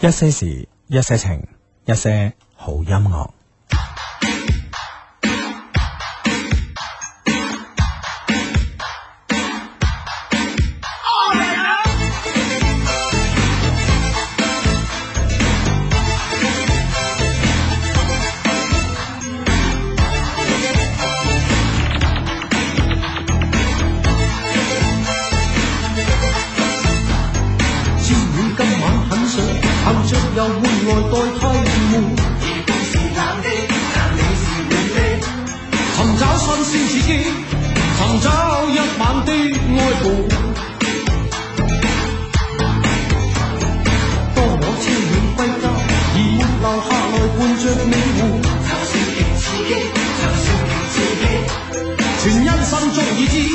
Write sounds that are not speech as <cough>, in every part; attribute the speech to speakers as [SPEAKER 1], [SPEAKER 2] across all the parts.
[SPEAKER 1] 一些事，一些情，一些好音樂。
[SPEAKER 2] 千年金馬很想，憑着由換來代替換。尋找新鮮刺激，尋找一晚的愛慕。當我千年歸家，而沒留下來伴着你活。全因心中已知，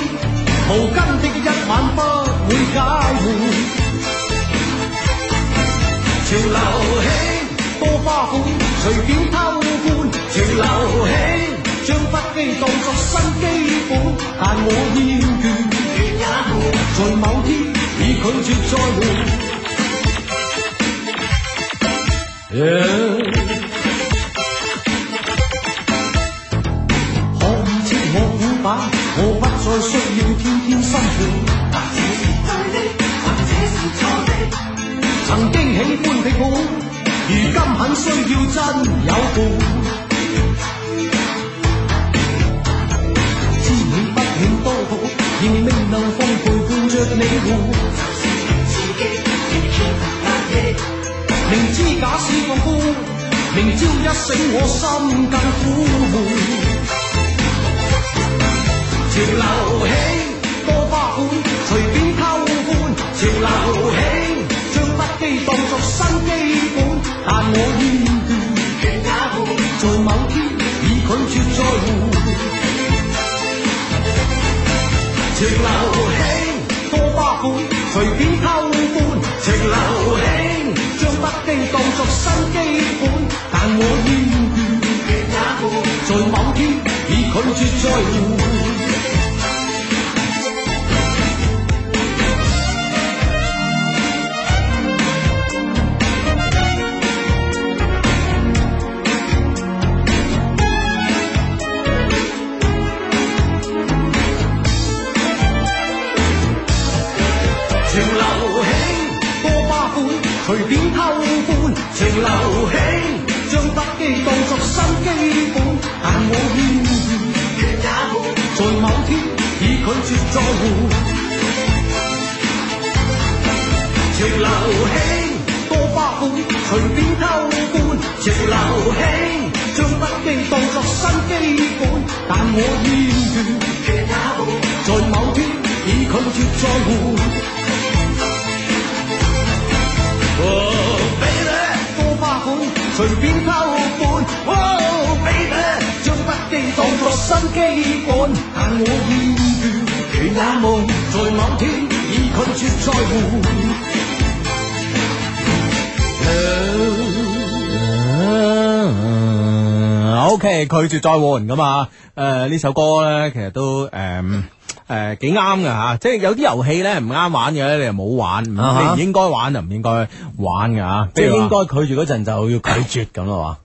[SPEAKER 2] 無根的一晚不會解悶。潮流興，多花款，隨便偷歡。潮流興，將不羈當作新基本，但我厭倦，在某天已拒絕再換。Yeah. 可以切我鼓把，我不再需要天天生活。曾經喜歡的我，如今很需要真有伴。知你不願多抱，仍未能放陪伴着你活。明知假使放孤，明朝一醒我心更苦悶。潮流興，多花款，隨便偷歡。潮流興，將不羈當作新基本，但我厭倦，在某天已拒絕再換。潮流興，多花款，隨便偷歡。潮流興，將不羈當作新基本，但我厭倦，在某天已拒絕再換。潮流興，多花款，隨便偷歡。潮流興，將不羈當作新基本，但我厭倦，在某天已拒絕再換。潮流興，多花款，隨便偷歡。潮流興，將不羈當作新基本，但我厭倦，在某天已拒絕再換。哦，baby，多花款，隨便偷歡。哦，baby，將不羈當作新基本，但我厭倦，斷也夢，在某天已拒絕再換。
[SPEAKER 1] 嗯 O、k 嗯拒絕再換咁啊！誒、呢首歌咧，其實都誒誒幾啱㗎嚇，即係有啲遊戲咧唔啱玩嘅咧，你就冇玩，唔
[SPEAKER 3] 啊哈
[SPEAKER 1] 你唔應該玩就唔應該玩㗎嚇，
[SPEAKER 3] 即係
[SPEAKER 1] 譬如話
[SPEAKER 3] 應該拒絕嗰陣就要拒絕咁咯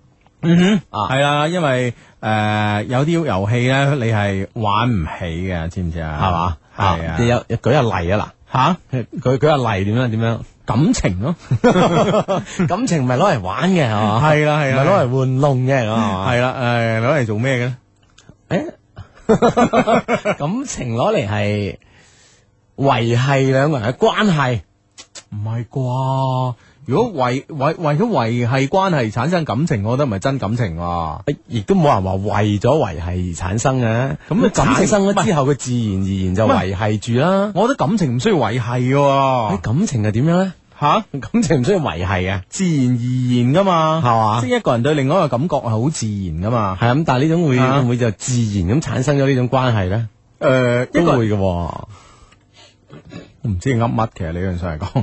[SPEAKER 1] 嗯哼，
[SPEAKER 3] 啊
[SPEAKER 1] 係啦，因為誒、有啲遊戲咧，你係玩唔起嘅，知唔知啊？
[SPEAKER 3] 喎，係嘛？
[SPEAKER 1] 係啊
[SPEAKER 3] 你有有舉下例啊
[SPEAKER 1] 嚇
[SPEAKER 3] 嗱，舉舉下例點樣點樣？
[SPEAKER 1] 感情咯， <laughs>
[SPEAKER 3] 感情唔係攞嚟玩嘅係嘛？
[SPEAKER 1] 係啦係
[SPEAKER 3] 唔
[SPEAKER 1] 啦，
[SPEAKER 3] 係攞嚟玩弄嘅咁係嘛？
[SPEAKER 1] 係啦誒攞嚟做咩嘅咧？
[SPEAKER 3] 誒， <laughs> 感情攞嚟係維係兩個人嘅關係。
[SPEAKER 1] 唔係啩？如果為為為咗維係關係產生感情，我覺得唔係真感情喎。
[SPEAKER 3] 亦都冇人話為咗維係而產生嘅，
[SPEAKER 1] 咁啊
[SPEAKER 3] 咁
[SPEAKER 1] 產
[SPEAKER 3] 產
[SPEAKER 1] 生
[SPEAKER 3] 生
[SPEAKER 1] 咗
[SPEAKER 3] 咗
[SPEAKER 1] 之
[SPEAKER 3] 之後，佢自然而然就維係住啦。
[SPEAKER 1] 我覺得感情唔需要維係嘅
[SPEAKER 3] 喺感情係點樣咧？
[SPEAKER 1] 吓，
[SPEAKER 3] <laughs> 感情唔需要維係嘅，
[SPEAKER 1] 自然而然噶嘛，
[SPEAKER 3] 啊係嘛
[SPEAKER 1] 即係一個人對另外一個感覺係好自然噶嘛。
[SPEAKER 3] 係咁，但係呢種會
[SPEAKER 1] 啊
[SPEAKER 3] 會唔會就自然咁產生咗呢種關係咧？
[SPEAKER 1] 誒、
[SPEAKER 3] 都
[SPEAKER 1] 一個
[SPEAKER 3] 會
[SPEAKER 1] 人
[SPEAKER 3] 嘅喎，
[SPEAKER 1] 我唔知你噏乜，其實理論上嚟講，
[SPEAKER 3] <laughs>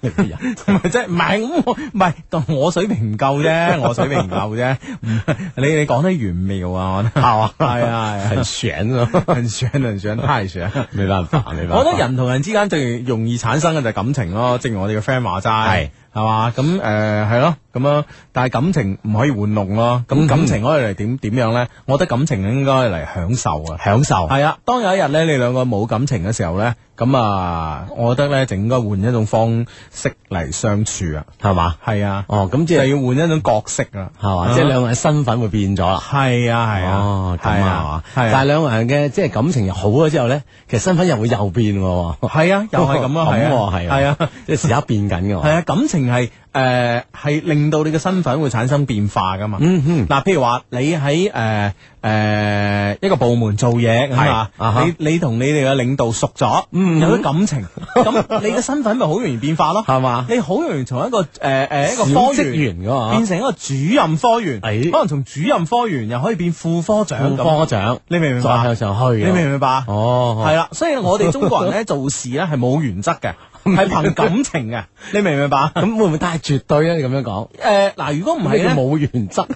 [SPEAKER 3] 你啲人
[SPEAKER 1] 唔係即係唔係咁我，唔係當我水平唔夠
[SPEAKER 3] <laughs>
[SPEAKER 1] 啫，我水平唔夠啫。唔你你講得玄妙啊，我覺得 <laughs> 係啊，係啊，
[SPEAKER 3] 很旋咯，
[SPEAKER 1] 很想很想啊太想。
[SPEAKER 3] <laughs> 冇辦法，冇辦法。
[SPEAKER 1] 我覺得人同人之間最容易產生嘅就係感情咯，正如我哋嘅 friend 話齋，
[SPEAKER 3] 係
[SPEAKER 1] 系嘛？咁
[SPEAKER 3] 嗯
[SPEAKER 1] 诶系咯，咁样，但系感情唔可以玩弄咯。咁感情可以嚟點點樣咧？我覺得感情應該嚟享受啊，
[SPEAKER 3] 享受
[SPEAKER 1] 系啊，當有一日咧，你兩個冇感情嘅時候咧，咁啊，我覺得咧就應該換一種方式嚟相處啊。
[SPEAKER 3] 係嘛？
[SPEAKER 1] 係啊，
[SPEAKER 3] 哦，咁即
[SPEAKER 1] 就
[SPEAKER 3] 係
[SPEAKER 1] 要換一種角色啊。
[SPEAKER 3] 係嘛？即係兩個人身份會變咗啦。
[SPEAKER 1] 係啊，係啊，
[SPEAKER 3] 哦，咁
[SPEAKER 1] 係
[SPEAKER 3] 啊，係嘛？但係
[SPEAKER 1] 係
[SPEAKER 3] 兩個人嘅即係感情又好咗之後咧，其實身份又會又變喎。
[SPEAKER 1] 啊，係啊，又係咁啊，係啊，
[SPEAKER 3] 哦係
[SPEAKER 1] 係啊。
[SPEAKER 3] 即係時刻變緊嘅
[SPEAKER 1] 系
[SPEAKER 3] 喎。
[SPEAKER 1] 啊，感情係诶系令到你嘅身份會產生變化噶嘛。
[SPEAKER 3] 嗯哼
[SPEAKER 1] 嗱，譬如話你喺诶诶一個部門做嘢咁啊
[SPEAKER 3] 啊哈，嗯
[SPEAKER 1] 你你同你哋嘅領導熟咗，有啲感情，
[SPEAKER 3] <laughs>
[SPEAKER 1] 咁你嘅身份咪好容易變化咯，
[SPEAKER 3] 係嘛
[SPEAKER 1] 你好容易從一個诶诶一個科
[SPEAKER 3] 小職
[SPEAKER 1] 員
[SPEAKER 3] 員㗎嘛
[SPEAKER 1] 變成一個主任科員，
[SPEAKER 3] 哎
[SPEAKER 1] 可能從主任科員又可以變副科長
[SPEAKER 3] 副
[SPEAKER 1] 咁，
[SPEAKER 3] 科長
[SPEAKER 1] 你明唔明
[SPEAKER 3] 再
[SPEAKER 1] 白
[SPEAKER 3] 向？上去
[SPEAKER 1] 你
[SPEAKER 3] 嘅。
[SPEAKER 1] 明唔明白？啊
[SPEAKER 3] 哦，
[SPEAKER 1] 系啦，所以我哋中國人咧做事咧係冇原則
[SPEAKER 3] <laughs>
[SPEAKER 1] 嘅，係憑感情嘅，你明唔明白？
[SPEAKER 3] 咁會唔會太絕對咧？你咁樣講，
[SPEAKER 1] 诶，嗱，如果唔係
[SPEAKER 3] 唔
[SPEAKER 1] 啊
[SPEAKER 3] 係
[SPEAKER 1] 咧，
[SPEAKER 3] 冇原則。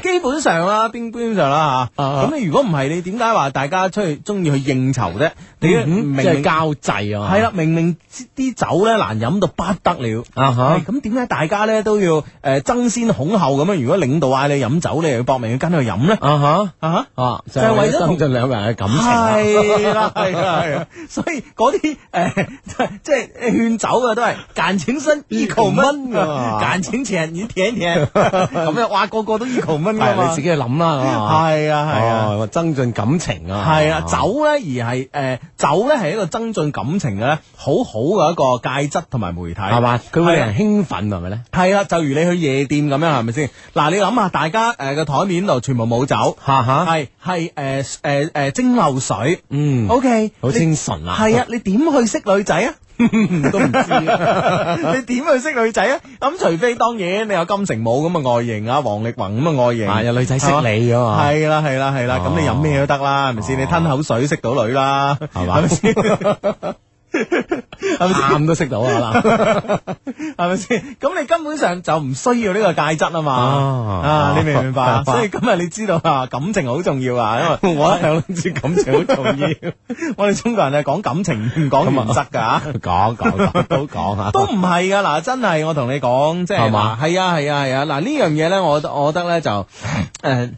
[SPEAKER 1] 基本上啦，邊基本上啦吓，
[SPEAKER 3] 啊
[SPEAKER 1] 咁你如果唔係，你點解話大家出去中意去應酬啫？你明
[SPEAKER 3] 嗯即係
[SPEAKER 1] 明
[SPEAKER 3] 交際啊，
[SPEAKER 1] 係啦，明明啲酒咧難飲到不得了。
[SPEAKER 3] 啊
[SPEAKER 1] 係
[SPEAKER 3] 哈，
[SPEAKER 1] 咁點解大家咧都要诶争先恐後咁樣？如果領導嗌你飲酒，你又要搏命要跟佢飲咧？
[SPEAKER 3] 啊哈，
[SPEAKER 1] 啊哈！
[SPEAKER 3] 啊就
[SPEAKER 1] 就係
[SPEAKER 3] 係
[SPEAKER 1] 為
[SPEAKER 3] 為
[SPEAKER 1] 咗
[SPEAKER 3] 咗
[SPEAKER 1] 同
[SPEAKER 3] 增進兩個人嘅感情啊。
[SPEAKER 1] 係啦，
[SPEAKER 3] <laughs>
[SPEAKER 1] 係啦，係啦， <laughs> 所以嗰啲誒，即係勸酒啊嘅都係感情深 equal 蚊
[SPEAKER 3] 嗯啊
[SPEAKER 1] 感情淺你舔一
[SPEAKER 3] <laughs>
[SPEAKER 1] 舔，咁樣哇個個都 equal 蚊㗎
[SPEAKER 3] 係啊
[SPEAKER 1] 嘛
[SPEAKER 3] 你自，己去諗啦，係嘛
[SPEAKER 1] 啊係啊係啊。
[SPEAKER 3] 哦增進感情啊，
[SPEAKER 1] 係啊，
[SPEAKER 3] 哦
[SPEAKER 1] 酒咧而係誒、酒咧係一個增進感情嘅咧，好好嘅一個介質同埋媒體，
[SPEAKER 3] 係嘛，佢會
[SPEAKER 1] 係
[SPEAKER 3] 令
[SPEAKER 1] 啊
[SPEAKER 3] 人興奮係咪咧？
[SPEAKER 1] 係啦，就如你去夜店咁樣，係咪先？嗱，你諗下，大家誒個台面度全部冇酒，
[SPEAKER 3] 嚇嚇，
[SPEAKER 1] 係啊係誒誒誒蒸馏水
[SPEAKER 3] 嗯，
[SPEAKER 1] ，OK，
[SPEAKER 3] 好
[SPEAKER 1] 你
[SPEAKER 3] 清純啊，
[SPEAKER 1] 系啊，你點去識女仔 <laughs> 啊？都唔知，你點去識女仔啊？咁除非當然你有金城武咁嘅外形啊，王力宏咁嘅外形，
[SPEAKER 3] 啊，有女仔識你噶嘛，
[SPEAKER 1] 係啊啦係啦係啦，咁你
[SPEAKER 3] 哦
[SPEAKER 1] 飲咩都得啦，係咪先？你吞口水識到女啦，
[SPEAKER 3] 係嘛
[SPEAKER 1] 係咪先？係咪先？
[SPEAKER 3] 喊都識到啊
[SPEAKER 1] <laughs>
[SPEAKER 3] 啦，
[SPEAKER 1] 係咪先？咁你根本上就唔需要呢個戒質啊嘛，
[SPEAKER 3] 哦
[SPEAKER 1] 啊，你明唔明白啊？
[SPEAKER 3] 明白
[SPEAKER 1] 所以今日你知道啊，感情好重要啊，因為 <laughs> 我一向都知感情好重要， <laughs> 我哋中國人係講感情唔講原則㗎啊
[SPEAKER 3] 講講講
[SPEAKER 1] <laughs>
[SPEAKER 3] 都講啊，
[SPEAKER 1] 都唔係噶，嗱，真係我同你講，即係
[SPEAKER 3] 係嘛
[SPEAKER 1] 嗱係啊，係啊，係啊，嗱呢樣嘢咧，我我覺得
[SPEAKER 3] <coughs>
[SPEAKER 1] 咧就誒。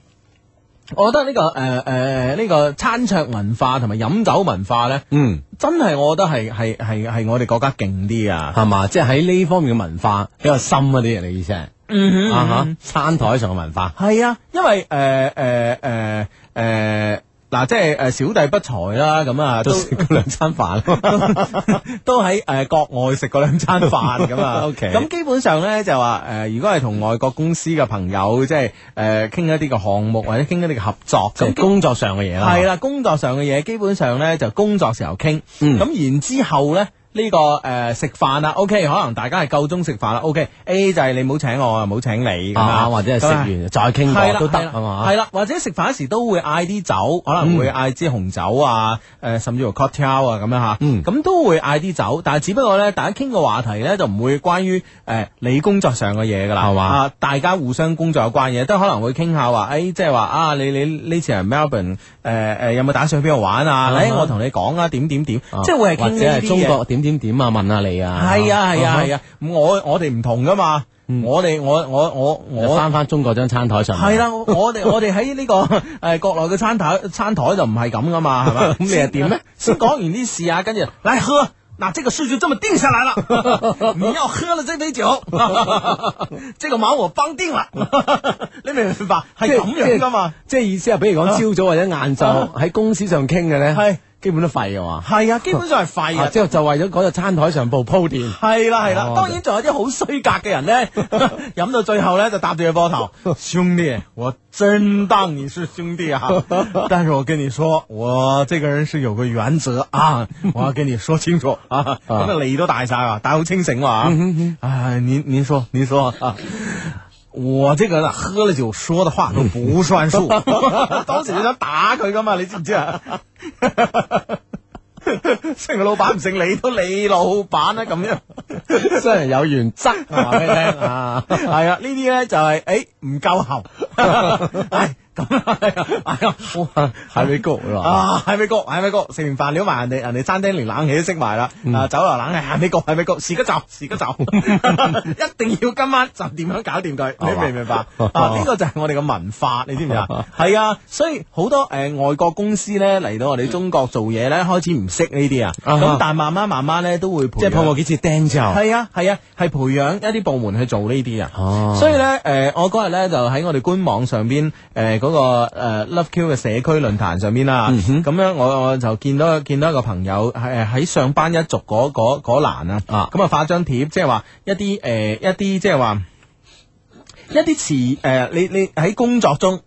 [SPEAKER 1] 我覺得呢、個誒誒呢個餐桌文化同埋飲酒文化咧，
[SPEAKER 3] 嗯。
[SPEAKER 1] 真係我覺得係係係係我哋國家勁啲啊！
[SPEAKER 3] 係嘛？即係喺呢方面嘅文化比較深一啲，啊你意思係？
[SPEAKER 1] 嗯
[SPEAKER 3] 啊哈，餐台上嘅文化，
[SPEAKER 1] 係啊，因為誒誒誒誒呃嗱，即係誒小弟不才啦，咁啊
[SPEAKER 3] 都
[SPEAKER 1] 都
[SPEAKER 3] 食過兩餐飯咯。
[SPEAKER 1] <laughs> 都喺誒國外食過兩餐飯咁啊。
[SPEAKER 3] <laughs> OK
[SPEAKER 1] 咁基本上咧就話誒，如果係同外國公司嘅朋友，即係誒傾一啲嘅項目或者傾一啲嘅合作
[SPEAKER 3] 就
[SPEAKER 1] 咁。
[SPEAKER 3] 工作上嘅嘢啦。
[SPEAKER 1] 係，啊啦，工作上嘅嘢基本上咧就工作時候傾，咁、
[SPEAKER 3] 嗯
[SPEAKER 1] 然之後咧呢、個誒、呃食飯啦，OK，可能大家係夠鐘食飯啦，OK，A 就係你唔好請我啊，唔好請你咁
[SPEAKER 3] 啊
[SPEAKER 1] 啊，
[SPEAKER 3] 或者係食完再傾
[SPEAKER 1] 係啦
[SPEAKER 3] 過都得
[SPEAKER 1] 係啦
[SPEAKER 3] 係嘛？
[SPEAKER 1] 係啦，或者食飯時都會嗌啲酒，可能會嗌支紅酒啊，誒甚至乎 cocktail 啊咁樣嚇，
[SPEAKER 3] 嗯
[SPEAKER 1] 咁都會嗌啲酒，但係只不過咧，大家傾嘅話題咧就唔會關於誒你工作上嘅嘢㗎啦，
[SPEAKER 3] 係嘛
[SPEAKER 1] 啊，大家互相工作有關嘢，都可能會傾下話，誒即係話啊，你你呢次嚟 Melbourne 誒誒有冇打算去邊度玩啊？
[SPEAKER 3] 啊
[SPEAKER 1] 誒我同你講啊，點點點，即係會係
[SPEAKER 3] 或
[SPEAKER 1] 傾
[SPEAKER 3] 者
[SPEAKER 1] 呢啲
[SPEAKER 3] 係中
[SPEAKER 1] 嘢。
[SPEAKER 3] 國點點點啊？問下你啊？
[SPEAKER 1] 係啊係啊係
[SPEAKER 3] 啊嗯
[SPEAKER 1] 啊！咁我我哋唔同噶嘛，我哋我我我
[SPEAKER 3] 哈！
[SPEAKER 1] 我
[SPEAKER 3] 我啊翻翻中國張餐台上。
[SPEAKER 1] 系，啦，我我哋我哋喺呢個诶國內嘅餐台餐台就唔係咁噶嘛，係 <laughs> 咪？咁
[SPEAKER 3] 你又點咧？
[SPEAKER 1] 先講完啲事啊，跟住嚟喝。嗱，這個事就這麼定下來了。 <laughs> 你要喝了這杯酒， <laughs> 這個忙我幫定了。 <laughs> 你明唔明白？係咁樣噶嘛？
[SPEAKER 3] 即係意思係，比如講朝早或者晏晝喺公司上傾嘅咧，
[SPEAKER 1] 係
[SPEAKER 3] 基本都廢嘅嘛。
[SPEAKER 1] 係啊，基本上係廢
[SPEAKER 3] 啊
[SPEAKER 1] 嘅。
[SPEAKER 3] 之後就為咗嗰個餐台上部鋪 <laughs> 墊。
[SPEAKER 1] 係啦係啦
[SPEAKER 3] 哦，
[SPEAKER 1] 當然仲有啲好衰格嘅人 <laughs> 咧，飲到最後咧就搭住佢膊頭，兄弟，我真當你是兄弟 <laughs> 啊！但是我跟你說，我這個人是有個原則 <laughs> 啊，我要跟你說清楚啊，咁啊脷都大晒啊，但係好清醒啊，啊，您您說您說啊。我这个呢喝了酒说的話都不算 <laughs> 數，當時你想打佢噶嘛？你知唔知 <laughs> 啊？ <laughs> 雖然個老闆唔姓李，都李老闆啦咁樣。
[SPEAKER 3] 雖然有原則，我話俾你聽啊。
[SPEAKER 1] <laughs> 系啊，呢啲咧就係诶唔夠喉，唉，咁哎呀，
[SPEAKER 3] 係咪高啦？
[SPEAKER 1] 啊，喺美國，喺美國食完飯撩埋人哋，人哋餐廳連冷氣都熄埋啦，
[SPEAKER 3] 嗯
[SPEAKER 1] 啊，酒樓冷氣喺美國，喺美國，時吉就，時吉
[SPEAKER 3] <laughs>
[SPEAKER 1] 就，一定要今晚就點樣搞掂佢，你明唔
[SPEAKER 3] <laughs>
[SPEAKER 1] 明白？啊，呢個就係我哋嘅文化，你知唔知啊？係啊，所以好多誒外國公司咧嚟到我哋中國做嘢咧，開始唔識呢啲啊，
[SPEAKER 3] 啊
[SPEAKER 1] 咁但係慢慢慢慢咧都會培
[SPEAKER 3] 即係
[SPEAKER 1] 養
[SPEAKER 3] 碰過幾次釘之後，
[SPEAKER 1] 係啊，係啊，係培養一啲部門去做呢啲啊。
[SPEAKER 3] 哦
[SPEAKER 1] 所以咧，誒、我嗰日咧就喺我哋官網上邊，誒、嗰、個、呃、Love Q 嘅社區論壇上邊啦。
[SPEAKER 3] 嗯
[SPEAKER 1] 咁、樣我我就見到見到一個朋友係喺上班一族嗰嗰嗰欄啊
[SPEAKER 3] 啊，
[SPEAKER 1] 咁啊發張貼，即係話一啲誒、呃一啲即係話一啲詞誒、呃你你喺工作中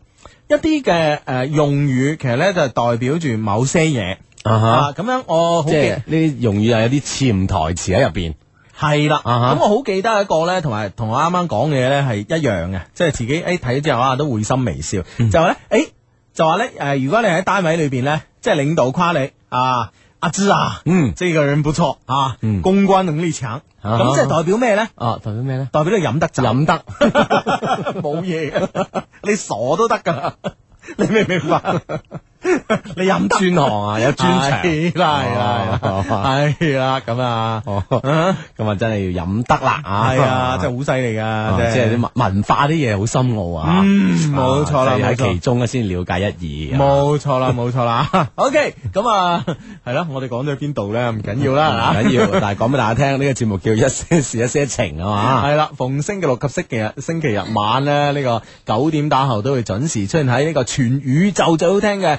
[SPEAKER 1] 一啲嘅誒用語，其實咧就代表住某些嘢
[SPEAKER 3] 啊
[SPEAKER 1] 啊。
[SPEAKER 3] 哈，
[SPEAKER 1] 咁樣我好
[SPEAKER 3] 即係
[SPEAKER 1] 嘅
[SPEAKER 3] 呢啲用語又啊有啲潛台詞喺入邊。
[SPEAKER 1] 係啦，
[SPEAKER 3] 啊哈
[SPEAKER 1] 咁我好記得一個咧，同埋同我啱啱講嘅嘢咧係一樣嘅，即係自己誒睇咗之後啊都會心微笑，
[SPEAKER 3] 嗯
[SPEAKER 1] 就話咧誒就話咧誒，如果你喺單位裏邊咧，即係領導誇你啊阿芝啊，
[SPEAKER 3] 嗯
[SPEAKER 1] 這個人不錯啊，
[SPEAKER 3] 嗯
[SPEAKER 1] 公關能力強，
[SPEAKER 3] 啊
[SPEAKER 1] 咁即係代表咩咧？
[SPEAKER 3] 啊，代表咩咧？
[SPEAKER 1] 代表你飲得酒，
[SPEAKER 3] 飲得
[SPEAKER 1] <laughs> 冇嘢嘅，你傻都得噶，你明唔明白？你飲得
[SPEAKER 3] 專項啊，有專長。
[SPEAKER 1] <laughs> 係啦係啦
[SPEAKER 3] 哦
[SPEAKER 1] 係啦係啦咁啊。
[SPEAKER 3] 哦，咁啊真係要飲得啦啊！
[SPEAKER 1] 系
[SPEAKER 3] <laughs>
[SPEAKER 1] 啊， <laughs> 真係好犀利噶，
[SPEAKER 3] 啊即係
[SPEAKER 1] 係
[SPEAKER 3] 啲文文化啲嘢好深奧啊！
[SPEAKER 1] 嗯冇錯啦
[SPEAKER 3] 啊即
[SPEAKER 1] 冇
[SPEAKER 3] 係
[SPEAKER 1] 錯
[SPEAKER 3] 喺其中咧先了解一二。啊
[SPEAKER 1] 冇錯啦，冇錯啦。OK，咁 <laughs> 啊，係咯，我哋講到去邊度咧？唔緊要啦，
[SPEAKER 3] <laughs> 唔緊要，但係講俾大家聽，呢個節目叫一些事一些情啊嘛。
[SPEAKER 1] 系啦，逢星期六及星期日星期日晚咧，呢、個九點打後都會準時出現喺呢個全宇宙最好聽嘅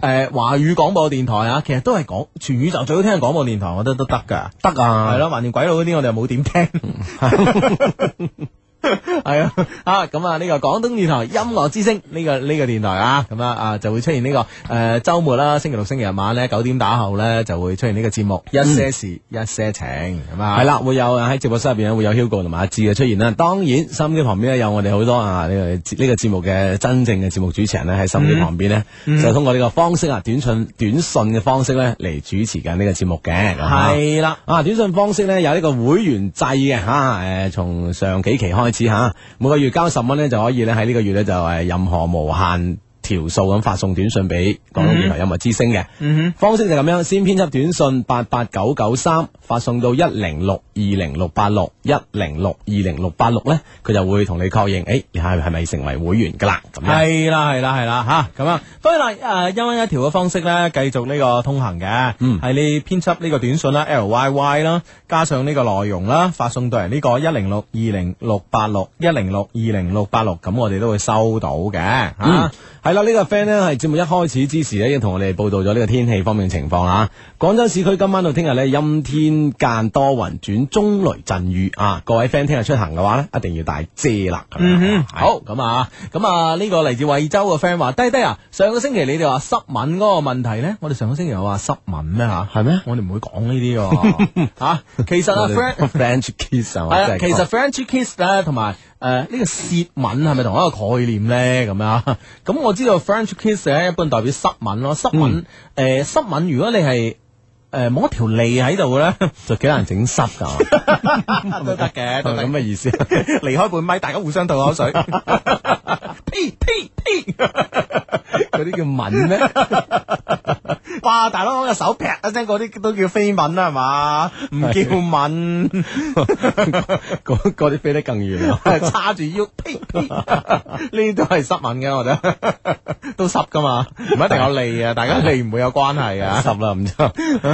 [SPEAKER 1] 呃诶华语广播電台啊，其實都係講全宇宙最好聽嘅廣播電台，我覺得都得㗎。
[SPEAKER 3] 得啊
[SPEAKER 1] 係咯，橫掂鬼佬嗰啲我哋又冇點聽。
[SPEAKER 3] <laughs>
[SPEAKER 1] 係啊，啊咁啊呢個廣東電台音樂之聲呢、個呢、個電台啊，咁啊啊就會出現呢、個诶周、末啦，星期六、星期日晚咧九點打後咧就會出現呢個節目一些事一些情咁啊。
[SPEAKER 3] 系啦，會有喺直播室入边會有 Hugo 同埋阿志嘅出現啦。當然，心機旁邊咧有我哋好多啊呢、個呢、個節目嘅真正嘅節目主持人咧喺心機
[SPEAKER 1] 嗯
[SPEAKER 3] 旁邊咧，就通過呢個方式啊短信短信嘅方式咧嚟主持緊呢個節目嘅。咁啊
[SPEAKER 1] 係啦。
[SPEAKER 3] 啊，短信方式咧有呢個會員制嘅吓，诶、啊從上幾期開始吓、每個月交十蚊咧就可以咧喺呢個月咧就诶、任何無限條數咁發送短信俾廣東電台音樂之聲嘅。
[SPEAKER 1] 嗯
[SPEAKER 3] 方式就咁樣，先編輯短信八八九九三，發送到一零六二零六八六一零六二零六八六咧，佢就會同你確認，诶、你係係咪成為會員噶啦？咁樣。
[SPEAKER 1] 系啦，系啦，系啦，吓咁啊！當然啦，诶、一蚊一條嘅方式咧，繼續呢個通行嘅，
[SPEAKER 3] 嗯
[SPEAKER 1] 係你編輯呢個短信啦，L Y Y 啦，加上呢個內容啦，發送到嚟呢個一零六二零六八六一零六二零六八六，咁我哋都會收到嘅，吓、
[SPEAKER 3] 嗯，系啦，呢、個 friend 呢，係節目一開始之時呢，已經同我哋報道咗呢個天氣方面嘅情況啦。廣州市區今晚到聽日呢，陰天間多雲轉中雷陣雨啊！各位 friend 聽日出行嘅話呢，一定要帶遮啦。咁樣
[SPEAKER 1] 嗯哼，
[SPEAKER 3] 係
[SPEAKER 1] 好咁啊，咁啊呢個嚟自惠州嘅 friend 話：低低啊，上個星期你哋話濕吻嗰個問題咧，我哋上個星期有話濕吻咩吓？
[SPEAKER 3] 係咩
[SPEAKER 1] 我哋唔會講呢啲嘅
[SPEAKER 3] <laughs>
[SPEAKER 1] 吓。啊其實啊
[SPEAKER 3] 我哋
[SPEAKER 1] ，friend。
[SPEAKER 3] French kiss 係嘛
[SPEAKER 1] <laughs> 系啊，
[SPEAKER 3] 真係
[SPEAKER 1] 其實 French kiss 咧，同埋诶呢個舌吻係咪同一個概念咧？咁樣啊 <laughs> 咁我知道 French kiss 咧一般代表濕吻咯，濕吻诶濕吻，如果你係诶冇一條脷喺度咧，
[SPEAKER 3] 就幾難整濕㗎，
[SPEAKER 1] 啊都得 <laughs> 哦嘅，
[SPEAKER 3] 係咪咁嘅意思。
[SPEAKER 1] 離開半米，大家互相吐口 <laughs> 水，呸呸呸！
[SPEAKER 3] 嗰啲叫吻 <laughs> 咩？
[SPEAKER 1] 哇，大佬我個手劈一聲，嗰啲都叫飛吻啦，係嘛？唔叫吻，
[SPEAKER 3] <laughs> 嗰嗰啲飛得更遠啊！
[SPEAKER 1] 叉住腰，呸呸！呢啲都係濕吻嘅，我覺得都濕噶嘛，唔一定有脷啊，大家脷唔會有關係啊。
[SPEAKER 3] 十啦，唔知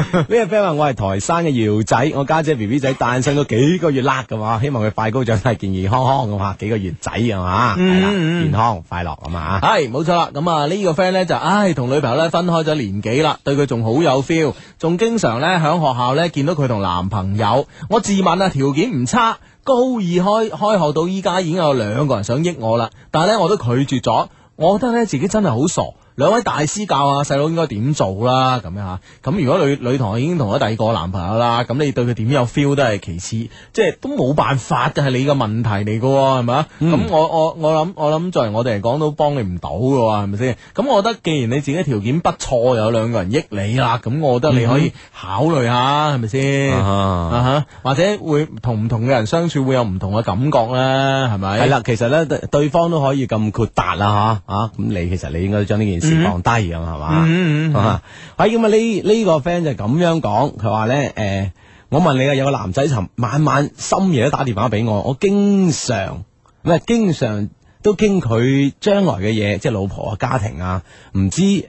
[SPEAKER 3] 呢個 friend 話我係台山嘅姚仔，我家姐 B B 仔誕生咗幾個月啦，咁啊，希望佢快高長大，健健康康咁啊，幾個月仔咁啊，
[SPEAKER 1] <laughs>
[SPEAKER 3] 係啦，
[SPEAKER 1] 嗯嗯
[SPEAKER 3] 健康快樂咁啊。
[SPEAKER 1] 系冇錯啦，咁啊呢個 friend 咧就唉同女朋友咧分開咗年幾啦，對佢仲好有 feel，仲經常咧喺學校咧見到佢同男朋友。我自問啊條件唔差，高二開開學到依家已經有兩個人想益我啦，但係咧我都拒絕咗。我覺得咧自己真係好傻，兩位大師教下細佬應該點做啦，咁樣吓。咁如果女女同學已經同咗第二個男朋友啦，咁你對佢點有 feel 都係其次，即係都冇辦法嘅係你嘅問題嚟嘅喎，係咪啊？
[SPEAKER 3] 嗯
[SPEAKER 1] 咁、我我我諗我諗作為我哋嚟講都幫你唔到嘅喎，係咪先？咁我覺得既然你自己條件不錯，有兩個人益你啦，咁我覺得你可以考慮下，係咪先？
[SPEAKER 3] 嗯啊
[SPEAKER 1] 啊哈，或者會同唔同嘅人相處會有唔同嘅感覺咧，係咪？
[SPEAKER 3] 系啦，其實咧，對對方都可以咁豁達啦，吓啊！咁你其實你應該將呢件事放低咁，係
[SPEAKER 1] 嗯嗯嗯
[SPEAKER 3] 嘛？啊，係咁啊！呢呢個 friend 就咁樣講，佢話咧，誒，我問你啊，有個男仔尋晚晚深夜都打電話俾我，我經常唔係經常。都經佢將來嘅嘢，即係老婆啊、家庭啊，唔知誒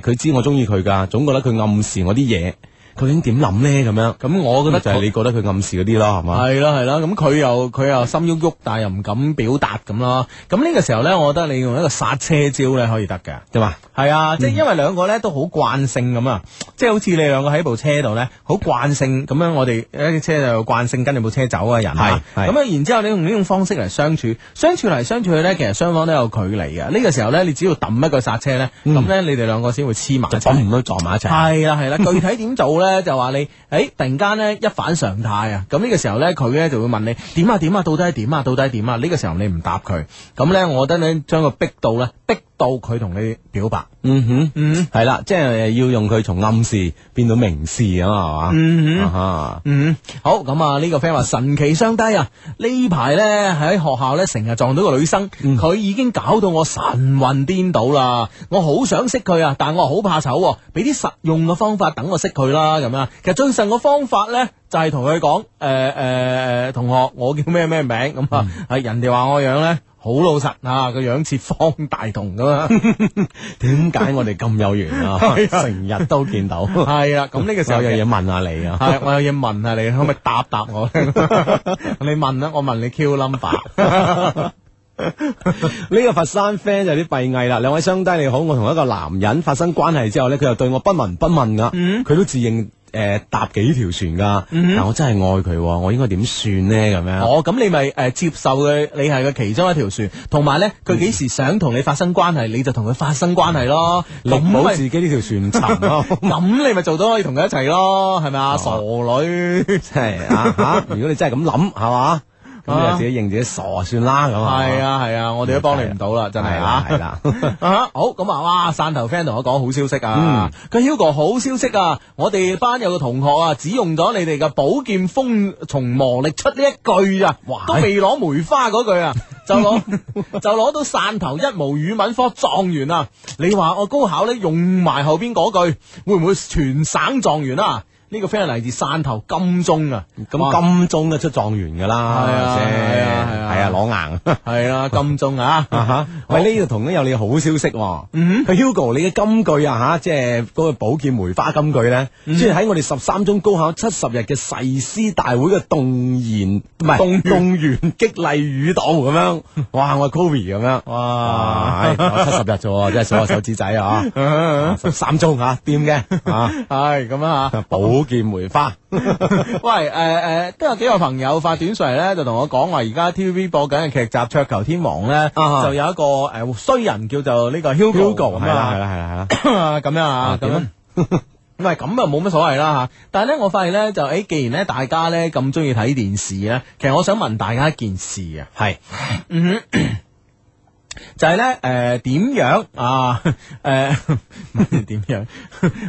[SPEAKER 3] 佢、知我中意佢㗎，總覺得佢暗示我啲嘢，究竟點諗咧咁樣？咁我覺得就係你覺得佢暗示嗰啲咯，係嘛？
[SPEAKER 1] 系啦系啦，咁佢又佢又心喐喐，但系又唔敢表達咁啦。咁呢個時候咧，我覺得你用一個剎車招咧可以得嘅。
[SPEAKER 3] 對嘛？
[SPEAKER 1] 係
[SPEAKER 3] 嗯
[SPEAKER 1] 啊，即係因為兩個咧都好慣性咁啊，即係好似你兩個喺部車度咧，好慣性咁樣，我哋一車就慣性跟住部車走啊人啊，
[SPEAKER 3] 係係
[SPEAKER 1] 咁啊，然之後你用呢種方式嚟相處，相處嚟相處去咧，其實雙方都有距離嘅。呢個時候咧，你只要揼一個剎車咧，咁咧你哋兩個先會黐埋一
[SPEAKER 3] 嗯就
[SPEAKER 1] 齊。
[SPEAKER 3] 唔到撞埋一齊。
[SPEAKER 1] 系啦
[SPEAKER 3] <laughs>
[SPEAKER 1] 系啦，具體點做咧？就話你，诶，突然間咧一反常態啊！咁呢個時候咧，佢咧就會問你點啊點啊，到底係點啊，到底係點啊？呢、個時候你唔答佢，咁咧，我覺得咧將佢逼到咧，逼到佢同你表白。
[SPEAKER 3] 嗯哼。
[SPEAKER 1] 嗯
[SPEAKER 3] 系啦，即系要用佢從暗示變到明示啊嘛，係嘛？
[SPEAKER 1] 嗯
[SPEAKER 3] 啊哈
[SPEAKER 1] 嗯，好咁啊！呢、個 friend 話神奇相低啊！呢排咧喺學校咧成日撞到個女生，
[SPEAKER 3] 嗯
[SPEAKER 1] 佢、已經搞到我神魂顛倒啦！我好想識佢啊，但我好怕醜喎，俾啲實用嘅方法等我識佢啦咁樣。其實最實嘅方法咧就係同佢講誒誒誒，同學我叫咩咩名咁啊？
[SPEAKER 3] 嗯
[SPEAKER 1] 係人哋話我樣咧。好老實啊，個樣似方大同咁
[SPEAKER 3] <laughs>
[SPEAKER 1] 啊，
[SPEAKER 3] 點解我哋咁有緣啊？成日都見到，有
[SPEAKER 1] 係啊啦，咁呢個時候
[SPEAKER 3] 樣嘢問下你啊。
[SPEAKER 1] 系，我有嘢問下你，可唔可以答答我 <laughs> 咧？你問啊啦，我問你 Q number。
[SPEAKER 3] 呢個佛山 friend 就有啲閉翳啦，兩位雙低你好，我同一個男人發生關係之後呢，佢又對我不聞不問噶，
[SPEAKER 1] 嗯
[SPEAKER 3] 佢都自認诶搭幾條船噶，但我真係愛佢喎，我應該點算呢？咁樣
[SPEAKER 1] 哦，咁你咪诶接受佢，你係佢其中一條船，同埋咧，
[SPEAKER 3] 嗯
[SPEAKER 1] 佢幾時想同你發生關係，你就同佢發生關係咯。
[SPEAKER 3] 力
[SPEAKER 1] 咁
[SPEAKER 3] 保
[SPEAKER 1] 咪
[SPEAKER 3] 自己呢條船沉咯。
[SPEAKER 1] <laughs>
[SPEAKER 3] 哦
[SPEAKER 1] 咁你咪做到可以同佢一齊咯，係咪啊？傻女。
[SPEAKER 3] 真系啊吓！
[SPEAKER 1] <laughs>
[SPEAKER 3] 如果你真係咁諗係嘛，咁你就自己認自己傻算啦咁
[SPEAKER 1] 啊係，啊係啊，我哋都幫你唔到啦，真係啊。
[SPEAKER 3] 哦係啦。係啦
[SPEAKER 1] 啊 <laughs> 好咁啊！哇，汕頭 friend 同我講好消息
[SPEAKER 3] 嗯
[SPEAKER 1] 啊！佢、Hugo 好消息啊！我哋班有個同學啊，只用咗你哋嘅寶劍鋒從磨砺出呢一句啊，都未攞梅花嗰
[SPEAKER 3] <laughs>
[SPEAKER 1] 句啊，就攞就攞到汕頭一模語文科狀元啊！你話我高考呢，用埋後邊嗰句，會唔會全省狀元啊？呢、個 friend 係嚟自汕頭金鐘啊，哇
[SPEAKER 3] 咁金鐘都出狀元噶啦，
[SPEAKER 1] 係啊
[SPEAKER 3] 係咪先
[SPEAKER 1] 係啊係啊
[SPEAKER 3] 係啊，攞硬
[SPEAKER 1] 係
[SPEAKER 3] <laughs>
[SPEAKER 1] 啦，金鐘啊！
[SPEAKER 3] 啊哈！ <laughs> 嗯喂，呢度同樣有你好消息喎，佢 Hugo 你嘅金句啊吓，即係嗰個寶劍梅花金句咧，即係喺我哋十三中高考七十日嘅誓師大會嘅動員唔係
[SPEAKER 1] 動員
[SPEAKER 3] 動員激勵語度咁 <laughs> 樣，哇！我係 Kobe 咁 <laughs> 樣，哇！唉我七十日啫喎，真係數下手指仔啊！十三中啊，掂 <laughs> 嘅啊，
[SPEAKER 1] <laughs> 係咁啊！
[SPEAKER 3] 寶劍梅花。 <laughs>
[SPEAKER 1] 喂，誒、誒，都、有幾個朋友發短信嚟咧，就同我講話，而家 TVB 播緊嘅劇集《桌球天王》咧，
[SPEAKER 3] 啊
[SPEAKER 1] 就有一個誒、衰人叫做呢個 Hugo，啊
[SPEAKER 3] Hugo 係啦係啦係啦係啦。
[SPEAKER 1] 係啦， <coughs> 咁樣啊，咁
[SPEAKER 3] 點
[SPEAKER 1] 樣
[SPEAKER 3] 啊。
[SPEAKER 1] <laughs> 喂，咁啊冇乜所謂啦嚇，但係咧，我發現咧
[SPEAKER 3] <laughs>
[SPEAKER 1] 就誒、既然咧大家咧咁中意睇電視咧，其實我想問大家一件事啊，嗯
[SPEAKER 3] 系
[SPEAKER 1] <coughs> 就係咧誒點樣啊 <laughs> 誒 <laughs> 唔係點樣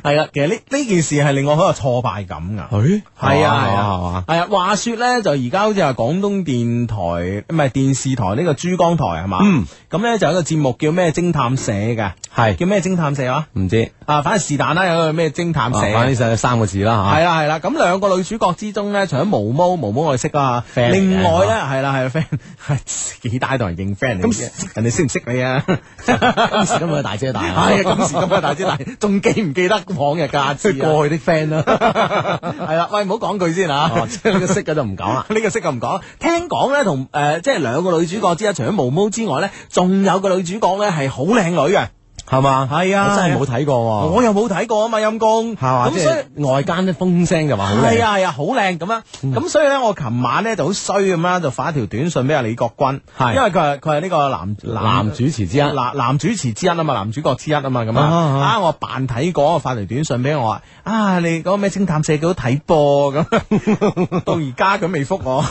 [SPEAKER 1] 係啦，其實呢呢件事係令我好有挫敗感噶。
[SPEAKER 3] 佢
[SPEAKER 1] 系啊
[SPEAKER 3] 係哦
[SPEAKER 1] 系啊
[SPEAKER 3] 嘛
[SPEAKER 1] 系啊，话说咧就而家好似話廣東電台唔係電視台呢個珠江台係嘛？
[SPEAKER 3] 嗯，
[SPEAKER 1] 咁咧就有一個節目叫咩偵探社嘅，
[SPEAKER 3] 係
[SPEAKER 1] 叫咩偵探社啊？
[SPEAKER 3] 唔知
[SPEAKER 1] 啊，反正是但啦，有一個咩偵探
[SPEAKER 3] 啊
[SPEAKER 1] 社。
[SPEAKER 3] 反正啊就三個字啦 <laughs>
[SPEAKER 1] 係啦係啦，咁兩個女主角之中咧，除咗毛毛，毛毛我哋識啦，
[SPEAKER 3] friend 嚟嘅
[SPEAKER 1] 另外咧係啦係啦 friend，係 <laughs> 幾大代人認 friend 嚟嘅，人哋識唔識你 <laughs> 啊？
[SPEAKER 3] 吓，今時今日大姐大
[SPEAKER 1] <laughs> 係啊，今時今日大姐大，仲記唔記得往日嘅阿志啊？
[SPEAKER 3] <laughs> 過去啲 friend 啦，
[SPEAKER 1] <laughs> 係啦，喂，唔好講佢先啊。
[SPEAKER 3] <laughs>
[SPEAKER 1] <laughs>
[SPEAKER 3] 哦即係呢個識嘅就唔講啦。
[SPEAKER 1] 呢個識就唔講。聽講咧，同誒、呃即係兩個女主角之一，除咗毛毛之外咧，仲有個女主角咧係好靚女嘅。
[SPEAKER 3] 係嘛？
[SPEAKER 1] 係啊
[SPEAKER 3] 我真係冇睇過喎。
[SPEAKER 1] 我又冇睇過啊嘛，陰公
[SPEAKER 3] 哦係嘛？
[SPEAKER 1] 咁
[SPEAKER 3] 即
[SPEAKER 1] 所以。
[SPEAKER 3] 係外間啲風聲就話好靚。嗯
[SPEAKER 1] 係啊係啊，好靚咁啊！咁所以咧，我琴晚咧就好衰咁啦，就發一條短信俾阿李國君，
[SPEAKER 3] 係
[SPEAKER 1] 因為佢係佢係呢個男
[SPEAKER 3] 男主持之一，
[SPEAKER 1] 男男主持之一啊嘛，男主角之一啊嘛，咁啊
[SPEAKER 3] 啊啊
[SPEAKER 1] 啊！
[SPEAKER 3] <laughs>
[SPEAKER 1] 我扮睇過，我發條短信俾我話啊，你嗰個咩偵探社幾好睇
[SPEAKER 3] <laughs>
[SPEAKER 1] 噃咁，到而家佢未覆我，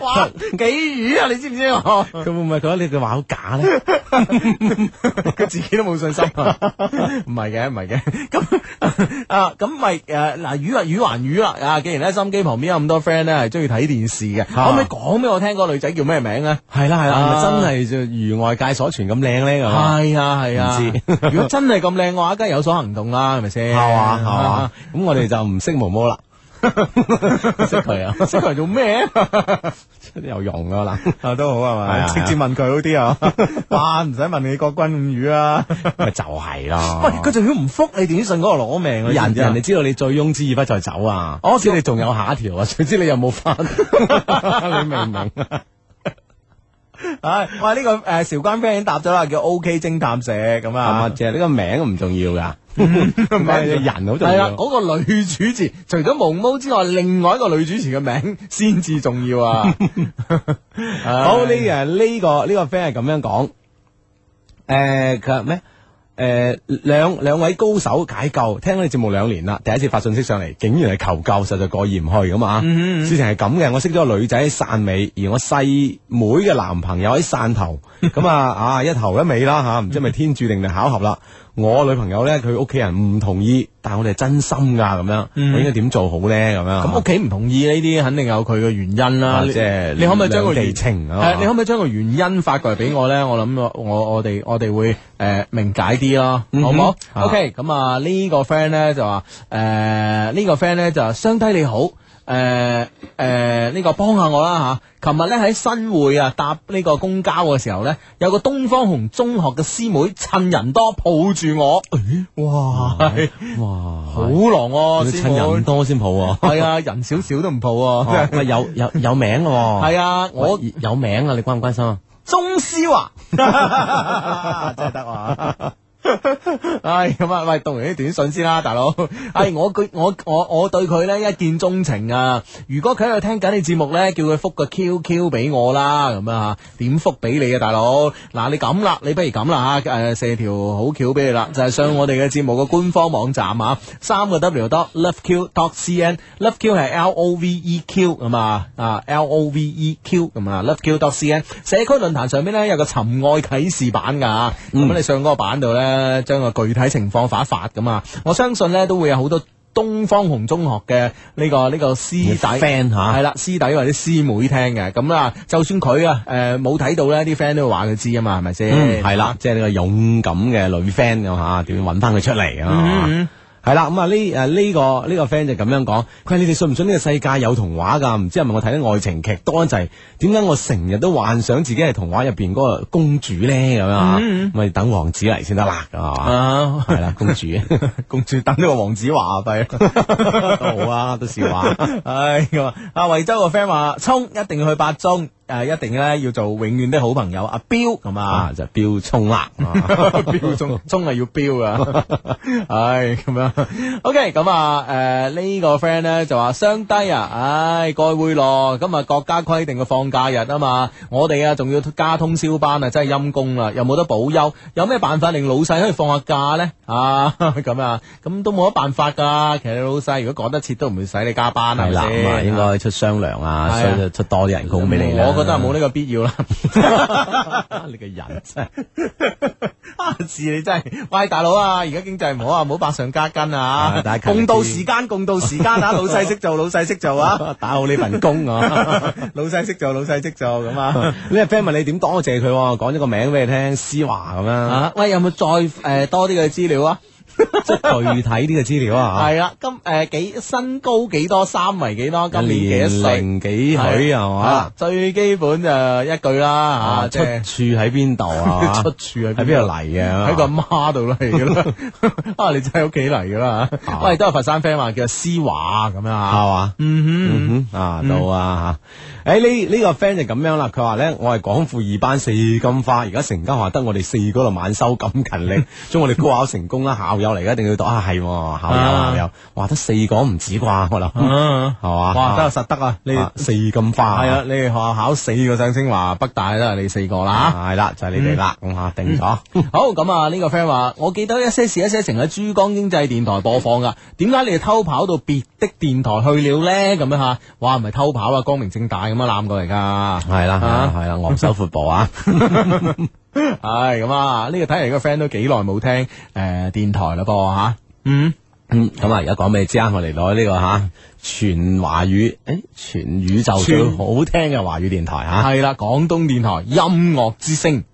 [SPEAKER 1] 哇，幾瘀啊！你知唔知我？ <laughs>
[SPEAKER 3] 佢會唔會覺得你哋話好假咧？
[SPEAKER 1] 佢自己都冇信心啊！
[SPEAKER 3] <laughs>
[SPEAKER 1] 唔係嘅，唔係嘅，咁啊，咁咪誒嗱，語還語還語啦啊！既然咧心機旁邊有咁多 friend 咧係中意睇電視嘅，可唔可以講俾我聽嗰個女仔叫咩名咧？
[SPEAKER 3] 係啦係
[SPEAKER 1] 啊
[SPEAKER 3] 啦，係咪真係就如外界所傳咁靚咧？咁啊
[SPEAKER 1] 係啊係啊
[SPEAKER 3] 唔，
[SPEAKER 1] 如果真係咁靚嘅話，梗係有所行動啦，係咪先？
[SPEAKER 3] 係嘛係嘛，咁我哋就唔識毛毛啦，識佢啊，
[SPEAKER 1] 識佢做咩？
[SPEAKER 3] 有用噶啦，
[SPEAKER 1] <laughs> 啊，都好係
[SPEAKER 3] 係啊
[SPEAKER 1] 直接問佢好啲啊！ <laughs> 哇，唔使問你國君咁語啊！
[SPEAKER 3] 咪就係咯。
[SPEAKER 1] 喂，佢仲要唔覆你短信嗰個攞命啊！你知
[SPEAKER 3] 人
[SPEAKER 1] 唔知啊
[SPEAKER 3] 人哋知道你醉翁之意不在酒
[SPEAKER 1] <laughs>
[SPEAKER 3] 啊，我知你仲有下一條啊， <laughs> 誰知你有冇翻？你明唔明？
[SPEAKER 1] 唉，喂，呢個誒韶關 friend 已經答咗啦，叫 OK 偵探社咁
[SPEAKER 3] 係嘛，
[SPEAKER 1] 啊。
[SPEAKER 3] 即係呢個名唔重要
[SPEAKER 1] <laughs>
[SPEAKER 3] 噶，唔係 <laughs> 人好重
[SPEAKER 1] 係啦，啊
[SPEAKER 3] 要。
[SPEAKER 1] 嗰個女主持除咗毛毛之外，另外一個女主持嘅名先至重要
[SPEAKER 3] <laughs>
[SPEAKER 1] 啊！
[SPEAKER 3] 好
[SPEAKER 1] 呢
[SPEAKER 3] 呢誒呢個呢個 friend 係咁樣講，誒呃佢話咩？誒兩兩位高手解救，聽咗你節目兩年啦，第一次發信息上嚟，竟然係求救，實在過意唔去咁啊！事情係咁嘅，我識咗個女仔喺汕尾，而我細妹嘅男朋友喺汕頭，咁啊啊一頭一尾啦嚇，唔知係咪天注定定巧合啦？我女朋友咧，佢屋企人唔同意，但係我哋係真心㗎咁樣，我應該點做好咧咁樣？
[SPEAKER 1] 咁屋企唔同意呢啲，肯定有佢嘅原因啦。
[SPEAKER 3] 啊
[SPEAKER 1] 你
[SPEAKER 3] 即係
[SPEAKER 1] 你可唔可以將個
[SPEAKER 3] 兩地
[SPEAKER 1] 原
[SPEAKER 3] 情啊
[SPEAKER 1] 係你可唔可以將個原因發過嚟俾我咧？我諗我我我哋我哋會誒明解啲咯，好唔好
[SPEAKER 3] 啊
[SPEAKER 1] ？OK，咁啊呢個 friend 咧就話誒呢個 friend 咧就話相低你好。誒誒，呢個幫下我啦吓！琴日咧喺新會啊搭呢個公交嘅時候咧，有個東方紅中學嘅師妹趁人多抱住我，哇，
[SPEAKER 3] 哇，
[SPEAKER 1] 好狼喎，師
[SPEAKER 3] 趁
[SPEAKER 1] 妹
[SPEAKER 3] 人，多先好
[SPEAKER 1] <laughs>
[SPEAKER 3] 啊！
[SPEAKER 1] 係啊，人少少都唔抱喎，真係
[SPEAKER 3] 哦喂有有有名嘅喎，
[SPEAKER 1] 系啊，
[SPEAKER 3] 我
[SPEAKER 1] 我
[SPEAKER 3] 有名啊，你關唔關心啊？
[SPEAKER 1] 钟思 <laughs> 華真係得啊！ <laughs> 唉，咁啊，喂，讀完啲短信先啦，大佬。唉，我佢我我我對佢咧一見鍾情啊！如果佢喺度聽緊你節目咧，叫佢覆個 QQ 俾我啦，咁啊，點覆俾你啊，大佬？嗱，你咁啦，你不如咁啦吓，誒，四條好橋俾你啦，就係上我哋嘅節目嘅官方網站啊，三個 W dot loveq dot cn，loveq 係 L O V E Q 咁啊，啊 L O V E Q 咁啊，loveq dot cn 社區論壇上邊咧有個尋愛啟示版噶啊，
[SPEAKER 3] 嗯
[SPEAKER 1] 咁你上嗰個版度咧，將個具體情況發一發咁啊，我相信咧都會有好多。東方紅中學嘅呢、個呢、個師弟
[SPEAKER 3] friend 吓
[SPEAKER 1] 係啦，師弟或者師妹聽嘅，咁啊，就算佢啊，誒冇睇到咧，啲 friend 都會話佢知啊嘛，係咪先？
[SPEAKER 3] 係嗯啦，即係呢個勇敢嘅女 friend 咁吓，點揾翻佢出嚟
[SPEAKER 1] 嗯
[SPEAKER 3] 啊？係啦，咁啊呢誒呢個呢個 friend 就咁樣講，佢話你哋信唔信呢個世界有童話㗎？唔知係咪我睇啲愛情劇多就係點解我成日都幻想自己係童話入邊嗰個公主咧咁樣啊？
[SPEAKER 1] 嗯
[SPEAKER 3] 咪等王子嚟先得啦，係嘛？
[SPEAKER 1] 啊，
[SPEAKER 3] 係啦，公主
[SPEAKER 1] <laughs> 公主等呢個黃子華費。 <laughs>
[SPEAKER 3] 都好啊，都笑話。
[SPEAKER 1] 唉，咁啊，阿惠州個 friend 話，冲一定要去八中，誒、一定咧要做永遠的好朋友，阿彪咁啊
[SPEAKER 3] 啊，。就標衝啦，
[SPEAKER 1] <laughs>
[SPEAKER 3] 啊
[SPEAKER 1] 標中中係要標
[SPEAKER 3] <laughs>
[SPEAKER 1] 啊！唉，咁樣 OK，咁啊，誒、呢、個 friend 咧就話雙低啊，唉，該會咯，今日國家規定嘅放假日啊嘛，我哋啊仲要加通宵班啊，真係陰公啦，又冇得補休，有咩辦法令老細可以放下假咧？啊，咁啊，咁都冇得辦法㗎。其實你老細如果趕得切都唔會使你加班係
[SPEAKER 3] 係啦，
[SPEAKER 1] 咪
[SPEAKER 3] 咁啊
[SPEAKER 1] 先？
[SPEAKER 3] 應該出雙糧啊，嗯
[SPEAKER 1] 係啊
[SPEAKER 3] 出出多啲人工俾你啦。
[SPEAKER 1] 我覺得冇呢個必要啦。
[SPEAKER 3] 你個人真係
[SPEAKER 1] 啊！字你真係，喂大佬
[SPEAKER 3] <laughs>
[SPEAKER 1] 啊！而家經濟唔好啊，唔好百上加斤啊！
[SPEAKER 3] 啊大家勤力
[SPEAKER 1] 共
[SPEAKER 3] 啲
[SPEAKER 1] 度時間，共度時間
[SPEAKER 3] <laughs>
[SPEAKER 1] 啊！老細識做，老細識做啊！
[SPEAKER 3] 打好呢份工啊！
[SPEAKER 1] <laughs> 老細識做，老細識做咁啊！
[SPEAKER 3] 呢個 friend 問你點多謝佢喎，講咗個名俾你聽，思華咁樣。
[SPEAKER 1] 啊！喂，有冇再誒、呃多啲嘅資料啊？
[SPEAKER 3] 即係具體啲嘅資料 <laughs> 啊，
[SPEAKER 1] 系啦，今诶几身高幾多，三圍幾多，今年幾多歲？
[SPEAKER 3] 年齡幾許係嘛
[SPEAKER 1] 啊？最基本就一句啦，
[SPEAKER 3] 啊，
[SPEAKER 1] 啊，
[SPEAKER 3] 出
[SPEAKER 1] 即
[SPEAKER 3] 處
[SPEAKER 1] 係
[SPEAKER 3] 喺邊度啊？ <laughs>
[SPEAKER 1] 出處喺
[SPEAKER 3] 喺邊度嚟嘅？
[SPEAKER 1] 喺個媽度嚟嘅啦， <laughs> 啊，你真係喺屋企嚟噶啦
[SPEAKER 3] 啊，
[SPEAKER 1] 喂，都係佛山 friend 話叫思華咁樣啊，
[SPEAKER 3] 係嘛？
[SPEAKER 1] 嗯
[SPEAKER 3] 嗯哼，啊到啊吓，诶呢呢個 friend 就咁樣啦，佢話咧我係廣附二班四金花，而家成間學校得我哋四嗰度晚修咁
[SPEAKER 1] <laughs>
[SPEAKER 3] 勤力，將我哋高考成功啦，校友嚟嘅一定要讀啊係喎，校友
[SPEAKER 1] 啊
[SPEAKER 3] 校友，哇得四個唔止啩，我諗
[SPEAKER 1] 哼，啊
[SPEAKER 3] 係嘛？
[SPEAKER 1] 哇，得啊實得啊，你
[SPEAKER 3] 啊四金花
[SPEAKER 1] 係啊，你哋學校考四個上清華、北大都係你四個啦。
[SPEAKER 3] 系啦，就係你哋啦，
[SPEAKER 1] 嗯
[SPEAKER 3] 咁啊定咗，
[SPEAKER 1] <laughs> 好咁啊！呢、個 friend 話：我記得一些事一些情喺珠江經濟電台播放噶，點解你哋偷跑到別的電台去了呢？咁樣吓，哇，唔係偷跑啊，光明正大咁樣攬過嚟噶。 <laughs>
[SPEAKER 3] 係啦係啦
[SPEAKER 1] 啊
[SPEAKER 3] 係啦，昂首闊
[SPEAKER 1] <laughs>
[SPEAKER 3] 步啊，
[SPEAKER 1] 唉，咁啊，呢、個睇嚟個 friend 都幾耐冇聽誒、呃、電台啦噃吓。嗯，
[SPEAKER 3] 嗯咁啊而家講俾你知啊，我哋攞呢個吓全華語诶全宇宙最
[SPEAKER 1] 全
[SPEAKER 3] 好聽嘅華語電台吓。
[SPEAKER 1] 係啦，廣東電台音樂之聲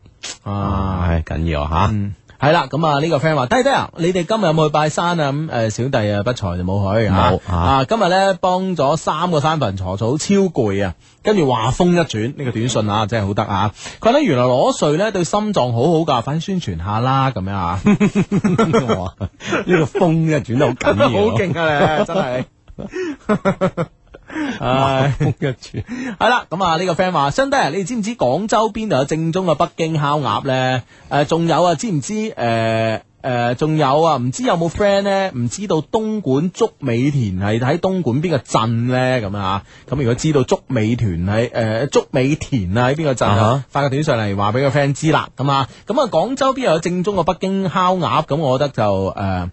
[SPEAKER 1] 啊。
[SPEAKER 3] 唉，紧要吓，
[SPEAKER 1] 嗯，系啦，咁啊呢個 friend 話：低低啊，你哋今日有冇去拜山啊？咁诶，誒小弟啊不才就冇去
[SPEAKER 3] 冇
[SPEAKER 1] 啊
[SPEAKER 3] 啊
[SPEAKER 1] 啊，今日咧幫咗三個山墳鋤草，超攰啊！跟住話風一轉，呢個短信啊，真係好得啊！佢咧原來裸睡咧對心臟好好㗎，快啲宣傳下啦，咁樣啊，
[SPEAKER 3] <laughs> 哇呢個風一轉得好緊
[SPEAKER 1] <laughs>
[SPEAKER 3] 要，
[SPEAKER 1] 啊你，真係。
[SPEAKER 3] <laughs>
[SPEAKER 1] 唉，
[SPEAKER 3] 風一轉，
[SPEAKER 1] 系啦，咁啊呢個 friend 話，兄弟啊，你哋知唔知廣州邊度有正宗嘅北京烤鴨咧？诶、仲有啊，知唔知诶？诶，呃仲、有啊，唔知有冇 friend 咧？唔知道東莞竹美田係喺東莞邊個鎮咧？咁啊，咁如果知道竹美團喺诶竹美田啊喺邊個鎮
[SPEAKER 3] 啊
[SPEAKER 1] 啊
[SPEAKER 3] 哈？
[SPEAKER 1] 發個短信嚟話俾個 friend 知啦，咁啊，咁啊廣州邊度有正宗嘅北京烤鴨？咁我覺得就诶。呃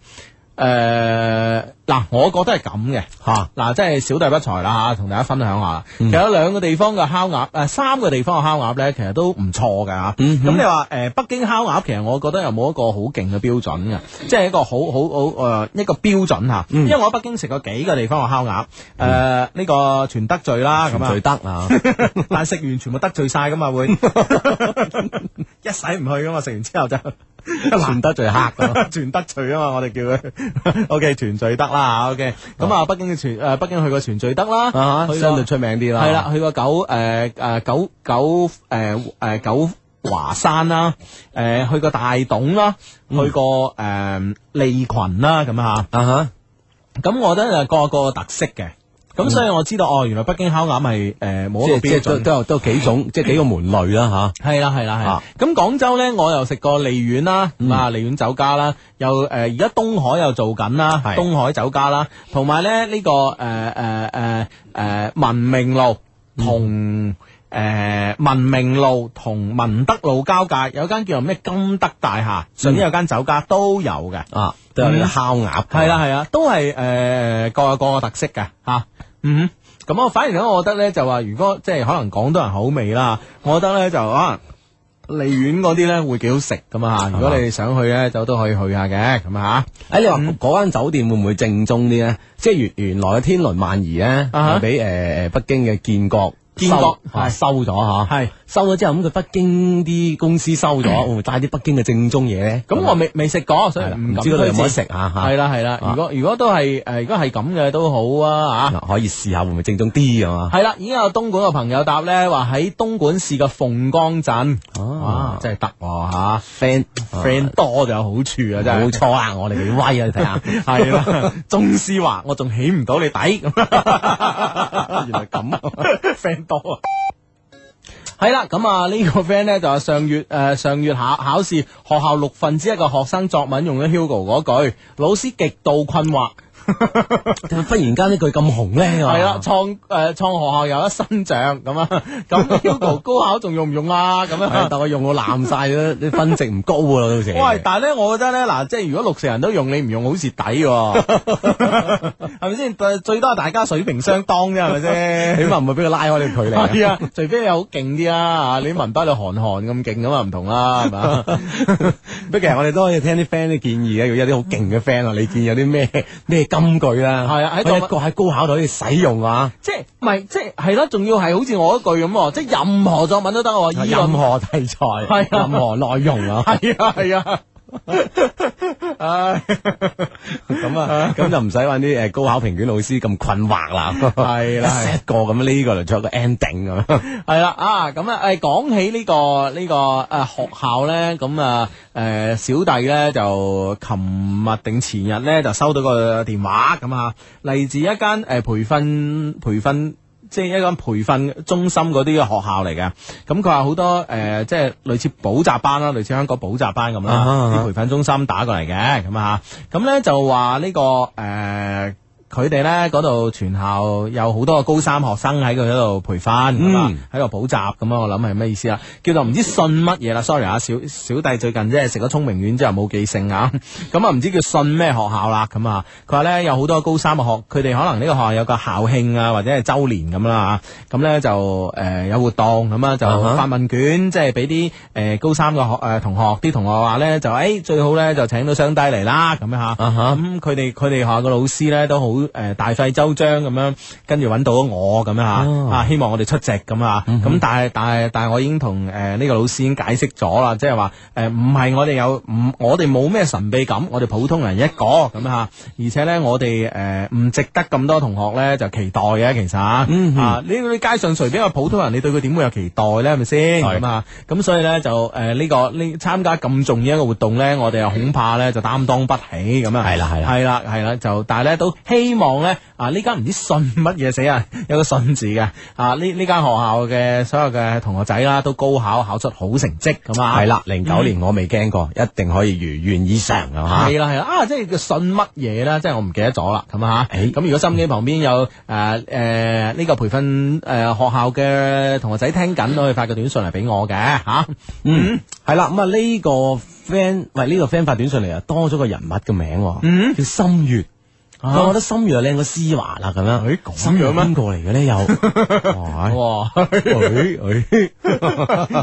[SPEAKER 1] 诶，呃嗱、我覺得係咁嘅吓，嗱、即係小弟不才啦吓，同大家分享下啦。其實有兩個地方嘅烤鴨，诶、三個地方嘅烤鴨咧，其實都唔錯嘅吓。咁、你話诶、誒北京烤鴨，其實我覺得又冇一個好勁嘅標準嘅，即係一個好好好诶、誒一個標準吓。因為我喺北京食過幾個地方嘅烤鴨，诶、呢、個嗯全德聚啦，咁
[SPEAKER 3] 咁
[SPEAKER 1] 啊
[SPEAKER 3] 最，得
[SPEAKER 1] <laughs>
[SPEAKER 3] 啊，
[SPEAKER 1] 但係食完全部得罪晒噶嘛，會 <laughs> 一洗唔去噶嘛，食完之後就。
[SPEAKER 3] <laughs> 全得最黑
[SPEAKER 1] <laughs>
[SPEAKER 3] 咁，
[SPEAKER 1] 全得聚啊嘛，我哋叫佢 <laughs> OK 全聚德啦，OK 咁啊，北京嘅全誒北京去過全聚德啦，
[SPEAKER 3] 啊
[SPEAKER 1] 去過
[SPEAKER 3] 相對出名啲啦，
[SPEAKER 1] 係啦，，去過九誒誒九九誒誒九華山
[SPEAKER 3] <laughs>
[SPEAKER 1] 啦，誒去過大董啦，去過誒利群啦，咁啊，
[SPEAKER 3] 啊哈，
[SPEAKER 1] 咁我覺得誒各有各嘅特色嘅，咁所以我知道哦，原來北京烤鴨係誒冇
[SPEAKER 3] 即
[SPEAKER 1] 一
[SPEAKER 3] 係
[SPEAKER 1] 個
[SPEAKER 3] 即
[SPEAKER 1] 標
[SPEAKER 3] 係都
[SPEAKER 1] 準。
[SPEAKER 3] 都有都有幾種，即係幾個門類啦吓。
[SPEAKER 1] 系啦系啦系
[SPEAKER 3] 啊
[SPEAKER 1] 啦，咁廣州咧，我又食過利苑啦，啊利苑酒家啦，又诶而家東海又做緊啦，
[SPEAKER 3] 係
[SPEAKER 1] 東海酒家啦，同埋咧呢個诶诶诶诶文明路同诶文明路同文德路交界有間叫做咩金德大廈，上面有間酒家都有嘅，
[SPEAKER 3] 啊，都有呢個烤鴨，
[SPEAKER 1] 係啦係啦，都係诶各有各嘅特色嘅吓，啊嗯哼。咁我反而咧，我覺得咧就話，如果即係可能廣東人口味啦，我覺得咧就可能利苑嗰啲咧會幾好食咁啊！如果你哋想去咧，就都可以去下嘅咁啊！
[SPEAKER 3] 誒你話嗰間酒店會唔會正宗啲咧？即係原原來嘅天倫萬怡咧，
[SPEAKER 1] 啊哈
[SPEAKER 3] 係俾誒誒北京嘅建國
[SPEAKER 1] 建
[SPEAKER 3] 收
[SPEAKER 1] 國
[SPEAKER 3] 啊
[SPEAKER 1] 係
[SPEAKER 3] 收咗嚇，
[SPEAKER 1] 係嗯
[SPEAKER 3] 收咗之後咁佢北京啲公司收咗，會唔會帶啲北京嘅正宗嘢咧？
[SPEAKER 1] 咁我未未食過，所以
[SPEAKER 3] 係啦
[SPEAKER 1] 唔
[SPEAKER 3] 唔
[SPEAKER 1] 敢
[SPEAKER 3] 知嗰度有冇
[SPEAKER 1] 推
[SPEAKER 3] 得
[SPEAKER 1] 薦
[SPEAKER 3] 食啊嚇。
[SPEAKER 1] 係啦係啦，
[SPEAKER 3] 啊
[SPEAKER 1] 如果如果都係誒，如果係咁嘅都好啊嚇。
[SPEAKER 3] 嗱可以試下會唔會正宗啲啊嘛？
[SPEAKER 1] 係啦，已經有東莞嘅朋友答咧，話喺東莞市嘅鳳江鎮，
[SPEAKER 3] 哦
[SPEAKER 1] 哇，真係得喎嚇，friend friend 多就有好處啊，真係
[SPEAKER 3] 冇錯啦，我哋幾威啊！你睇
[SPEAKER 1] <laughs>
[SPEAKER 3] 下，
[SPEAKER 1] 系啦，宗師話我仲起唔到你底咁， <laughs> 原來咁啊 <laughs> friend 多啊。系啦，咁啊呢個 friend 咧就話上月诶、呃上月考考試，學校六分之一嘅學生作文用咗 Hugo 嗰句，老師極度困惑。
[SPEAKER 3] 啊點解忽然間呢句咁紅咧，
[SPEAKER 1] 係啊啦，創诶创学校有一新象咁啊，咁 Hugo 高考仲用唔用啊？咁
[SPEAKER 3] 係
[SPEAKER 1] 樣。
[SPEAKER 3] 但我用我爛晒咗，啲分值唔高啊，到時。
[SPEAKER 1] 喂，但系咧，我覺得咧，嗱，即係如果六成人都用，你唔用好蝕底
[SPEAKER 3] <laughs>
[SPEAKER 1] 喎，係咪先？但最多係大家水平相當啫，係咪先？
[SPEAKER 3] <laughs> 起碼唔會俾佢拉開呢個距離啊。
[SPEAKER 1] <laughs> 係啊，除非你好勁啲啦，嚇你文筆你韓寒咁勁咁啊，唔同啦，係嘛？
[SPEAKER 3] <laughs> 不過其實我哋都可以聽啲 friend 啲建議嘅，如果有啲好勁嘅 friend 啊，你建議有啲咩 <laughs> 咩金句啦，
[SPEAKER 1] 係啊喺
[SPEAKER 3] 喺
[SPEAKER 1] 度
[SPEAKER 3] 個喺高考度可以使用啊，
[SPEAKER 1] 即係唔係即係係咯？仲要係好似我一句咁喎，即係任何作文都得喎，議
[SPEAKER 3] 任
[SPEAKER 1] 論
[SPEAKER 3] 何題材，
[SPEAKER 1] 係啊
[SPEAKER 3] 任何內容啊，
[SPEAKER 1] <laughs>
[SPEAKER 3] <laughs>
[SPEAKER 1] 係啊係啊。唉，
[SPEAKER 3] 咁啊，咁就唔使揾啲诶高考評卷老師咁困惑啦。
[SPEAKER 1] 係啦
[SPEAKER 3] 一 set 個咁呢個嚟作個 ending 咁樣。
[SPEAKER 1] 系啦啊，咁啊，诶，讲起呢、個个呢、個个诶、學校咧，咁啊诶小弟咧就琴日定前日咧就收到個電話咁啊，嚟自一間诶、誒培訓培訓。即係一間培訓中心嗰啲嘅學校嚟嘅，咁佢話好多诶、誒即係類似補習班啦，類似香港補習班咁
[SPEAKER 3] 啊
[SPEAKER 1] 啦，
[SPEAKER 3] 啊
[SPEAKER 1] 啲培訓中心打過嚟嘅，咁啊，咁咧就話呢、個誒。佢哋咧嗰度全校有好多個高三學生喺佢嗰度培訓咁啊
[SPEAKER 3] 嗯，
[SPEAKER 1] 喺度補習咁啊，我諗係咩意思啦？叫做唔知信乜嘢啦，sorry 啊，小小弟最近即係食咗聰明丸之後冇記性啊， <laughs> 咁啊唔知叫信咩學校啦，咁啊，佢話咧有好多高三嘅學，佢哋可能呢個學校有個校慶啊或者係周年咁啦啊嚇，咁咧就誒、呃有活動咁啊就
[SPEAKER 3] 啊哈
[SPEAKER 1] 發問卷，即係俾啲誒高三嘅學誒、呃同學啲同學話咧就誒、哎最好咧就請到雙低嚟啦咁樣嚇。
[SPEAKER 3] 啊哈
[SPEAKER 1] 咁佢哋佢哋學校個老師咧都好誒、呃大費周章咁樣，跟住揾到我咁樣嚇，
[SPEAKER 3] 哦嗯
[SPEAKER 1] 啊希望我哋出席咁啊，咁、但係但係但係我已經同誒呢個老師已經解釋咗啦，即係話誒唔係我哋有唔我哋冇咩神秘感，我哋普通人一個咁嚇，而且咧我哋誒唔值得咁多同學咧就期待嘅其實啊，
[SPEAKER 3] 嗯
[SPEAKER 1] 啊你你街上隨便一個普通人，你對佢點會有期待咧？係咪先
[SPEAKER 3] 係
[SPEAKER 1] 咁啊？咁所以咧就呃誒呢、個呢參加咁重要一個活動咧，我哋又恐怕咧就擔當不起咁啊。
[SPEAKER 3] 係啦係啦
[SPEAKER 1] 系啦，系啦，就但系咧都希望咧啊呢間唔知信乜嘢死啊，有個信字嘅啊呢呢間學校嘅所有嘅同學仔啦，都高考考出好成績咁啊，
[SPEAKER 3] 係啦，零九年我未驚過，一定可以如願以償啊
[SPEAKER 1] 系啦系啦啊！即係佢信乜嘢咧？即係我唔記得咗啦，咁啊吓。
[SPEAKER 3] 誒
[SPEAKER 1] 咁如果心機旁邊有诶诶呢個培訓诶学校嘅同學仔聽緊，都可以發個短信嚟俾我嘅吓。
[SPEAKER 3] 嗯，係啦，咁啊呢個 friend 喂呢個 friend 發短信嚟啊，多咗個人物嘅名喎，
[SPEAKER 1] 嗯
[SPEAKER 3] 叫心月。
[SPEAKER 1] 啊
[SPEAKER 3] 我覺得心月就靚過思華啦，咁
[SPEAKER 1] 誒
[SPEAKER 3] 樣。
[SPEAKER 1] 咁
[SPEAKER 3] 心月
[SPEAKER 1] 樣咩哎
[SPEAKER 3] 邊個嚟
[SPEAKER 1] <laughs>
[SPEAKER 3] 嘅咧？又哇哎
[SPEAKER 1] 哇！ <laughs> 哎
[SPEAKER 3] 誒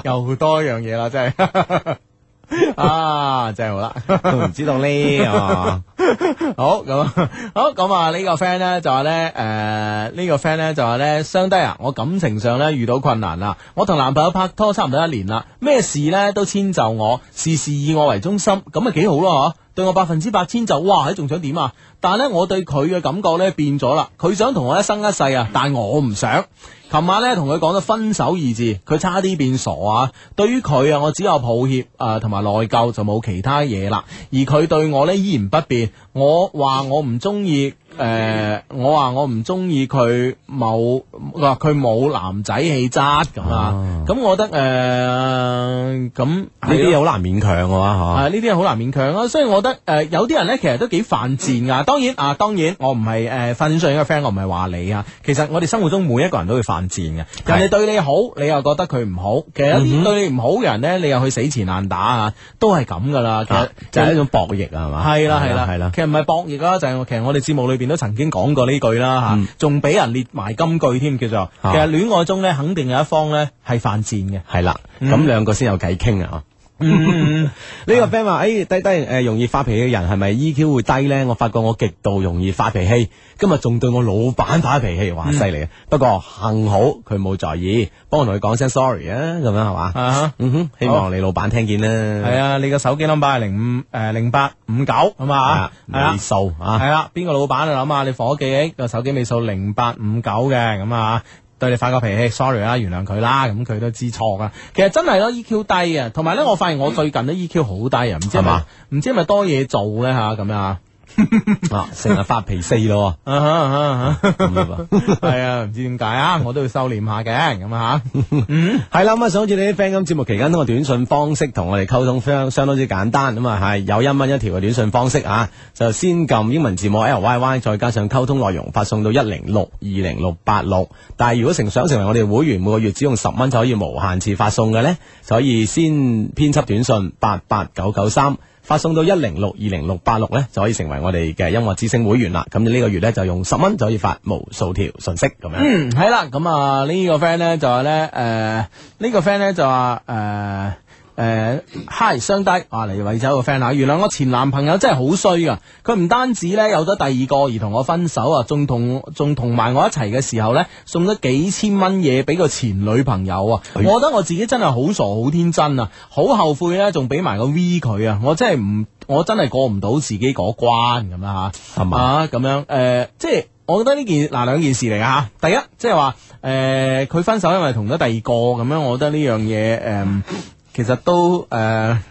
[SPEAKER 1] 又多一樣嘢啦，真係 <laughs> 啊，真係好啦。
[SPEAKER 3] 誒唔知道咧，啊
[SPEAKER 1] <laughs> 好咁啊，好咁啊！呢個 friend 咧就話咧，誒、呢個 friend 咧就話咧，相低啊！我感情上咧遇到困難啦，我同男朋友拍拖差唔多一年啦，咩事咧都遷就我，事事以我為中心，咁啊咪幾好咯嗬！對我百分之百遷就，哇！你仲想點啊？但係咧，我對佢嘅感覺咧變咗啦，佢想同我一生一世啊，但我唔想。琴晚咧同佢講咗分手二字，佢差啲變傻啊！對於佢啊，我只有抱歉啊，同埋內疚，就冇其他嘢啦。而佢對我咧依然不變，我話我唔中意。誒、我話我唔中意佢冇，話佢冇男仔氣質咁啊
[SPEAKER 3] 啊，
[SPEAKER 1] 咁、我覺得誒，咁、
[SPEAKER 3] 呢啲嘢好難勉強嘅
[SPEAKER 1] 啊！
[SPEAKER 3] 話，
[SPEAKER 1] 呢啲嘢好難勉強咯，所以我覺得誒、呃有啲人咧其實都幾犯賤噶。當然啊，當然我唔係誒發展上嘅 friend，我唔係話你啊。其實我哋生活中每一個人都會犯賤嘅，
[SPEAKER 3] 係嗯
[SPEAKER 1] 人哋對你好，你又覺得佢唔好。其實有啲對你唔好嘅人咧，你又去死纏爛打啊，都係咁噶啦。其
[SPEAKER 3] 嚇
[SPEAKER 1] 實
[SPEAKER 3] 啊就係一種博弈啊，係嘛？
[SPEAKER 1] 係啦係啦
[SPEAKER 3] 係啦。
[SPEAKER 1] 其實唔係博弈啦，就係我其實我哋節目裏邊都曾經講過呢句啦
[SPEAKER 3] 嗯
[SPEAKER 1] 嚇，仲俾人列埋金句添叫做。
[SPEAKER 3] 啊
[SPEAKER 1] 其實戀愛中咧，肯定有一方咧係犯賤嘅。
[SPEAKER 3] 系啦，
[SPEAKER 1] 嗯
[SPEAKER 3] 咁兩個先有偈傾啊！ <laughs> 呢個 friend 話：，诶，低低诶，容易發脾氣嘅人係咪 EQ 會低呢？我發覺我極度容易發脾氣，今日仲對我老闆發脾氣，哇，犀利啊！
[SPEAKER 1] 嗯
[SPEAKER 3] 不過幸好佢冇在意，幫我同佢講聲 sorry 啊，咁樣係嘛？
[SPEAKER 1] 啊哈
[SPEAKER 3] 嗯哼，希
[SPEAKER 1] 好
[SPEAKER 3] 望你老闆聽見啦。
[SPEAKER 1] 系啊，你個手機 number 係零五诶零八五九咁啊，係啊
[SPEAKER 3] 尾。數
[SPEAKER 1] 系
[SPEAKER 3] 啊，
[SPEAKER 1] 啦，邊個老闆啊諗下，你伙計個手機尾數零八五九嘅咁啊。對你發個脾氣，sorry 啦，原諒佢啦，咁佢都知錯噶。其實真係咯，EQ 低啊，同埋咧，我發現我最近都 EQ 好低啊，唔知係咪
[SPEAKER 3] 係嘛
[SPEAKER 1] 唔知係咪多嘢做咧吓咁樣啊
[SPEAKER 3] 啊，成日發脾氣咯，
[SPEAKER 1] 啊哈啊哈 <laughs>
[SPEAKER 3] 咁啊。
[SPEAKER 1] 係啊，唔知點解啊，我都要收斂下嘅咁啊吓。
[SPEAKER 3] 系啦，咁啊，想好似你啲 friend 咁，節目期間通過短信方式同我哋溝通相相當之簡單，咁啊係有一蚊一條嘅短信方式啊，就先撳英文字母 L Y Y，再加上溝通內容發送到一零六二零六八六。但係如果成想成為我哋會員，每個月只用十蚊就可以無限次發送嘅呢，就可以先編輯短信八八九九三。發送到一零六二零六八六呢，就可以成為我哋嘅音樂之星會員啦。咁你呢個月呢，就用十蚊就可以發無數條信息咁樣。
[SPEAKER 1] 嗯，呃系啦，咁啊呢個 friend 咧就話咧，诶、呢、個 friend 咧就話诶。诶、嗨，相低啊，嚟惠州嘅 friend 啊，原來我前男朋友真係好衰噶，佢唔單止咧有咗第二個而同我分手啊，仲同仲同埋我一齊嘅時候咧，送咗幾千蚊嘢俾個前女朋友啊，我覺得我自己真係好傻好天真啊，好後悔咧，仲俾埋個 V 佢啊，我真係唔，我真係過唔到自己嗰關咁啦吓，
[SPEAKER 3] 係嘛
[SPEAKER 1] 啊咁樣诶、誒即係我覺得呢件嗱兩件事嚟啊，第一即係話呃诶，誒佢、分手因為同咗第二個咁樣，我覺得呢樣嘢诶。誒其實都诶、呃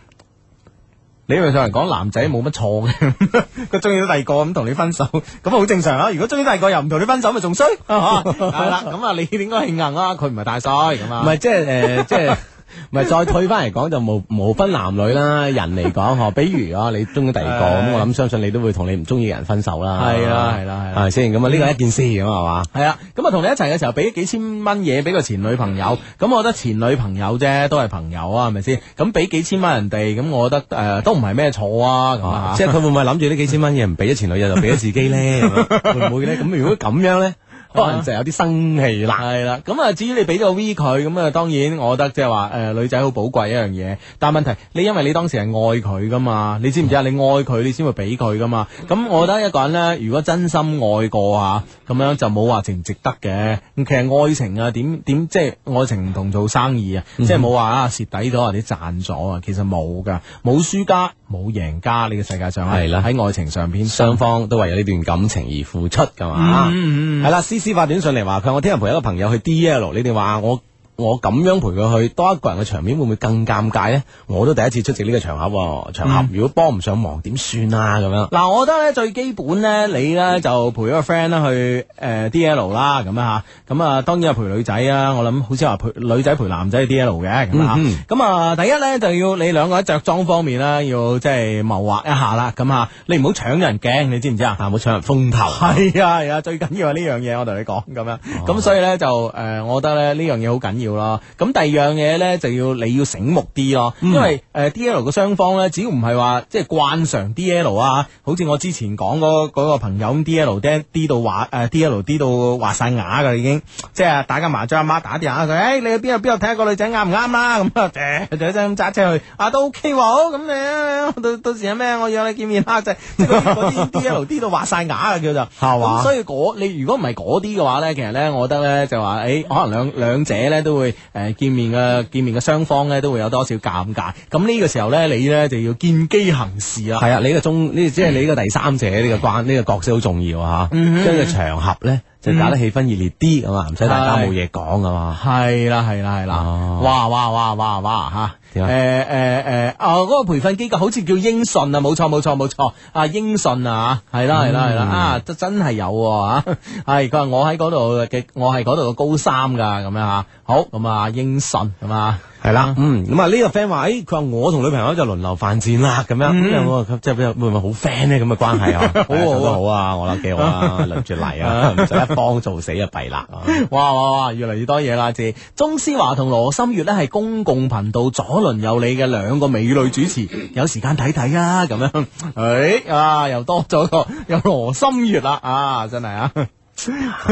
[SPEAKER 1] 理論上嚟講，男仔冇乜錯嘅， <laughs> 佢中意咗第二個咁同你分手，咁好正常啊。如果中意第二個又唔同你分手，咪
[SPEAKER 3] <laughs>
[SPEAKER 1] 仲衰，係啦。咁啊，你應該慶幸啊，佢唔係大衰咁啊。
[SPEAKER 3] 唔係即係
[SPEAKER 1] <laughs>
[SPEAKER 3] 誒，即係。唔係再退翻嚟講就無無分男女啦，人嚟講呵，比如啊，你中意第二個咁，
[SPEAKER 1] 係
[SPEAKER 3] 我諗相信你都會同你唔中意嘅人分手啦。
[SPEAKER 1] 係啦係啦係啦
[SPEAKER 3] 係咪先？咁啊，呢個係一件事咁係嘛？
[SPEAKER 1] 系啊，咁啊同你一齊嘅時候俾幾千蚊嘢俾個前女朋友，咁我覺得前女朋友啫，都係朋友啊，係咪先？咁俾幾千蚊人哋，咁我覺得诶、呃都唔係咩錯啊，咁啊
[SPEAKER 3] 啊，即係佢會唔會諗住呢幾千蚊嘢唔俾咗前女友就俾咗自己咧？
[SPEAKER 1] <laughs>
[SPEAKER 3] 咁樣會唔會咧？咁如果咁樣咧，可能就有啲生氣啦。
[SPEAKER 1] 系啦，咁啊，至於你俾個 V 佢，咁啊，當然我覺得即係話诶，女仔好寶貴一樣嘢，但問題你因為你當時係愛佢噶嘛，你知唔知啊？你愛佢，你先會俾佢噶嘛。咁我覺得一個人咧，如果真心愛過啊，咁樣就冇話值唔值得嘅。咁其實愛情啊，點點即係愛情唔同做生意啊，即係冇話啊蝕底咗或者賺咗啊，其實冇噶，冇輸家冇贏家，呢個世界上啊
[SPEAKER 3] 係啦
[SPEAKER 1] 喺愛情上邊
[SPEAKER 3] 雙方都為咗呢段感情而付出噶嘛。
[SPEAKER 1] 嗯嗯嗯嗯
[SPEAKER 3] 係啦，C C 發短信嚟話佢，我聽日陪一個朋友去 D L，你哋話我。我咁樣陪佢去多一個人嘅場面，會唔會更尷尬呢？我都第一次出席呢個場合喎，場合、
[SPEAKER 1] 嗯
[SPEAKER 3] 如果幫唔上忙點算啊？咁樣
[SPEAKER 1] 嗱，我覺得咧最基本咧，你咧就陪咗個 friend 啦去誒、D L 啦咁樣嚇，咁啊當然係陪女仔啊，我諗好似話陪女仔陪男仔去 D L 嘅咁啊
[SPEAKER 3] 嗯
[SPEAKER 1] 咁啊、第一咧就要你兩個喺着裝方面啦，要即係謀劃一下啦，咁啊你唔好搶人鏡，你知唔知啊？
[SPEAKER 3] 啊，冇搶人風頭。
[SPEAKER 1] 係啊係啊，最緊要係呢樣嘢，我同你講咁樣。
[SPEAKER 3] 哦
[SPEAKER 1] 咁、所以咧就誒、呃我覺得咧呢樣嘢好緊要咯。咁第二樣嘢咧就要你要醒目啲咯，
[SPEAKER 3] 嗯
[SPEAKER 1] 因為誒、D L 嘅雙方咧，只要唔係話即係慣常 D L 啊，好似我之前講嗰嗰個朋友咁 D L D D 到話誒 D L D 到話晒牙㗎已經，即係打緊麻雀阿媽打電話佢，誒、哎你去邊度邊度睇下個女仔啱唔啱啦咁啊，誒就一陣咁揸車去啊都 OK 喎，好咁你 <laughs> 到到時有咩我約你見面啦，即係 <laughs> 即係嗰啲 D L D 到話晒牙啊叫做
[SPEAKER 3] 係嘛
[SPEAKER 1] 咁所以嗰你如果唔係嗰啲嘅話咧，其實咧，我覺得咧就話，誒、可能兩兩者咧都會誒、呃、見面嘅見面嘅雙方咧都會有多少尷尬。咁呢個時候咧，你咧就要見機行事啦。
[SPEAKER 3] 係啊，你嘅中呢，即係你呢個第三者呢個關呢個角色好重要啊！
[SPEAKER 1] 嗯
[SPEAKER 3] 將個場合咧就搞得氣氛熱烈啲咁啊，唔使大家冇嘢講啊嘛。
[SPEAKER 1] 係啦，係啦，係啦
[SPEAKER 3] 哦，
[SPEAKER 1] 哇哇哇哇哇嚇！
[SPEAKER 3] 點啊
[SPEAKER 1] 誒誒誒，哦，嗰、個培訓機構好似叫英信啊，冇錯冇錯冇錯，啊英信啊，係
[SPEAKER 3] 嗯
[SPEAKER 1] 啦係啦係啦，啊真真係有喎啊， <laughs> 係佢話我喺嗰度嘅，我係嗰度嘅高三㗎咁樣啊，好咁啊英信咁啊。
[SPEAKER 3] 系啦，嗯，咁啊呢個 friend 話，诶，佢話我同女朋友就輪流犯賤啦，咁
[SPEAKER 1] 嗯
[SPEAKER 3] 樣，咁樣我話即係會唔會好 friend 咧咁嘅關係啊？
[SPEAKER 1] 好啊
[SPEAKER 3] 都好啊，我諗幾
[SPEAKER 1] <laughs>
[SPEAKER 3] 好啊，輪住嚟啊，唔使一方做死就弊啦。啊
[SPEAKER 1] 哇哇哇！越嚟越多嘢啦，姐。鐘思華同羅心月咧係公共頻道左鄰右里嘅兩個美女主持，有時間睇睇啊，咁樣。 <laughs> 誒、啊，又多咗個有羅心月啦，啊，真係啊， <laughs> 係咁
[SPEAKER 3] 係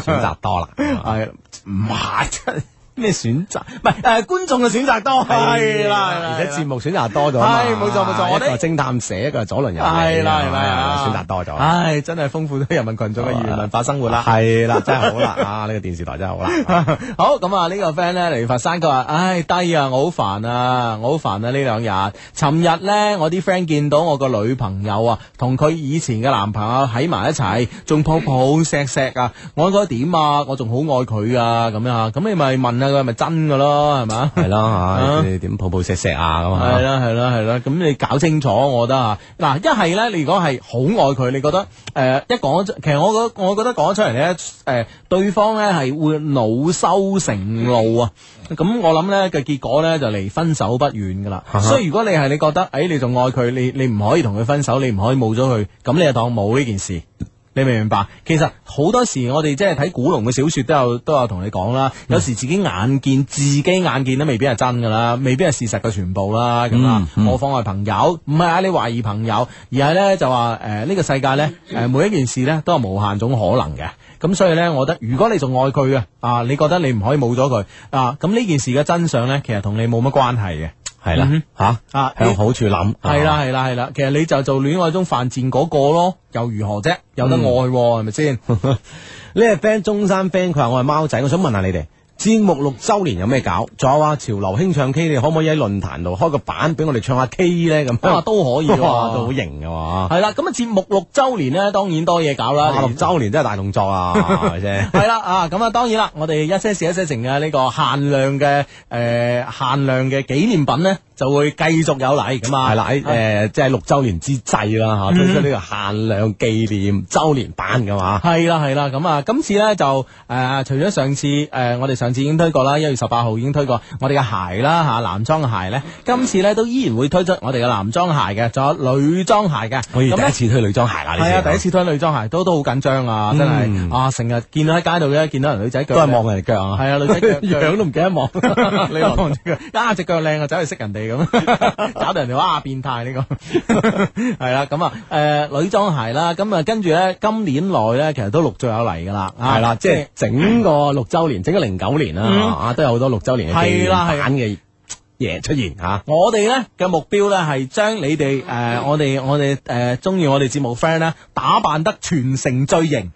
[SPEAKER 3] 選擇多啦，啊
[SPEAKER 1] 係唔係真咩選擇？唔係誒，觀眾嘅選擇多係啦，係啦
[SPEAKER 3] 而且節目選擇多咗啊嘛，
[SPEAKER 1] 係冇錯冇錯我
[SPEAKER 3] 一
[SPEAKER 1] 哋
[SPEAKER 3] 個偵探社，一個係左輪右里啊，
[SPEAKER 1] 係啦係啦係啦
[SPEAKER 3] 選擇多咗。啊
[SPEAKER 1] 唉，真係豐富咗人民群眾嘅娛樂文化生活啦。
[SPEAKER 3] 系啦，真係好啦，啊呢個電視台真係好啦，
[SPEAKER 1] <laughs> 好咁啊！呢個 friend 咧嚟佛山，佢話：唉低啊，我好煩啊，我好煩啊！呢兩日，尋日咧，我啲 friend 見到我個女朋友啊，同佢以前嘅男朋友喺埋一齊，仲抱抱錫錫啊！我應該點啊？我仲好愛佢啊！咁樣啊，咁你咪問下佢係咪真嘅咯，係咪？
[SPEAKER 3] 係啦
[SPEAKER 1] 啊
[SPEAKER 3] 吓，你點抱抱錫錫啊咁啊
[SPEAKER 1] 係？啦係啦係啦，咁你搞清楚，我覺得啊，嗱，一係咧，你如果係好愛佢，你覺得誒、呃一講出，其實我覺得我覺得講出嚟咧，誒、對方咧係會惱羞成怒啊，咁我諗咧嘅結果咧就離分手不遠噶啦，
[SPEAKER 3] 哈
[SPEAKER 1] 所以如果你係你覺得，誒、你仲愛佢，你你唔可以同佢分手，你唔可以冇咗佢，咁你就當冇呢件事。你明唔明白？其實好多時我哋即係睇古龍嘅小说都有都有同你講啦，
[SPEAKER 3] 嗯
[SPEAKER 1] 有時自己眼見自己眼見都未必係真噶啦，未必係事實嘅全部啦，咁啊，
[SPEAKER 3] 嗯嗯嗯
[SPEAKER 1] 何況係朋友，唔係啊你懷疑朋友，而係咧就話誒呢個世界咧
[SPEAKER 3] 嗯
[SPEAKER 1] 誒每一件事咧都係無限種可能嘅。咁所以咧，我覺得如果你仲愛佢嘅，啊，你覺得你唔可以冇咗佢啊，咁呢件事嘅真相咧，其實同你冇乜關係嘅。
[SPEAKER 3] 系啦
[SPEAKER 1] 嗯
[SPEAKER 3] 吓
[SPEAKER 1] 啊
[SPEAKER 3] 向好處諗
[SPEAKER 1] 系啦系啦系啦，其實你就做戀愛中犯賤嗰個咯，又如何啫？有得
[SPEAKER 3] 嗯
[SPEAKER 1] 愛喎係咪先？
[SPEAKER 3] <laughs> 呢個 friend 中山 friend 佢話我係貓仔，我想問下你哋節目六周年有咩搞？仲有啊，潮流興唱 K，你可唔可以喺論壇度開個版俾我哋唱下 K 咧？咁
[SPEAKER 1] 啊都可以
[SPEAKER 3] <laughs> 哇
[SPEAKER 1] 喎
[SPEAKER 3] 都好型噶嘛！
[SPEAKER 1] 係啦，咁啊節目六周年咧，當然多嘢搞啦。
[SPEAKER 3] 啊哇六周年真係大動作
[SPEAKER 1] <laughs>
[SPEAKER 3] 啊，係咪先？
[SPEAKER 1] 系啦啊，咁啊，當然啦，我哋一些事一些情啊嘅呢個限量嘅诶、限量嘅紀念品咧，就會繼續有嚟咁啊。嗯
[SPEAKER 3] 係啦，喺誒即係六周年之際啦嚇，推出呢個限量紀念周年版噶嘛。
[SPEAKER 1] 系啦系啦，咁啊，今次咧就诶、呃除咗上次诶、呃我哋上次已經推過啦，一月十八號已經推過我哋嘅鞋啦吓、男裝嘅鞋咧，今次咧都依然會推出我哋嘅男裝鞋嘅，仲有女裝鞋嘅。
[SPEAKER 3] 我
[SPEAKER 1] 咁
[SPEAKER 3] 哋
[SPEAKER 1] 咧
[SPEAKER 3] 第一次推女裝鞋啦，呢
[SPEAKER 1] 係啊，第一
[SPEAKER 3] 次
[SPEAKER 1] 次推女裝鞋都都好緊張啊，真係、
[SPEAKER 3] 嗯
[SPEAKER 1] 啊，成日見到喺街度咧，見到人女仔腳
[SPEAKER 3] 都係望人哋腳
[SPEAKER 1] 系
[SPEAKER 3] 啊，
[SPEAKER 1] 啊，女仔腳腳
[SPEAKER 3] <laughs> 樣都唔記得望。
[SPEAKER 1] <laughs> 你望住佢，啊只腳靚啊，走去識人哋咁， <laughs> 搞到人哋哇變態呢、個 <laughs> 係啦，咁啊誒女裝鞋啦，咁啊跟住咧今年內咧其實都陸續有嚟㗎啦，啊
[SPEAKER 3] 係啦，即係整個六周年，整個零九年啦，
[SPEAKER 1] 嗯
[SPEAKER 3] 啊都有好多六周年嘅紀念
[SPEAKER 1] 係啦係啦
[SPEAKER 3] 版嘅嘢出現啊嚇。
[SPEAKER 1] 我哋咧嘅目標咧係將你哋誒、
[SPEAKER 3] 嗯
[SPEAKER 1] 呃我哋我哋誒中意我哋節目 friend 咧打扮得全城最型，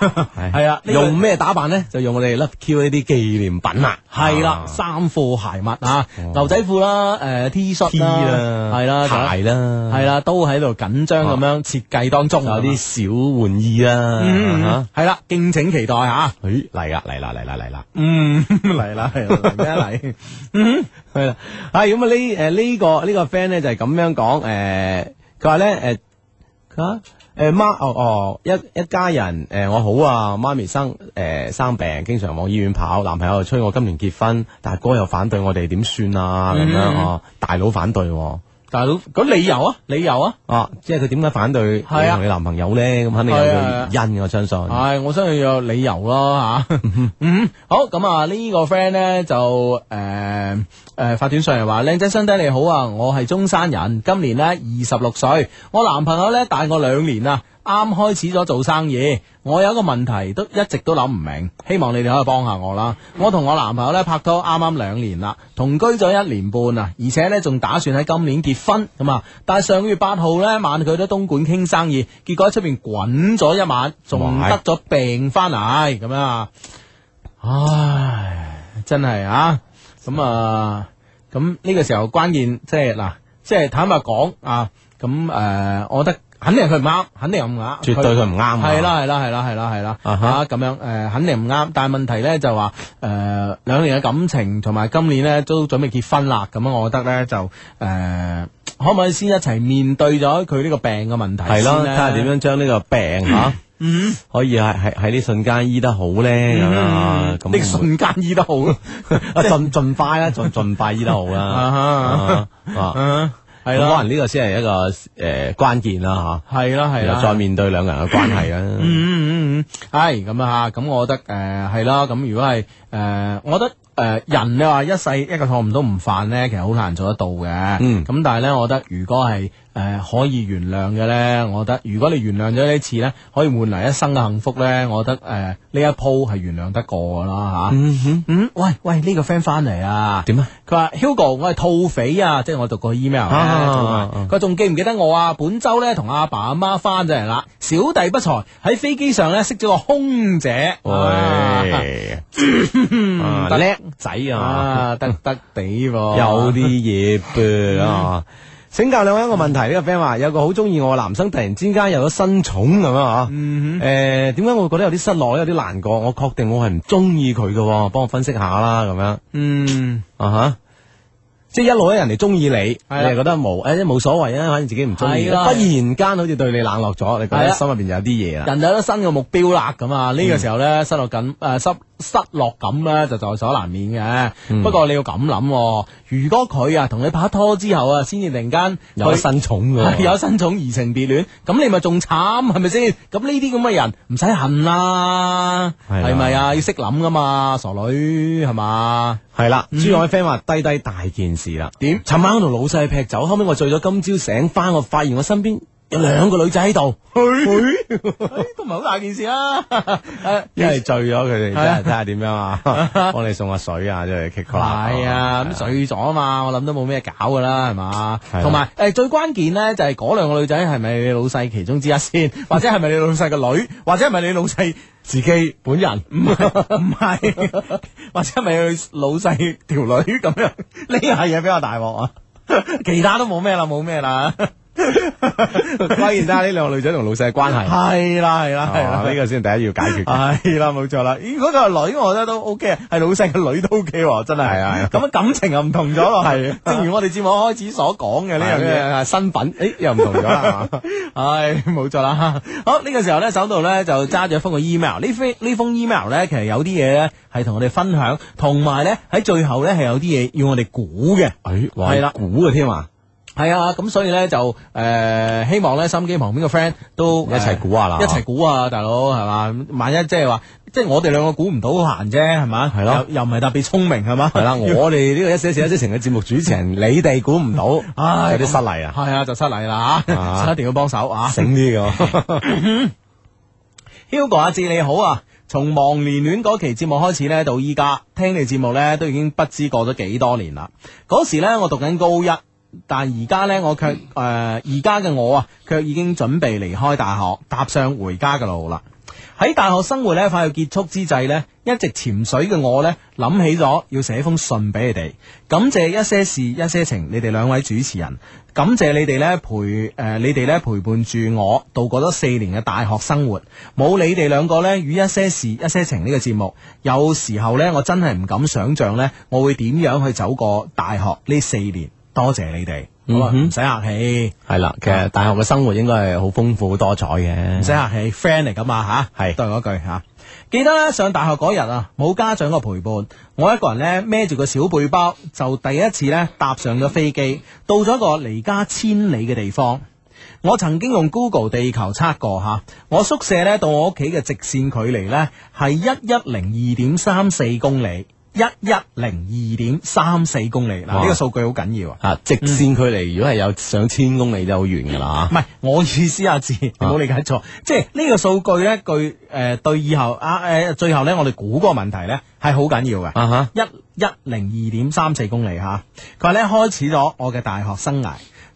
[SPEAKER 1] 係啊呢個
[SPEAKER 3] 用咩打扮咧？就用我哋 Love Q 呢啲紀念品啦。
[SPEAKER 1] 係啦，
[SPEAKER 3] 啊
[SPEAKER 1] 衫褲鞋襪啊，牛仔褲啦，誒、T 恤
[SPEAKER 3] T 啦，
[SPEAKER 1] 係啦，啊
[SPEAKER 3] 鞋啦，
[SPEAKER 1] 係啦，都喺度緊張咁樣設計當中，啊
[SPEAKER 3] 仲有啲小玩意啦。
[SPEAKER 1] 嗯
[SPEAKER 3] 啊，
[SPEAKER 1] 系啦，敬請期待啊吓。
[SPEAKER 3] 咦嚟啦嚟啦嚟啦嚟啦！
[SPEAKER 1] 嗯， <laughs> 嚟啦嚟啦， <laughs> 嚟嗯
[SPEAKER 3] 系啦，啊咁啊呢诶呢個呢個 friend 咧就係咁樣講诶，佢話咧诶佢話诶媽哦哦一一家人诶、誒我好啊，媽咪生诶、生病，經常往醫院跑，男朋友又催我今年結婚，大哥又反對我哋點算啊咁
[SPEAKER 1] 嗯
[SPEAKER 3] 樣哦，大佬反對喎
[SPEAKER 1] 大佬，咁理由啊，理由啊，
[SPEAKER 3] 啊，即係佢點解反對你
[SPEAKER 1] 係啊
[SPEAKER 3] 同你男朋友咧？咁肯定有
[SPEAKER 1] 係啊啊
[SPEAKER 3] 佢原因嘅，我相信。
[SPEAKER 1] 唉，我相信有理由咯吓。嗯，好，咁啊呢個 friend 咧就诶诶發短信嚟話，靚仔兄弟你好啊，我係中山人，今年咧二十六歲，我男朋友咧大我兩年啊。啱開始咗做生意，我有一個問題都一直都諗唔明，希望你哋可以幫下我啦。我同我男朋友咧拍拖啱啱兩年啦，同居咗一年半啊，而且咧仲打算喺今年結婚咁啊。但係上個月八號咧晚佢都東莞傾生意，結果喺出邊滾咗一晚，仲
[SPEAKER 3] 哇
[SPEAKER 1] 得咗病翻嚟咁樣啊！唉，真係啊，咁啊，咁呢個時候關鍵即係嗱，即係坦白講啊，咁誒、呃我覺得肯定係佢唔啱，肯定係唔啱，
[SPEAKER 3] 絕對佢唔啱啊
[SPEAKER 1] 係啦係啦係啦係啦係啦，
[SPEAKER 3] 啊哈
[SPEAKER 1] 啊咁樣誒、呃肯定唔啱。但係問題咧就話誒、呃、兩年嘅感情同埋今年咧都準備結婚啦，咁樣我覺得咧就誒。呃可唔可以先一齊面對咗佢呢個病嘅問題
[SPEAKER 3] 係咯，
[SPEAKER 1] 先啊嗯
[SPEAKER 3] 睇
[SPEAKER 1] 呢
[SPEAKER 3] 下點樣將呢個病吓，可以係係喺呢瞬間醫得好咧咁樣啊咁
[SPEAKER 1] 呢嗯瞬間醫
[SPEAKER 3] <laughs>
[SPEAKER 1] 得好咯。
[SPEAKER 3] 啊，盡盡快 <laughs> 啦，盡盡快醫得好啦
[SPEAKER 1] <laughs> 啊，
[SPEAKER 3] 啊啊，
[SPEAKER 1] 嗯，系
[SPEAKER 3] 咁可
[SPEAKER 1] 啦，
[SPEAKER 3] 能呢個先係一個誒關鍵啦
[SPEAKER 1] 系啦，
[SPEAKER 3] 嚇，
[SPEAKER 1] 係
[SPEAKER 3] 然
[SPEAKER 1] 啦，
[SPEAKER 3] 後再面對兩個人嘅關係
[SPEAKER 1] 嗯
[SPEAKER 3] 啦。
[SPEAKER 1] 嗯嗯嗯，系咁啊吓，咁我覺得诶係啦，咁如果係诶，我覺得。誒、人你話一世一個錯誤都唔犯咧，其實好難做得到嘅。咁、
[SPEAKER 3] 嗯
[SPEAKER 1] 但係咧，我覺得如果係誒、可以原諒嘅咧，我覺得如果你原諒咗呢一次咧，可以換嚟一生嘅幸福咧，我覺得誒呢、一鋪係原諒得過㗎啦吓。
[SPEAKER 3] 嗯哼，
[SPEAKER 1] 嗯，喂喂，呢、個 friend 翻嚟啊，
[SPEAKER 3] 點啊？
[SPEAKER 1] 佢話 Hugo，我係兔匪啊，即係我讀過 email
[SPEAKER 3] 啊
[SPEAKER 1] 咧做埋
[SPEAKER 3] 啊啊
[SPEAKER 1] 佢仲記唔記得我啊？本周咧同阿爸阿媽翻咗嚟啦，小弟不才喺飛機上咧識咗個空姐，
[SPEAKER 3] <laughs>
[SPEAKER 1] 啊
[SPEAKER 3] 喂，啊叻仔啊！
[SPEAKER 1] 啊得得地喎，
[SPEAKER 3] 有啲嘢噃啊！請教兩位一個問題，呢個 friend 話有個好中意我嘅男生，突然之間有咗新寵咁樣啊！誒點解我會覺得有啲失落，有啲難過？我確定我係唔中意佢嘅喎，幫我分析下啦咁樣
[SPEAKER 1] 嗯
[SPEAKER 3] 啊哈！即係一路咧，人哋中意你，你
[SPEAKER 1] 係啦
[SPEAKER 3] 係覺得冇誒冇所謂啊，反正自己唔中
[SPEAKER 1] 係
[SPEAKER 3] 意。忽
[SPEAKER 1] 啦
[SPEAKER 3] 然間好似對你冷落咗，你覺
[SPEAKER 1] 係啊
[SPEAKER 3] 得
[SPEAKER 1] 啦
[SPEAKER 3] 心入邊有啲嘢啦。
[SPEAKER 1] 人哋有咗新嘅目標啦，咁啊呢個時候咧失落感誒失失落感咧就在所難免嘅。
[SPEAKER 3] 嗯
[SPEAKER 1] 不過你要咁諗喎，如果佢啊同你拍拖之後啊，先至突然間
[SPEAKER 3] 有
[SPEAKER 1] 去
[SPEAKER 3] 新寵噶
[SPEAKER 1] 係，有啊新寵移情別戀，咁你咪仲慘係咪先？咁呢啲咁嘅人唔使恨啦，
[SPEAKER 3] 係啊
[SPEAKER 1] 係咪啊？要識諗噶嘛，傻女係嘛？
[SPEAKER 3] 系啦，
[SPEAKER 1] 嗯
[SPEAKER 3] 珠海 friend 話低低大件事啦。
[SPEAKER 1] 點
[SPEAKER 3] 尋晚我同老
[SPEAKER 1] <laughs>
[SPEAKER 3] 細劈酒，後尾我醉咗，今朝醒翻，我發現我身邊有兩個女仔喺度。
[SPEAKER 1] <laughs> 哎都唔係好大件事
[SPEAKER 3] <laughs>
[SPEAKER 1] 啊！
[SPEAKER 3] 一係醉咗佢哋，一
[SPEAKER 1] 係啊
[SPEAKER 3] 係睇下點
[SPEAKER 1] <laughs>
[SPEAKER 3] 樣啊，幫你送下水啊，即係 kick
[SPEAKER 1] 系啊，咁醉咗啊嘛，我諗都冇咩搞噶啦，係啊嘛？
[SPEAKER 3] 係啦
[SPEAKER 1] 同埋诶，誒最關鍵咧就係嗰兩個女仔係咪你老細其中之一 <laughs> 先，或者係咪你老細嘅女，或者係咪你老細
[SPEAKER 3] 自己本人
[SPEAKER 1] 唔係唔係， <laughs> 或者係咪你老細條女咁樣？呢下嘢比較大鑊啊！ <laughs> 其他都冇咩啦，冇咩 <laughs> 啦，
[SPEAKER 3] 關鍵睇下呢兩個女仔同老細嘅關係。
[SPEAKER 1] 係哦啦係 <laughs> 啦係
[SPEAKER 3] 啊
[SPEAKER 1] 啦
[SPEAKER 3] 呢。個先第一
[SPEAKER 1] <laughs>
[SPEAKER 3] 要解決嘅。
[SPEAKER 1] 系啦，冇錯啦。咦如果佢係女，我覺得都 O K，係老細嘅女都 O K，真係。
[SPEAKER 3] 係啊係啊啊
[SPEAKER 1] 咁感情又唔同咗咯。係，正如我哋節目開始所講嘅呢樣嘢。
[SPEAKER 3] 嘢身份，啊誒又唔同
[SPEAKER 1] <laughs>
[SPEAKER 3] 咗啦，係嘛
[SPEAKER 1] 唉，冇錯啦。 <laughs> 好呢、個時候呢，手度呢就揸住一封個 email。呢封呢封 email 呢，其實有啲嘢呢係同我哋分享，同埋呢喺最後呢係有啲嘢要我哋估嘅。
[SPEAKER 3] 哎，哇
[SPEAKER 1] 係啦
[SPEAKER 3] 估嘅添啊，
[SPEAKER 1] 係啊，咁所以呢，就誒、呃希望呢，心機旁邊嘅 friend 都
[SPEAKER 3] 一齊估下啦
[SPEAKER 1] 呃一齊估啊，大佬係嘛？萬一即係話，即係我哋兩個估唔到好閒啫，係嘛？係
[SPEAKER 3] 咯，
[SPEAKER 1] 又唔係特別聰明係嘛？ <laughs>
[SPEAKER 3] 係啦，我哋呢個一些事一些情嘅節目主持人，你哋估唔到，
[SPEAKER 1] 唉
[SPEAKER 3] 有啲失禮啊，
[SPEAKER 1] 係啊，就失禮啦嚇，
[SPEAKER 3] 啊
[SPEAKER 1] 所以一定要幫手啊！
[SPEAKER 3] 醒啲嘅。
[SPEAKER 1] <laughs> Hugo 阿志你好啊！從忘年戀嗰期節目開始呢，到依家聽你節目呢，都已經不知過咗幾多年啦。嗰時呢，我讀緊高一，但而家呢，我卻誒而家嘅我啊，卻已經準備離開大學，踏上回家嘅路啦。喺大學生活呢，快要結束之際呢，一直潛水嘅我呢，諗起咗要寫封信俾你哋，感謝一些事一些情，你哋兩位主持人，感謝你哋呢陪誒、呃你哋呢陪伴住我度過咗四年嘅大學生活，冇你哋兩個呢，與一些事一些情呢個節目，有時候呢，我真係唔敢想像呢，我會點樣去走過大學呢四年，多謝你哋，好啊
[SPEAKER 3] 嗯哼
[SPEAKER 1] 唔使客氣，
[SPEAKER 3] 系啦，
[SPEAKER 1] 啊
[SPEAKER 3] 其實大學嘅生活應該係好豐富多彩嘅。
[SPEAKER 1] 唔使客氣，friend 嚟噶嘛吓，
[SPEAKER 3] 嗯係
[SPEAKER 1] 都係嗰句吓。記得咧上大學嗰日啊，冇家長嘅陪伴，我一個人咧孭住個小背包，就第一次咧搭上咗飛機，到咗一個離家千里嘅地方。我曾經用 Google 地球測過吓，我宿舍咧到我屋企嘅直線距離咧係一一零二點三四公里，一一零二點三四公里。嗱，
[SPEAKER 3] 哇
[SPEAKER 1] 呢個數據好緊要啊！
[SPEAKER 3] 啊，直線距離如果係有上千公里就好遠㗎啦
[SPEAKER 1] 唔係我意思啊，字你冇理解錯，即係呢個數據咧，據誒、呃、對以後啊誒、呃最後咧，我哋估嗰個問題咧係好緊要嘅。
[SPEAKER 3] 啊哈，
[SPEAKER 1] 一一零二點三四公里吓。佢話咧開始咗我嘅大學生涯，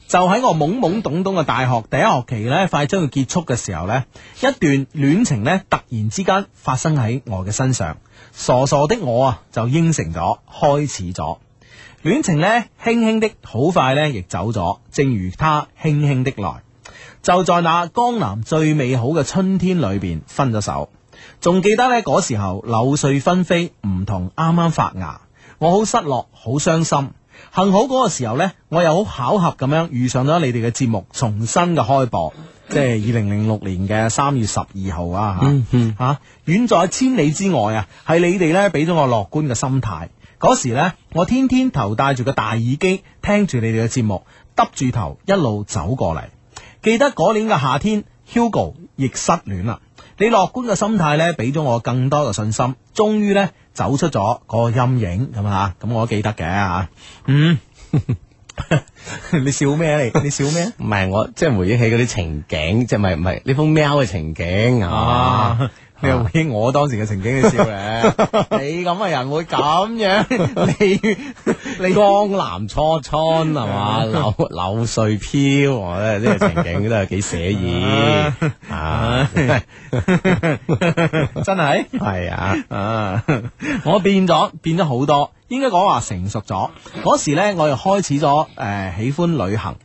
[SPEAKER 1] 就喺我懵懵懂懂嘅大學第一學期咧，快將要結束嘅時候咧，一段戀情咧突然之間發生喺我嘅身上，傻傻的我啊就應承咗，開始咗。戀情呢，輕輕的，好快呢，亦走咗，正如它輕輕的來。就在那江南最美好嘅春天裏邊分咗手。仲記得呢嗰時候柳絮紛飛，梧桐啱啱發芽，我好失落，好傷心。幸好嗰個時候呢，我又好巧合咁樣遇上咗你哋嘅節目重新嘅開播，即係二零零六年嘅三月十二號啊嚇。吓、遠在千里之外啊，係你哋咧俾咗我樂觀嘅心態。嗰時呢，我天天頭戴住個大耳機，聽住你哋嘅節目，耷住頭一路走過嚟。記得嗰年嘅夏天，Hugo 亦失戀啦。你樂觀嘅心態呢，俾咗我更多嘅信心，終於呢，走出咗嗰個陰影咁啊！咁我都記得嘅啊，嗯。 <laughs> 你笑咩啊你？你笑咩啊？
[SPEAKER 3] 唔係我即係回憶起嗰啲情景，即係唔係唔係呢封喵嘅情景啊？
[SPEAKER 1] 啊！你又回憶我當時嘅情景，你笑
[SPEAKER 3] <laughs>
[SPEAKER 1] 咧？你咁嘅人會咁樣？ <laughs> 你你
[SPEAKER 3] 江南初春係
[SPEAKER 1] <laughs>
[SPEAKER 3] 嘛，柳柳絮飄，我覺得呢個情景都係幾寫
[SPEAKER 1] <laughs>
[SPEAKER 3] 意啊！
[SPEAKER 1] 哎真係
[SPEAKER 3] 係啊，
[SPEAKER 1] 啊！ <laughs> 我變咗，變咗好多，應該講話成熟咗。嗰時呢，我又開始咗誒、呃喜歡旅行。誒、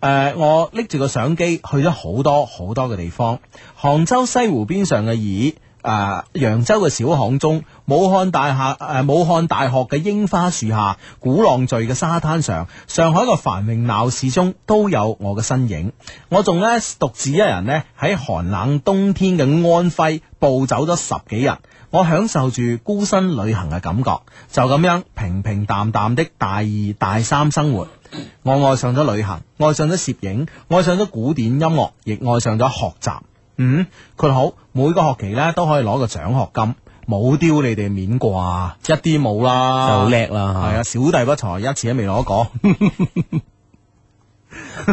[SPEAKER 1] 呃我拎住個相機去咗好多好多嘅地方，杭州西湖邊上嘅椅，誒、揚州嘅小巷中，武漢大廈誒、呃武漢大學嘅櫻花樹下，鼓浪嶼嘅沙灘上，上海嘅繁榮鬧市中都有我嘅身影。我仲呢，獨自一人呢，喺寒冷冬天嘅安徽暴走咗十幾日。我享受住孤身旅行嘅感覺，就咁樣平平淡淡的大二大三生活。我愛上咗旅行，愛上咗攝影，愛上咗古典音樂，亦愛上咗學習。嗯，佢好，每個學期呢都可以攞個獎學金，冇丟你哋面啩，一啲冇啦，
[SPEAKER 3] 就叻啦
[SPEAKER 1] 係啊，小弟不才，一次都未攞
[SPEAKER 3] <laughs>
[SPEAKER 1] 過。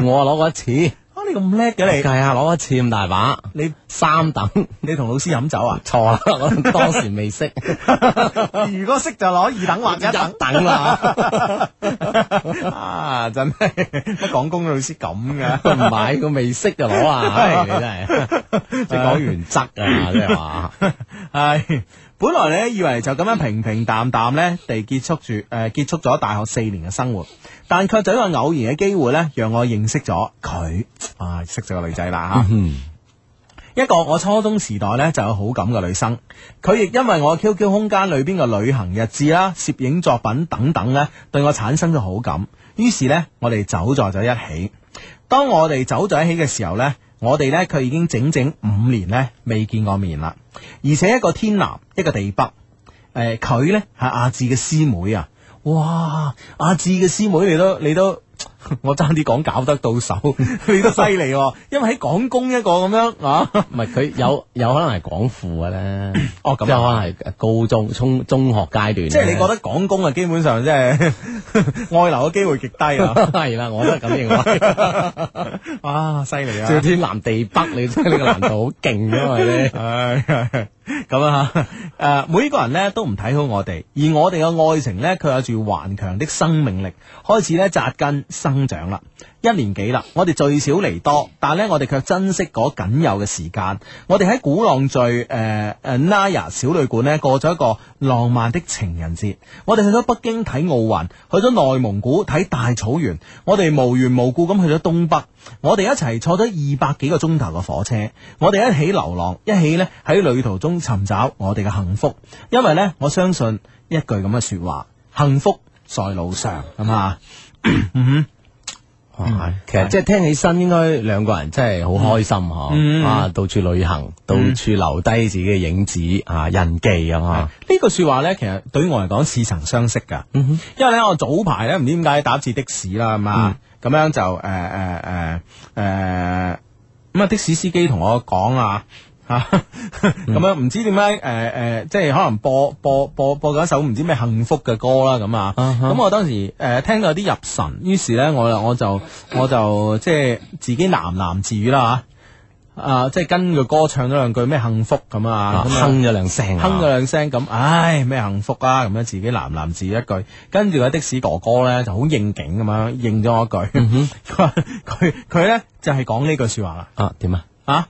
[SPEAKER 3] 我攞過一次，
[SPEAKER 1] 啊，你咁叻
[SPEAKER 3] 係
[SPEAKER 1] 嘅
[SPEAKER 3] 啊，攞過一次咁大把，
[SPEAKER 1] 你，你
[SPEAKER 3] 三
[SPEAKER 1] <laughs>
[SPEAKER 3] 等
[SPEAKER 1] 你同老師飲酒啊？
[SPEAKER 3] 錯啦，我當時未識，
[SPEAKER 1] <laughs> 如果識就攞二等或者一
[SPEAKER 3] <laughs>
[SPEAKER 1] 等。
[SPEAKER 3] 等啦，
[SPEAKER 1] <laughs> 啊，真係乜講公老師咁噶？
[SPEAKER 3] <laughs> 唔係佢未識就攞啊，唉你真係即係講原則啊，即係話
[SPEAKER 1] <laughs> 係，本來咧以為就咁樣平平淡淡咧地結束住誒、呃結束咗大學四年嘅生活，但卻就一個偶然嘅機會咧，讓我認識咗佢，啊，識咗個女仔啦嚇。一個我初中時代呢就有好感嘅女生，佢亦因為我 QQ 空間裏邊嘅旅行日誌啦、攝影作品等等呢，對我產生咗好感。於是呢，我哋走在咗一起。當我哋走在一起嘅時候呢，我哋呢，佢已經整整五年呢未見過面啦，而且一個天南一個地北。誒佢呢係阿志嘅師妹啊！哇，阿志嘅師 <laughs> 妹你都你都， <laughs> 我爭啲講搞得到手，你都犀利喎！
[SPEAKER 3] <laughs>
[SPEAKER 1] 因為喺廣工一個咁樣啊，
[SPEAKER 3] 唔係佢有有可能係廣附嘅咧，
[SPEAKER 1] <coughs> 哦咁啊
[SPEAKER 3] 即係可能係高中中中學階段咧，
[SPEAKER 1] 即係你覺得廣工啊，基本上即係 <laughs> 外流嘅機會極低
[SPEAKER 3] <laughs>
[SPEAKER 1] 啊！
[SPEAKER 3] <laughs>
[SPEAKER 1] <laughs>
[SPEAKER 3] 係啦，我都係咁認為。
[SPEAKER 1] 啊，犀利啊！
[SPEAKER 3] 仲要天南地北，你真係呢個難度好勁㗎嘛！你
[SPEAKER 1] <laughs> 唉，咁啊，誒、每個人呢都唔睇好我哋，而我哋嘅愛情呢，佢有住頑強的生命力，開始呢扎根生長啦。一年幾啦，我哋聚少離多，但呢，我哋卻珍惜嗰僅有嘅時間。我哋喺鼓浪嶼誒誒 Naya 小旅館呢，過咗一個浪漫的情人節。我哋去咗北京睇奧運，去咗內蒙古睇大草原，我哋無緣無故咁去咗東北。我哋一齊坐咗二百幾個鐘頭嘅火車，我哋一起流浪，一起呢喺旅途中尋找我哋嘅幸福。因為呢，我相信一句咁嘅說話：幸福在路上，啊係嘛？
[SPEAKER 3] 哇啊其實即係聽起身，應該兩個人真係好開心
[SPEAKER 1] 嗯
[SPEAKER 3] 嗬！啊，到處旅行，到處留低自己嘅影子啊、印記咁啊嗯
[SPEAKER 1] 呢。句說話呢，其實對於我嚟講似曾相識噶，因為呢，我早排呢，唔知點解打次的士啦，係
[SPEAKER 3] 嗯
[SPEAKER 1] 嘛，咁樣就誒誒誒誒，呃咁、啊的士司機同我講啊。吓咁樣唔知點解誒誒，即係可能播播播播緊一首唔知咩幸福嘅歌啦咁啊，
[SPEAKER 3] 啊哈
[SPEAKER 1] 咁我當時誒、呃、聽到有啲入神，於是咧我就我就我就即係自己喃喃自語啦吓，啊即係跟個歌唱咗兩句咩幸福咁啊，
[SPEAKER 3] 啊
[SPEAKER 1] 咁啊
[SPEAKER 3] 哼咗兩聲啊，
[SPEAKER 1] 哼咗兩聲咁，唉咩幸福啊咁樣，自己喃喃自語一句，跟住個的士哥哥咧就好應景咁樣應咗我一句，佢話佢佢咧就係講呢句說話啦，
[SPEAKER 3] 啊點啊？
[SPEAKER 1] 啊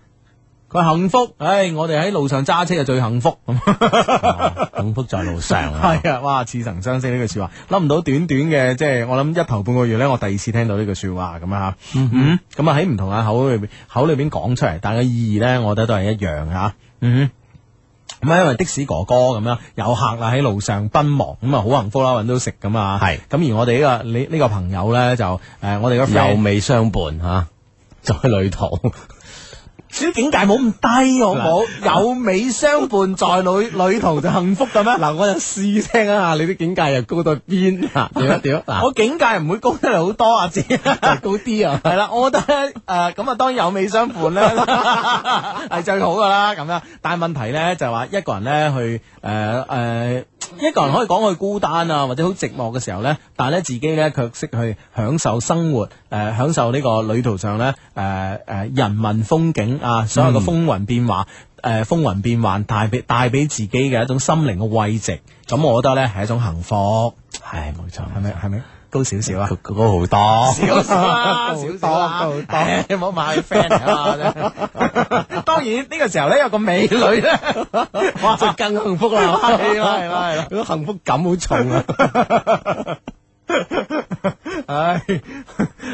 [SPEAKER 1] 佢話幸福，唉我哋喺路上揸車就最幸福咁，
[SPEAKER 3] 啊幸福在路上哦啊！
[SPEAKER 1] 係啊哇似曾相識呢句說話，諗唔到短短嘅即係我諗一頭半個月咧，我第二次聽到呢句說話咁啊，嗯咁啊喺唔同嘅口裏邊口裏邊講出嚟，但係個意義咧，我覺得都係一樣吓，嗯哼。咁啊，因為的士哥哥咁樣有客啦，喺路上奔忙，咁啊好幸福啦，揾到食咁啊。
[SPEAKER 3] 係
[SPEAKER 1] 咁而我哋呢、個呢呢、個朋友咧就誒、呃我哋個 friend
[SPEAKER 3] 有美相伴吓，在旅途。
[SPEAKER 1] 啲境界冇咁低，好冇？有美相伴在旅旅途就幸福
[SPEAKER 3] <laughs>
[SPEAKER 1] 嘅咩？嗱，我就試聽
[SPEAKER 3] 啊，你啲境界又高到邊 <laughs> 啊？點
[SPEAKER 1] <laughs>
[SPEAKER 3] 啊點啊？
[SPEAKER 1] 我境界唔會高得嚟好多啊，姐。
[SPEAKER 3] <laughs> 嗱，高啲啊！
[SPEAKER 1] 係啦，我覺得咧，誒咁啊，當然有美相伴
[SPEAKER 3] <laughs>
[SPEAKER 1] 咧，係最好噶啦咁樣。但係問題咧就係話一個人咧去誒誒，一個人可以講佢孤單啊，或者好寂寞嘅時候咧，但係咧自己咧卻識去享受生活，誒、享受呢個旅途上咧誒誒人民風景
[SPEAKER 3] 嗯
[SPEAKER 1] 啊，所有嘅風雲變化。誒、風雲變幻帶俾帶俾自己嘅一種心靈嘅慰藉，咁我覺得咧係一種幸福，
[SPEAKER 3] 係冇錯，
[SPEAKER 1] 係咪係咪高少少啊？
[SPEAKER 3] 高高好多？
[SPEAKER 1] 少少啦，
[SPEAKER 2] 高
[SPEAKER 1] 少少啊
[SPEAKER 2] 高
[SPEAKER 1] 啦，唉唔好買 friend 嚟啊！ <laughs> 當然呢個時候咧，有個美女
[SPEAKER 3] <laughs>
[SPEAKER 1] 咧，哇，
[SPEAKER 3] 就更幸福啦！
[SPEAKER 1] <laughs> 係啦係啦係啦
[SPEAKER 3] 嗰個幸福感好重啊！
[SPEAKER 1] <laughs> 唉，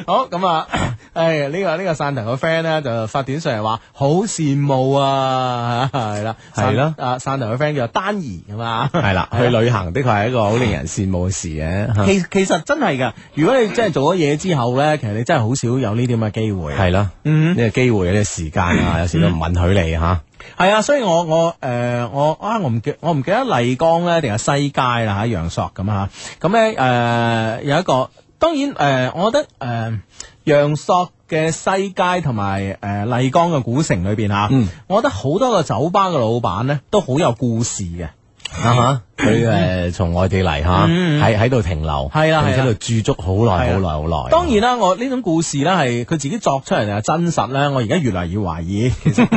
[SPEAKER 1] 好咁啊， <coughs> 诶呢個呢個汕頭嘅 friend 咧就發短信嚟話好羨慕啊， <laughs> 係啦，
[SPEAKER 3] 係啦
[SPEAKER 1] 汕啊汕頭嘅 friend 叫丹兒咁啊，
[SPEAKER 3] 系
[SPEAKER 1] <laughs>
[SPEAKER 3] 啦，去旅行的確係一個好令人羨慕嘅事啊嘅，
[SPEAKER 1] 其其實真係噶，如果你真係做咗嘢之後咧，其實你真係好少有呢啲咁嘅機會。
[SPEAKER 3] 係啦，
[SPEAKER 1] 嗯
[SPEAKER 3] 呢個機會呢個時
[SPEAKER 1] <laughs>
[SPEAKER 3] 間啊，有時都唔允許你吓，
[SPEAKER 1] 係啊，所以我我诶、呃我啊我唔記我唔記得麗江咧定係西街啦喺陽朔咁啊，咁咧诶有一個當然诶、呃我覺得诶陽朔嘅西街同埋诶麗江嘅古城裏边吓，
[SPEAKER 3] 嗯
[SPEAKER 1] 我覺得好多個酒吧嘅老闆咧都好有故事嘅。
[SPEAKER 3] 啊吓，佢诶從外地嚟吓，
[SPEAKER 1] 嗯嗯
[SPEAKER 3] 喺喺度停留，
[SPEAKER 1] 係啦
[SPEAKER 3] 並且
[SPEAKER 1] 係啦
[SPEAKER 3] 喺度駐足好耐好耐好耐。
[SPEAKER 1] 當然啦，我呢種故事咧係佢自己作出嚟定係真實咧，我而家越嚟越懷疑。其實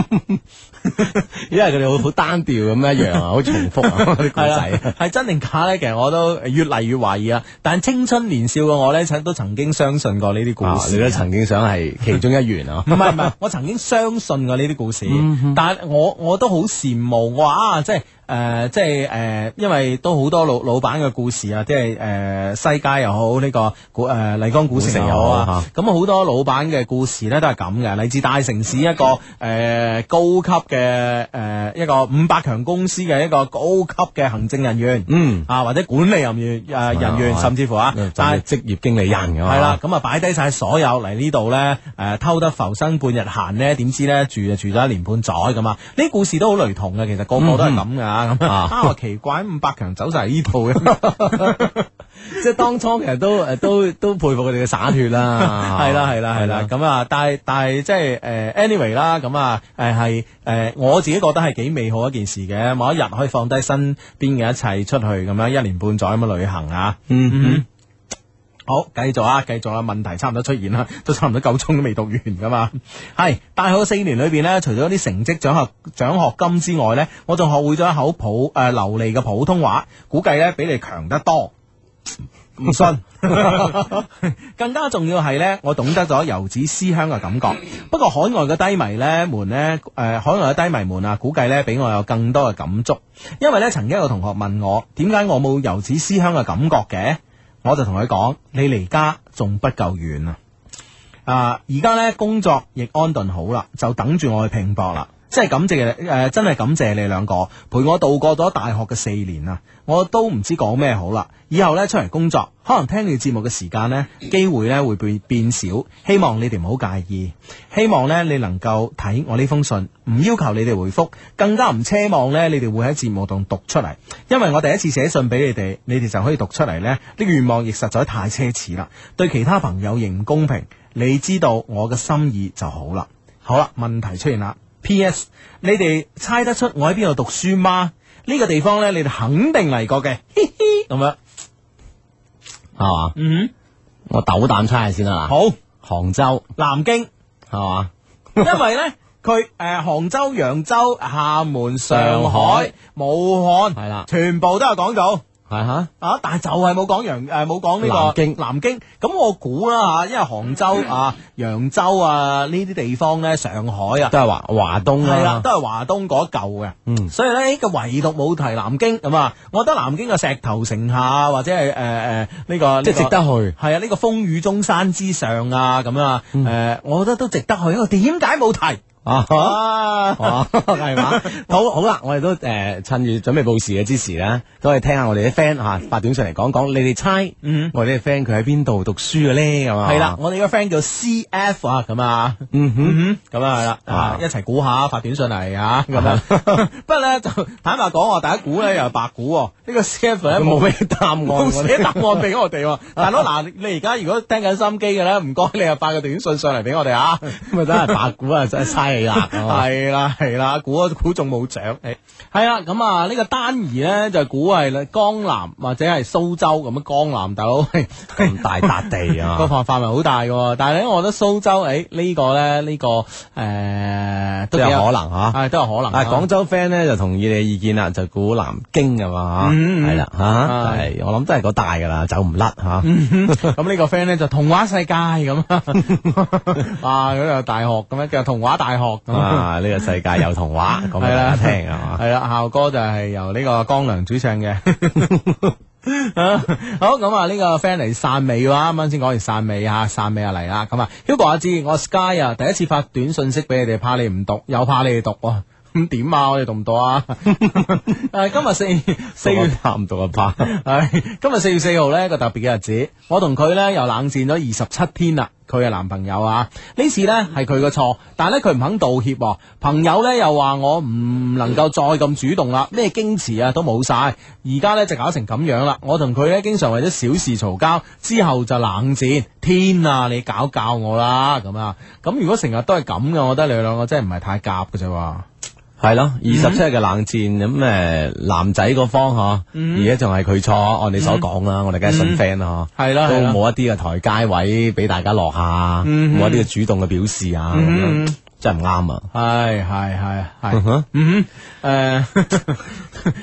[SPEAKER 3] 因為佢哋好好單調咁一
[SPEAKER 1] <laughs>
[SPEAKER 3] 樣啊，好重複啊啲故
[SPEAKER 1] 係啦
[SPEAKER 3] 仔。，
[SPEAKER 1] 係真定假咧？其實我都越嚟越懷疑啊！但青春年少嘅我咧，都曾經相信過呢啲故
[SPEAKER 3] 啊
[SPEAKER 1] 事。
[SPEAKER 3] 你都曾經想係其中一員啊
[SPEAKER 1] 唔？係唔 <laughs> 係，我曾經相信過呢啲故事，但係我我都好羨慕，我話啊，即係誒、呃即係誒、呃因為都好多老老闆嘅故事啊，即係誒、呃西街又好，呢、個古誒麗江古城又好啊，咁好多老闆嘅故事咧都係咁嘅，嚟自大城市一個誒、呃高級嘅誒、呃一個五百強公司嘅一個高級嘅行政人員，
[SPEAKER 3] 嗯
[SPEAKER 1] 啊或者管理人員誒、呃人員，甚至乎啊，但係
[SPEAKER 3] 但係職業經理人㗎嘛。
[SPEAKER 1] 系啦，，咁啊擺低晒所有嚟呢度咧，诶、偷得浮生半日閒咧，點知咧住就住咗一年半載咁啊！呢故事都好雷同嘅，其實個個都係咁噶，咁
[SPEAKER 3] 嗯啊
[SPEAKER 1] 啊啊奇怪，五百強走晒嚟呢度嘅，
[SPEAKER 3] <laughs> 即係當初其實都誒都都佩服佢哋嘅灑脱啦。
[SPEAKER 1] 係啦係啦係啦，咁啊，但係但係即係诶，anyway 啦，咁啊，诶係诶，我自己覺得係幾美好一件事嘅，某一日可以放低身邊嘅一切出去咁樣一年半載咁樣旅行啊。
[SPEAKER 3] 嗯
[SPEAKER 1] 好，繼續啊，繼續啊，問題差唔多出現啦， <laughs> 都差唔多夠鐘都未讀完噶嘛。係大學四年裏邊呢，除咗啲成績獎學獎學金之外呢，我仲學會咗一口普誒、呃流利嘅普通話，估計呢比你強得多。唔信， <laughs> 更加重要係呢，我懂得咗遊子思鄉嘅感覺。不過海外嘅低迷呢們呢，誒、海外嘅低迷們啊，估計呢比我有更多嘅感觸，因為呢曾經有同學問我點解我冇遊子思鄉嘅感覺嘅。我就同佢講：你離家仲不夠遠啊！啊，而家呢，工作亦安頓好啦，就等住我去拼搏啦。真係感謝你，誒、真係感謝你兩個陪我度過咗大學嘅四年啊！我都唔知講咩好啦。以後呢，出嚟工作，可能聽你節目嘅時間呢，機會呢會變變少。希望你哋唔好介意，希望呢，你能夠睇我呢封信，唔要求你哋回覆，更加唔奢望呢，你哋會喺節目度讀出嚟。因為我第一次寫信俾你哋，你哋就可以讀出嚟呢，呢個願望亦實在太奢侈啦，對其他朋友亦唔公平。你知道我嘅心意就好啦。好啦，問題出現啦。P.S. 你哋猜得出我喺邊度讀書嗎？呢、個地方呢，你哋肯定嚟過嘅，嘻嘻咁樣。
[SPEAKER 3] 哼，係嘛？
[SPEAKER 1] 嗯，
[SPEAKER 3] 我斗膽猜下先啦。嗱，
[SPEAKER 1] 好，
[SPEAKER 3] 杭州
[SPEAKER 1] 南
[SPEAKER 3] <laughs>
[SPEAKER 1] 京，
[SPEAKER 3] 係嘛？
[SPEAKER 1] 因為呢，佢诶、呃杭州、揚州、廈門、上
[SPEAKER 3] 上
[SPEAKER 1] 海
[SPEAKER 3] 海、
[SPEAKER 1] 武漢，
[SPEAKER 3] 係啦
[SPEAKER 1] 全部都有講到。
[SPEAKER 3] 係嚇。
[SPEAKER 1] 啊！但係就係冇講洋誒冇講呢個
[SPEAKER 3] 南京
[SPEAKER 1] 南京咁我估啦嚇，因為杭州啊、揚州啊呢啲地方咧，上海啊，
[SPEAKER 3] 都係華華東
[SPEAKER 1] 係啦
[SPEAKER 3] 啦，。
[SPEAKER 1] 都係華東嗰一嚿嘅。
[SPEAKER 3] 嗯
[SPEAKER 1] 所以咧，呢個唯獨冇提南京咁啊，我覺得南京嘅石頭城下啊或者係誒誒呢個
[SPEAKER 3] 即係值得。去。
[SPEAKER 1] 系啊，呢、個風雨中山之上啊，咁啊，誒、我覺得都值得去。因為點解冇提
[SPEAKER 3] 嗯啊
[SPEAKER 1] 啊？ <laughs>
[SPEAKER 3] 哦，係嘛？好好啦，我哋都誒、呃趁住準備報時嘅之時咧，都可以聽下我哋啲 friend 嚇發短信嚟講講，你哋猜、
[SPEAKER 1] 嗯
[SPEAKER 3] 我哋啲 friend 佢喺邊度讀書嘅咧咁啊？
[SPEAKER 1] 係啦，，我哋個 friend 叫 C F 啊，咁啊，
[SPEAKER 3] 嗯哼，
[SPEAKER 1] 嗯哼，咁啊係啦，啊
[SPEAKER 3] 啊
[SPEAKER 1] 一齊估下，發短信嚟啊，咁啊， <laughs> 不過咧就坦白講，我大家估咧又係白估喎，呢個 c f 咧
[SPEAKER 3] 佢冇咩答案我
[SPEAKER 1] 冇
[SPEAKER 3] 哋
[SPEAKER 1] 寫答案俾我哋喎，大佬嗱，你而家如果聽緊心機嘅咧，唔該你又發個短信上嚟俾我哋啊，
[SPEAKER 3] 咪真係白
[SPEAKER 1] <laughs>
[SPEAKER 3] 股啊，真係嘥氣啦。係嘛
[SPEAKER 1] 係啦係啦，估估中冇獎，誒係啦，咁啊呢個單兒咧就估係江南或者係蘇州咁啊樣，江南大佬。喂
[SPEAKER 3] 咁大笪地
[SPEAKER 1] 個範
[SPEAKER 3] 啊，
[SPEAKER 1] 範圍好大嘅，但係咧，我覺得蘇州，誒、呢個咧，呢、個誒、都
[SPEAKER 3] 都
[SPEAKER 1] 幾
[SPEAKER 3] 有
[SPEAKER 1] 有
[SPEAKER 3] 可能嚇。
[SPEAKER 1] 啊，都有可能
[SPEAKER 3] 啊，廣州 friend 咧就同意你嘅意見啦，就估南京㗎嘛嚇，
[SPEAKER 1] 嗯嗯
[SPEAKER 3] 係啦嚇，
[SPEAKER 1] 啊嗯
[SPEAKER 3] 係我諗都係嗰大㗎啦，走唔甩啊嚇。
[SPEAKER 1] <laughs> 咁呢個 friend 咧就童話世界咁， <laughs> 啊，咁又大學咁樣叫童話大學咁。
[SPEAKER 3] 啊，呢個世界有
[SPEAKER 1] <laughs>
[SPEAKER 3] 童話，講俾大家聽係嘛？
[SPEAKER 1] 係啦，校歌就係由呢個江良主唱嘅，啊 <laughs> 好咁啊！呢個 friend 嚟汕尾哇，啱啱先講完汕尾啊，汕尾啊嚟啦。咁啊，Hugo 阿志，我 Sky 啊，第一次發短信息俾你哋，怕你唔讀，又怕你哋讀喎。咁點啊？我哋讀唔到啊！ <laughs> 誒，今日四四月
[SPEAKER 3] 拍唔到啊拍。
[SPEAKER 1] 系今日四月四號呢個特別嘅日子，我同佢呢又冷戰咗二十七天啦。佢嘅男朋友啊，呢次呢係佢嘅錯，但係呢，佢唔肯道歉、喎。朋友呢又話我唔能夠再咁主動啦，咩矜持啊都冇晒，而家呢就搞成咁樣啦。我同佢呢經常為咗小事嘈交，之後就冷戰。天啊，你搞教我啦咁啊！咁如果成日都係咁嘅，我覺得你兩個真係唔係太夾嘅啫喎。
[SPEAKER 3] 系咯，二十七日嘅冷戰咁诶，男仔嗰方嗬，
[SPEAKER 1] 嗯
[SPEAKER 3] 而家仲係佢錯，按你所講啦，我哋梗係信 friend 啦，啊嗬
[SPEAKER 1] 係啦
[SPEAKER 3] 都
[SPEAKER 1] 係嗯啦
[SPEAKER 3] 冇一啲嘅台階位俾大家落下，冇一啲嘅主動嘅表示啊，咁
[SPEAKER 1] 嗯
[SPEAKER 3] 樣真係唔
[SPEAKER 1] <laughs>
[SPEAKER 3] 啱啊！
[SPEAKER 1] 系系系系，嗯哼，诶， <laughs>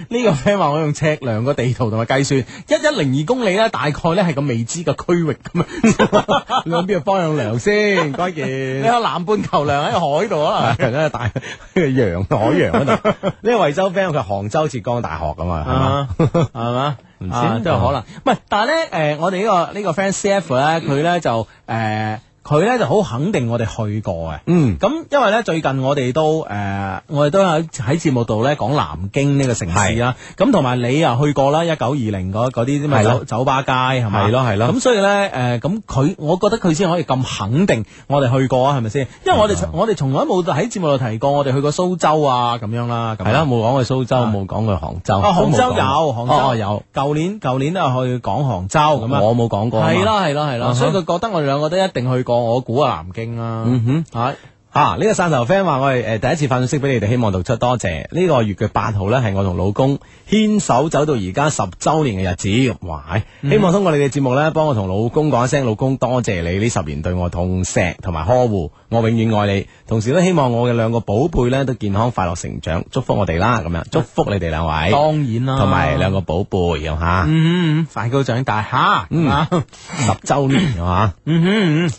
[SPEAKER 1] 呢個 friend 話我用尺量個地圖同埋計算一一零二公里咧，大概咧係個未知嘅區域咁啊， <laughs> 兩邊嘅方向量先，關鍵 <laughs> 你有南半球量喺海度啊可能。
[SPEAKER 3] 人咧大 <laughs> 洋海洋嗰度，呢個惠州 friend 佢係杭州浙江大學噶嘛，
[SPEAKER 1] <laughs>
[SPEAKER 3] 係嘛？
[SPEAKER 1] 啊，係嘛？唔
[SPEAKER 3] 知
[SPEAKER 1] 都有可能。唔係，但係咧，诶，我哋呢個呢個 friend C F 咧，佢咧就诶，佢咧就好肯定我哋去過嘅。
[SPEAKER 3] 嗯，
[SPEAKER 1] 咁因為咧最近我哋都誒、呃我哋都喺喺節目度咧講南京呢個城市啦。咁同埋你又去過啦，一九二零嗰嗰啲
[SPEAKER 3] 係
[SPEAKER 1] 咩
[SPEAKER 3] 啦
[SPEAKER 1] 酒酒吧街係咪？
[SPEAKER 3] 係咯係咯
[SPEAKER 1] 咁所以咧誒，咁佢我覺得佢先可以咁肯定我哋去過啊，係咪先？因為我哋從我哋從來冇喺節目度提過我哋去過蘇州啊咁樣啦。咁
[SPEAKER 3] 係啦，冇講佢蘇州，冇講佢杭州，
[SPEAKER 1] 啊，杭州
[SPEAKER 3] 都冇講
[SPEAKER 1] 有，杭州
[SPEAKER 3] 哦哦有，
[SPEAKER 1] 舊年舊年都係去講杭州咁啊。
[SPEAKER 3] 我冇講過啊嘛，
[SPEAKER 1] 係啦係啦係
[SPEAKER 3] 啊
[SPEAKER 1] 啦，
[SPEAKER 3] 哈
[SPEAKER 1] 所以佢覺得我哋兩個都一定去過，我估啊南京啦。
[SPEAKER 3] 嗯
[SPEAKER 1] 哼，係。
[SPEAKER 3] 啊！呢、個汕頭 friend 話我係呃誒第一次發信息俾你哋，希望讀出多謝。呢、個月嘅八號呢，係我同老公牽手走到而家十週年嘅日子，哇！希望通過你哋節目呢，幫我同老公講一聲，老公多謝你呢十年對我痛錫同埋呵護，我永遠愛你。同時都希望我嘅兩個寶貝呢，都健康快樂成長，祝福我哋啦，咁樣祝福你哋兩位，
[SPEAKER 1] 當然啦，
[SPEAKER 3] 同埋兩個寶貝咁嚇，
[SPEAKER 1] 嗯，快高長大吓，
[SPEAKER 3] 嗯
[SPEAKER 1] 啊
[SPEAKER 3] 十週年咁嚇。
[SPEAKER 1] 嗯哼嗯。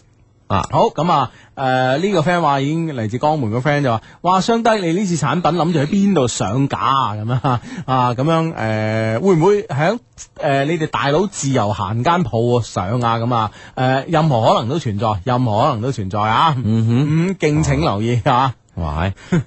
[SPEAKER 3] 啊
[SPEAKER 1] 好咁啊！誒、呢、個 friend 話已經嚟自江門個 friend 就話：，哇，相低你呢次產品諗住喺邊度上架啊？咁啊啊咁樣誒、會唔會喺誒、你哋大佬自由行間鋪上啊？咁啊誒、任何可能都存在，任何可能都存在啊！嗯哼，嗯，敬請留意啊！
[SPEAKER 3] 喂，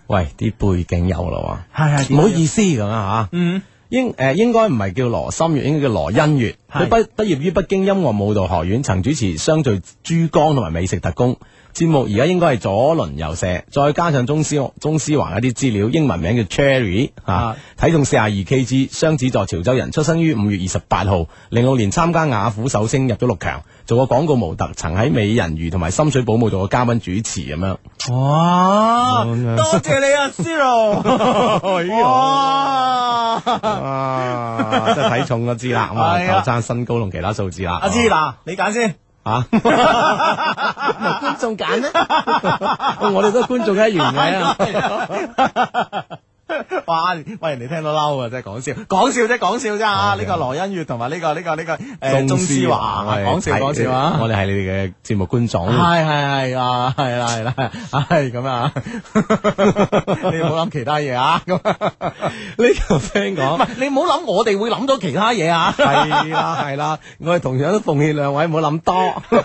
[SPEAKER 3] 喂，啲背景有啦
[SPEAKER 1] 係
[SPEAKER 3] 喎，唔好意思咁啊吓，
[SPEAKER 1] 嗯，
[SPEAKER 3] 應誒應該唔係叫羅心月，應該叫羅欣月。
[SPEAKER 1] 係
[SPEAKER 3] 佢畢畢業於北京音樂舞蹈學院，曾主持相聚珠江同埋美食特工節目。而家應該係左鄰右舍，再加上鍾思鍾思華一啲資料，英文名叫 Cherry 嚇、
[SPEAKER 1] 啊
[SPEAKER 3] 體重四廿二 kg，雙子座潮州人，出生於五月二十八號，零六年參加雅虎首星入咗六強，做過廣告模特，曾喺美人魚同埋深水埗舞做過嘉賓主持咁樣。
[SPEAKER 1] 哇！
[SPEAKER 3] 咁樣
[SPEAKER 1] 多謝你啊，Zero！哇！
[SPEAKER 3] 啊，即系睇重嗰支啦，咁
[SPEAKER 1] 係啊
[SPEAKER 3] 啊，就爭身高同其他數字啦。
[SPEAKER 1] 阿芝嗱，你揀先。
[SPEAKER 3] 啊，咪观众拣咧， <laughs> 我哋都观众一员位啊。
[SPEAKER 1] 啊
[SPEAKER 3] <laughs>
[SPEAKER 1] 哇！喂，人哋聽到嬲啊，真係講笑，講笑啫，講笑啫啊！呢個羅欣月同埋呢個呢個呢個誒鐘思華，啊講笑講笑啊！
[SPEAKER 3] 我哋係你哋嘅節目觀眾。
[SPEAKER 1] 係係係啊，係啦係啦，係咁啊！ <laughs> 你唔好諗其他嘢啊！咁
[SPEAKER 3] 個 friend
[SPEAKER 1] 唔係你唔好諗我哋會諗到其他嘢啊！
[SPEAKER 3] 係啦係啦，我哋同樣都奉勸兩位唔好諗多，
[SPEAKER 1] <laughs>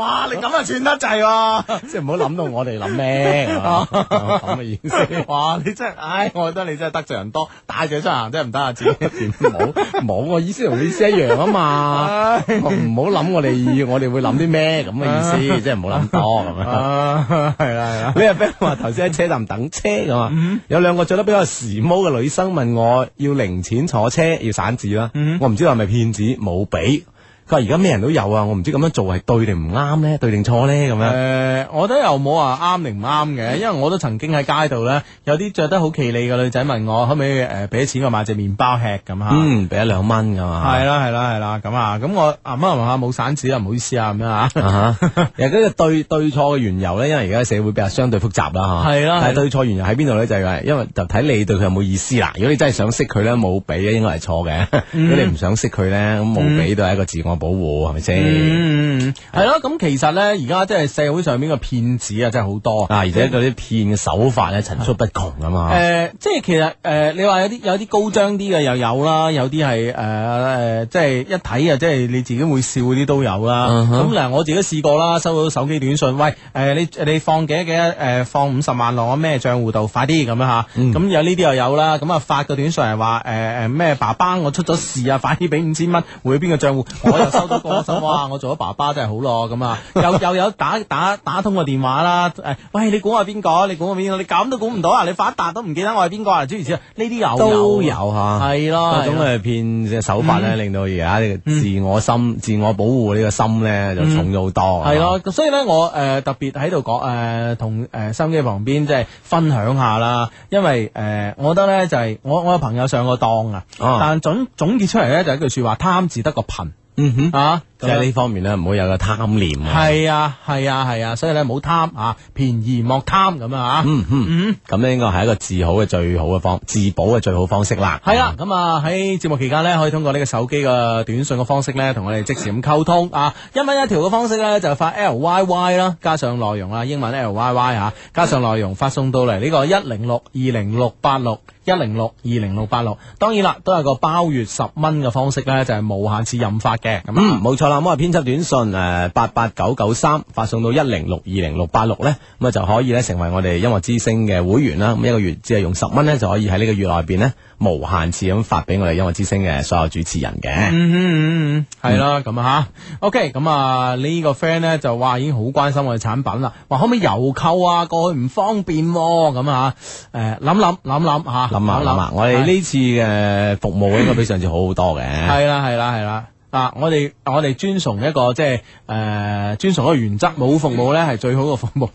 [SPEAKER 1] 哇！你咁啊串得滯喎！
[SPEAKER 3] <laughs> 即係唔好諗到我哋諗咩
[SPEAKER 1] <laughs>
[SPEAKER 3] 啊咁嘅意思。
[SPEAKER 1] 哇！你真係，唉，我覺得你真係得罪人多，帶住佢出行真係唔得啊！ <laughs> 自己
[SPEAKER 3] 點冇冇，我意思同你意思一樣啊嘛，唔好諗我哋，我哋會諗啲咩咁嘅意思，即係唔好諗
[SPEAKER 1] <laughs>
[SPEAKER 3] 多
[SPEAKER 1] 哦
[SPEAKER 3] 咁樣。
[SPEAKER 1] 啊，係啦係啦。
[SPEAKER 3] 呢個 friend 話頭先喺車站等車咁啊，
[SPEAKER 1] 嗯
[SPEAKER 3] 有兩個着得比較時髦嘅女生問我要零錢坐車要散紙啦，
[SPEAKER 1] 嗯
[SPEAKER 3] 我唔知道係咪騙子冇俾。佢話而家咩人都有啊，我唔知咁樣做係對定唔啱咧，對定錯咧咁
[SPEAKER 1] 誒、
[SPEAKER 3] 樣。
[SPEAKER 1] 呃我覺得又冇話啱定唔啱嘅，因為我都曾經喺街度咧，有啲着得好企理嘅女仔問我，可唔可以誒俾錢我買隻麵包吃咁嚇？
[SPEAKER 3] 嗯，俾一兩蚊噶嘛。
[SPEAKER 1] 係啦係啦係啦，咁啊，咁我啊問問下冇散紙啊，唔好意思啊咁樣啊。
[SPEAKER 3] 啊
[SPEAKER 1] <laughs>
[SPEAKER 3] 哈！又嗰個對對錯嘅緣由咧，因為而家社會比較相對複雜啦嚇。
[SPEAKER 1] 係啦
[SPEAKER 3] 但係
[SPEAKER 1] 係
[SPEAKER 3] 對錯緣由喺邊度咧？就係、因為就睇你對佢有冇意思
[SPEAKER 1] 嗯
[SPEAKER 3] 啊 <laughs> 啦。如果你真係想識佢咧，冇俾咧應該係錯嘅；如果你唔想識佢咧，咁冇俾都係一個自我保護，係咪先？
[SPEAKER 1] 嗯，系咯，咁其實咧，而家即係社會上面嘅騙子啊，真係好多
[SPEAKER 3] 啊，而且嗰啲騙嘅手法咧層出不窮啊嘛。
[SPEAKER 1] 诶、即係其實诶、誒你話有啲有啲高張啲嘅又有啦，有啲係诶诶，即係一睇啊，即係你自己會笑嗰啲都有啦。
[SPEAKER 3] 嗯
[SPEAKER 1] 咁
[SPEAKER 3] 哼
[SPEAKER 1] 嗱、我自己試過啦，收到手機短信，喂，诶、你你放幾多幾多诶，放五十萬落我咩帳户度，快啲咁樣吓。咁、有呢啲又有啦，咁啊發個短信係話诶诶咩爸爸，我出咗事啊， <laughs> 快啲俾五千蚊匯去邊個帳户？我又收到個，我心哇，我做咗爸爸真係好咯，咁啊，又 <laughs> 又有打打打通個電話啦，诶、喂，你估我係邊個？你估我邊個？你咁都估唔到啊！你發達都唔記得我係邊個啊？諸如此類，呢啲有
[SPEAKER 3] 都有
[SPEAKER 1] 有
[SPEAKER 3] 吓，
[SPEAKER 1] 係咯
[SPEAKER 3] 嗰種
[SPEAKER 1] 係
[SPEAKER 3] 嘅騙嘅手法咧，令到而家呢個自我心、自我保護呢個心咧就重咗好多。啊
[SPEAKER 1] 系嗯咯，咁所以咧，我诶、呃特別喺度講诶，同诶收音機旁邊即係分享下啦，因為诶、呃我覺得咧就係我我有朋友上過當啊，
[SPEAKER 3] 啊
[SPEAKER 1] 但總總結出嚟咧就係一句说話，貪字得個貧
[SPEAKER 3] 嗯哼，
[SPEAKER 1] 啊，
[SPEAKER 3] 就係呢方面咧，唔好有個貪念啊。
[SPEAKER 1] 系啊係啊係啊，所以咧冇貪啊，便宜莫貪咁啊
[SPEAKER 3] 嗯
[SPEAKER 1] 嗯
[SPEAKER 3] 嗯，咁呢應該係一個自好嘅最好嘅方，自保嘅最好方式啦。
[SPEAKER 1] 系啦，咁啊喺節目期間呢，可以通過呢個手機嘅短信嘅方式呢，同我哋即時咁溝通啊。一蚊一條嘅方式呢，就發 L Y Y 啦，加上內容啦，英文 L Y Y 吓，加上內容發送到嚟呢個一零六二零六八六一零六二零六八六。當然啦，都有個包月十蚊嘅方式呢，就係、無限次任發嘅咁啊
[SPEAKER 3] 嗯，。冇錯啦，咁啊編輯短信誒八八九九三發送到一零六二零六八六咧，咁啊就可以咧成為我哋音樂之星嘅會員啦。咁一個月只係用十蚊咧，就可以喺呢個月內邊咧無限次咁發俾我哋音樂之星嘅所有主持人嘅。
[SPEAKER 1] 嗯嗯嗯，系啦，咁啊吓，OK，咁啊呢個 friend 咧就話已經好關心我哋產品啦，話可唔可以郵購啊？過去唔方便喎咁啊，诶諗諗諗諗吓，
[SPEAKER 3] 諗下諗啊下，我哋呢次嘅服務應該比上次好好多嘅。
[SPEAKER 1] 係啦係啦係啦。啊！我哋我哋專崇一個即係诶，專崇一個原則，冇服務咧係最好嘅服務。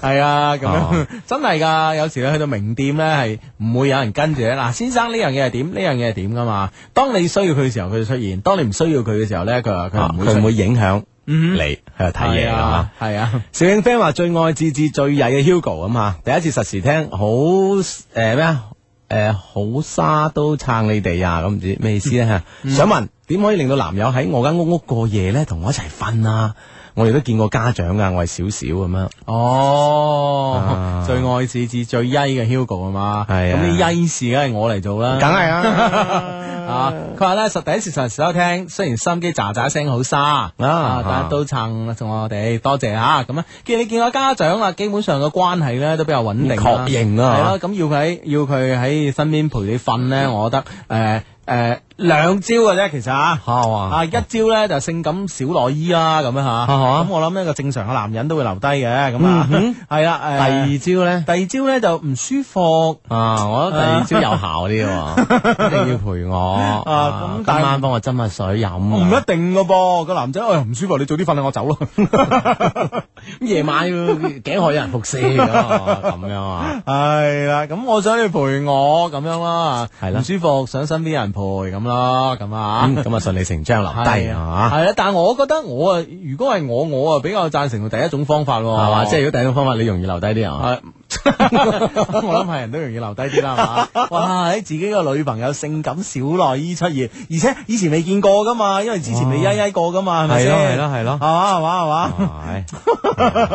[SPEAKER 1] 係啊，咁樣
[SPEAKER 3] 哦
[SPEAKER 1] 真係㗎。有時咧去到名店咧係唔會有人跟住咧。嗱，先生呢樣嘢係點？呢樣嘢係點㗎嘛？當你需要佢嘅時候，佢就出現；當你唔需要佢嘅時候咧，佢話
[SPEAKER 3] 啊
[SPEAKER 1] 佢唔會
[SPEAKER 3] 佢唔
[SPEAKER 1] 出
[SPEAKER 3] 會影響
[SPEAKER 1] 嗯
[SPEAKER 3] 你喺度睇嘢
[SPEAKER 1] 係
[SPEAKER 3] 㗎嘛
[SPEAKER 1] 啊，係啊。
[SPEAKER 3] 小影 friend 話最愛自至最曳嘅 Hugo 咁吓，第一次實時聽好诶咩啊？诶、好沙都撐你哋啊！咁唔知咩意思咧吓？
[SPEAKER 1] 嗯
[SPEAKER 3] 想問點可以令到男友喺我間屋屋過夜咧，同我一齊瞓啊？我哋都見過家長噶，我係少少咁樣。
[SPEAKER 1] 哦，
[SPEAKER 3] 啊
[SPEAKER 1] 最愛至至最曳嘅 Hugo 啊嘛，
[SPEAKER 3] 係啊
[SPEAKER 1] 咁啲曳事梗係我嚟做啦，
[SPEAKER 3] 梗係啊
[SPEAKER 1] <laughs> 啊！佢話咧，實第一次實時收聽，雖然心機喳喳聲好沙啊，但係都撐我哋，多謝吓咁啊！見你見我家長啦，基本上嘅關係咧都比較穩定啦，
[SPEAKER 3] 嗯確認啊啦
[SPEAKER 1] 係咯，咁要佢喺要佢喺身邊陪你瞓咧，我覺得诶诶兩招嘅啫，其實啊。
[SPEAKER 3] 吓哇！
[SPEAKER 1] 啊，一招咧就性感小內衣啊啦，咁樣吓。
[SPEAKER 3] 哈
[SPEAKER 1] 咁我諗呢個正常嘅男人都會留低嘅，咁啊， <laughs> 係啦。
[SPEAKER 3] 嗯第
[SPEAKER 1] 誒
[SPEAKER 3] 二招咧
[SPEAKER 1] 第二招咧就唔舒服。
[SPEAKER 3] 啊，我覺得第二招有效
[SPEAKER 1] <laughs>
[SPEAKER 3] 啲喎，一定要陪我
[SPEAKER 1] 啊咁
[SPEAKER 3] 今
[SPEAKER 1] 但係哦
[SPEAKER 3] 晚幫我斟下水飲。啊
[SPEAKER 1] 唔一定噶噃，個男仔哎呀唔舒服，你早啲瞓啦，我走
[SPEAKER 3] <laughs>
[SPEAKER 1] 咯。
[SPEAKER 3] 夜晚要頸渴有人服侍咁啊咁樣啊。
[SPEAKER 1] 係啦，咁我想你陪我咁樣啦，
[SPEAKER 3] 係啦
[SPEAKER 1] 唔舒服，想身邊有人陪咁咯，咁啊。
[SPEAKER 3] 咁咁啊，順理成章留低
[SPEAKER 1] 係
[SPEAKER 3] 啊，
[SPEAKER 1] 係啦，但係我覺得我啊，如果係我，我啊比較贊成第一種方法喎，
[SPEAKER 3] 係嘛？即係如果第一種方法，你容易留低啲哦啊。
[SPEAKER 1] 係 <laughs> 我諗係人都容易留低啲啦，係嘛？哇！喺自己個女朋友性感小內衣出現，而且以前未見過噶嘛，因為之前未曳曳過噶嘛，係咪先？
[SPEAKER 3] 係咯係咯係咯
[SPEAKER 1] 係嘛係嘛係嘛。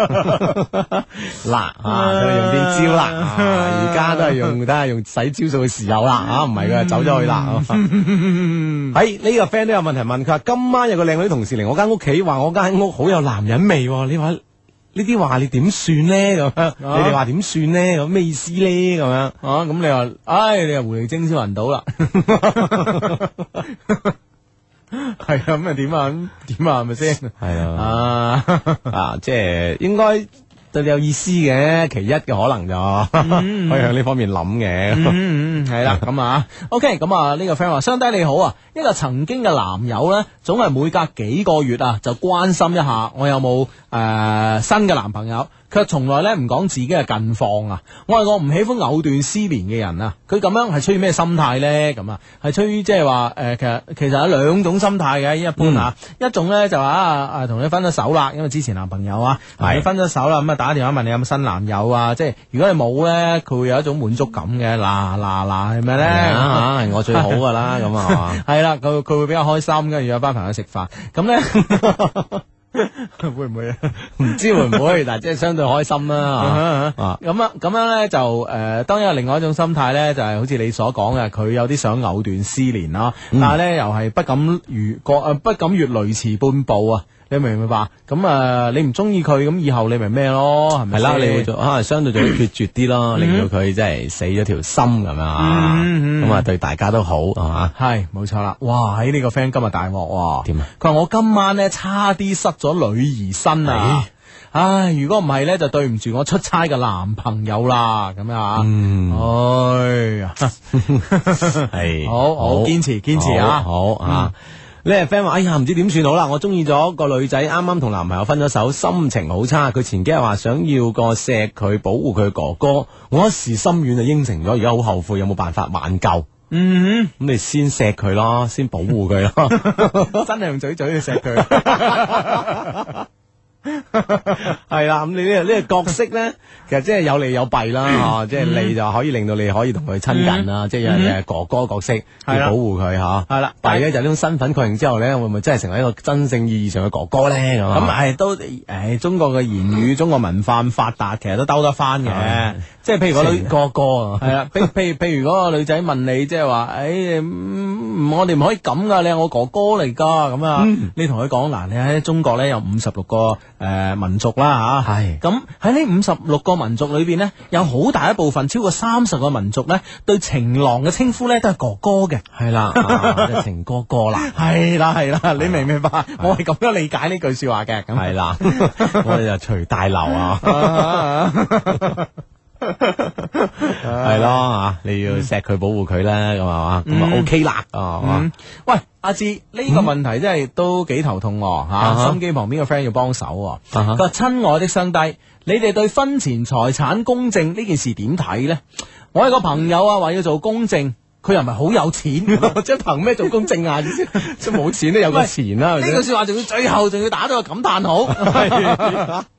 [SPEAKER 3] 係嗱啊，都係用啲招啦，
[SPEAKER 1] <laughs>
[SPEAKER 3] 啊而家都係用，都係用使招數嘅時候啦，啊，唔係佢就走咗去啦。
[SPEAKER 1] <laughs>
[SPEAKER 3] 喺呢個 friend 都有問題問佢話，今晚有個靚女同事嚟我間屋企，話我間屋好有男人味喎，你話呢啲話你點算咧？咁樣啊你哋話點算咧？咁咩意思咧？咁樣
[SPEAKER 1] <laughs> 啊，咁你話，唉，你又狐狸精先暈到啦， <laughs> 係啊，咁啊點啊，咁點啊，係咪
[SPEAKER 3] <laughs>
[SPEAKER 1] 先？
[SPEAKER 3] 係啊
[SPEAKER 1] 啊， <laughs>
[SPEAKER 3] 啊，即係應該對你有意思嘅，其一嘅可能就 <laughs> 可以向呢方面諗嘅。
[SPEAKER 1] 嗯嗯，系啦，咁啊，OK，咁啊呢個 friend 話，相低你好啊，一個曾經嘅男友呢，總係每隔幾個月啊就關心一下我有冇诶、呃新嘅男朋友，卻從來咧唔講自己嘅近況啊。我係個唔喜歡藕斷絲連嘅人啊。佢咁樣係出於咩心態咧？咁啊，係出於即係話誒，其實其實有兩種心態嘅，一般啊，
[SPEAKER 3] 嗯
[SPEAKER 1] 一種咧就話啊啊同你分咗手啦，因為之前男朋友啊，
[SPEAKER 3] 係
[SPEAKER 1] 你分咗手啦，咁啊打電話問你有冇新男友啊？即係如果你冇咧，佢會有一種滿足感嘅，嗱嗱嗱係咪咧？
[SPEAKER 3] 啊，我最好噶啦，咁啊
[SPEAKER 1] <laughs>
[SPEAKER 3] 係嘛。
[SPEAKER 1] 系啦，佢佢会比較開心，跟住有班朋友食飯，咁咧
[SPEAKER 3] <laughs>
[SPEAKER 1] 會唔會啊？
[SPEAKER 3] 唔知會唔會，但即係相對開心 <laughs> 啦。啊
[SPEAKER 1] 咁啊，咁樣咧就诶、呃，当然有另外一種心態咧，就係好似你所講嘅，佢有啲想藕斷絲連啦，
[SPEAKER 3] 嗯
[SPEAKER 1] 但係咧又係不敢越過呃不敢越雷池半步啊！你明唔明白？咁啊，你唔中意佢，咁以後你咪咩咯？係咪
[SPEAKER 3] 係啦，
[SPEAKER 1] 先
[SPEAKER 3] 你會做可能相對就會決絕啲咯，令到佢真係死咗條心咁樣啊，
[SPEAKER 1] 嗯嗯嗯
[SPEAKER 3] 咁啊對大家都好係嘛。
[SPEAKER 1] 系冇錯啦，哇！喺呢個 friend 今日大鑊喎，
[SPEAKER 3] 啊點啊？
[SPEAKER 1] 佢話我今晚咧差啲失咗女兒身
[SPEAKER 3] 哎
[SPEAKER 1] 啊！唉，如果唔係咧，就對唔住我出差嘅男朋友啦，咁樣啊！
[SPEAKER 3] 嗯
[SPEAKER 1] 唉哎呀，
[SPEAKER 3] 系
[SPEAKER 1] 好好堅持堅持啊
[SPEAKER 3] 好啊。呢個 friend 話：哎呀，唔知點算好啦！我中意咗個女仔，啱啱同男朋友分咗手，心情好差。佢前幾日話想要個錫佢，保護佢哥哥。我一時心軟就應承咗，而家好後悔，有冇辦法挽救？咁
[SPEAKER 1] 嗯，
[SPEAKER 3] 你先錫佢咯，先保護佢咯。
[SPEAKER 1] <laughs> 真係用嘴嘴去錫佢，
[SPEAKER 3] <laughs> 係啦，咁你呢個呢個角色咧，其實即係有利有弊
[SPEAKER 1] 嗯
[SPEAKER 3] 啦，啊嚇，即係利就可以令到你可以同佢親近啦，即係有人嘅哥哥角色
[SPEAKER 1] 嗯係啦
[SPEAKER 3] 要保護佢嚇。
[SPEAKER 1] 係啦
[SPEAKER 3] 弊咧就係呢種身份確認之後咧，會唔會真係成為一個真正意義上嘅哥哥咧？咁
[SPEAKER 1] 咁
[SPEAKER 3] 啊
[SPEAKER 1] 係都誒中國嘅言語、中國文化咁發達，其實都兜得翻嘅
[SPEAKER 3] 係。 <laughs>
[SPEAKER 1] 即係譬如個女
[SPEAKER 3] 成哥哥啊
[SPEAKER 1] 系，
[SPEAKER 3] <laughs>
[SPEAKER 1] 啦，譬譬如譬如嗰個女仔問你，即係話，诶、嗯我哋唔可以咁噶，你係我哥哥嚟噶，咁啊，
[SPEAKER 3] 嗯
[SPEAKER 1] 你同佢講嗱，你喺中國咧有五十六個诶、呃民族啦吓，
[SPEAKER 3] 係
[SPEAKER 1] 咁喺呢五十六個民族裏边咧，有好大一部分超過三十個民族咧，對情郎嘅稱呼咧都係哥哥嘅。
[SPEAKER 3] 係
[SPEAKER 1] <laughs>
[SPEAKER 3] 啦，啊即係情哥哥啦。
[SPEAKER 1] 係啦係啦，你明唔明白？我係咁樣理解呢句说話嘅，咁 <laughs>
[SPEAKER 3] 係啦，我哋就隨大流啊， <laughs> 係咯啊，你要錫佢保護佢啦，咁係嘛，咁啊 OK 啦，啊係嘛
[SPEAKER 1] 嗯，喂，阿志呢個問題真係都幾頭痛喎
[SPEAKER 3] 嗯啊
[SPEAKER 1] 吓，
[SPEAKER 3] 哈
[SPEAKER 1] 心機旁邊嘅 friend 要幫手喎。佢
[SPEAKER 3] 啊
[SPEAKER 1] 話親愛的上帝，你哋對婚前財產公證呢件事點睇呢？我有個朋友啊，話要做公證，佢又唔係好有
[SPEAKER 3] <laughs>
[SPEAKER 1] 錢， <laughs> 即係憑咩做公證啊？
[SPEAKER 3] 即係冇錢都有個
[SPEAKER 1] 喂
[SPEAKER 3] 錢啦，係
[SPEAKER 1] 呢
[SPEAKER 3] 咪
[SPEAKER 1] 句
[SPEAKER 3] 先
[SPEAKER 1] 说話仲要最後仲要打到個感嘆 <laughs> 號，
[SPEAKER 3] <laughs>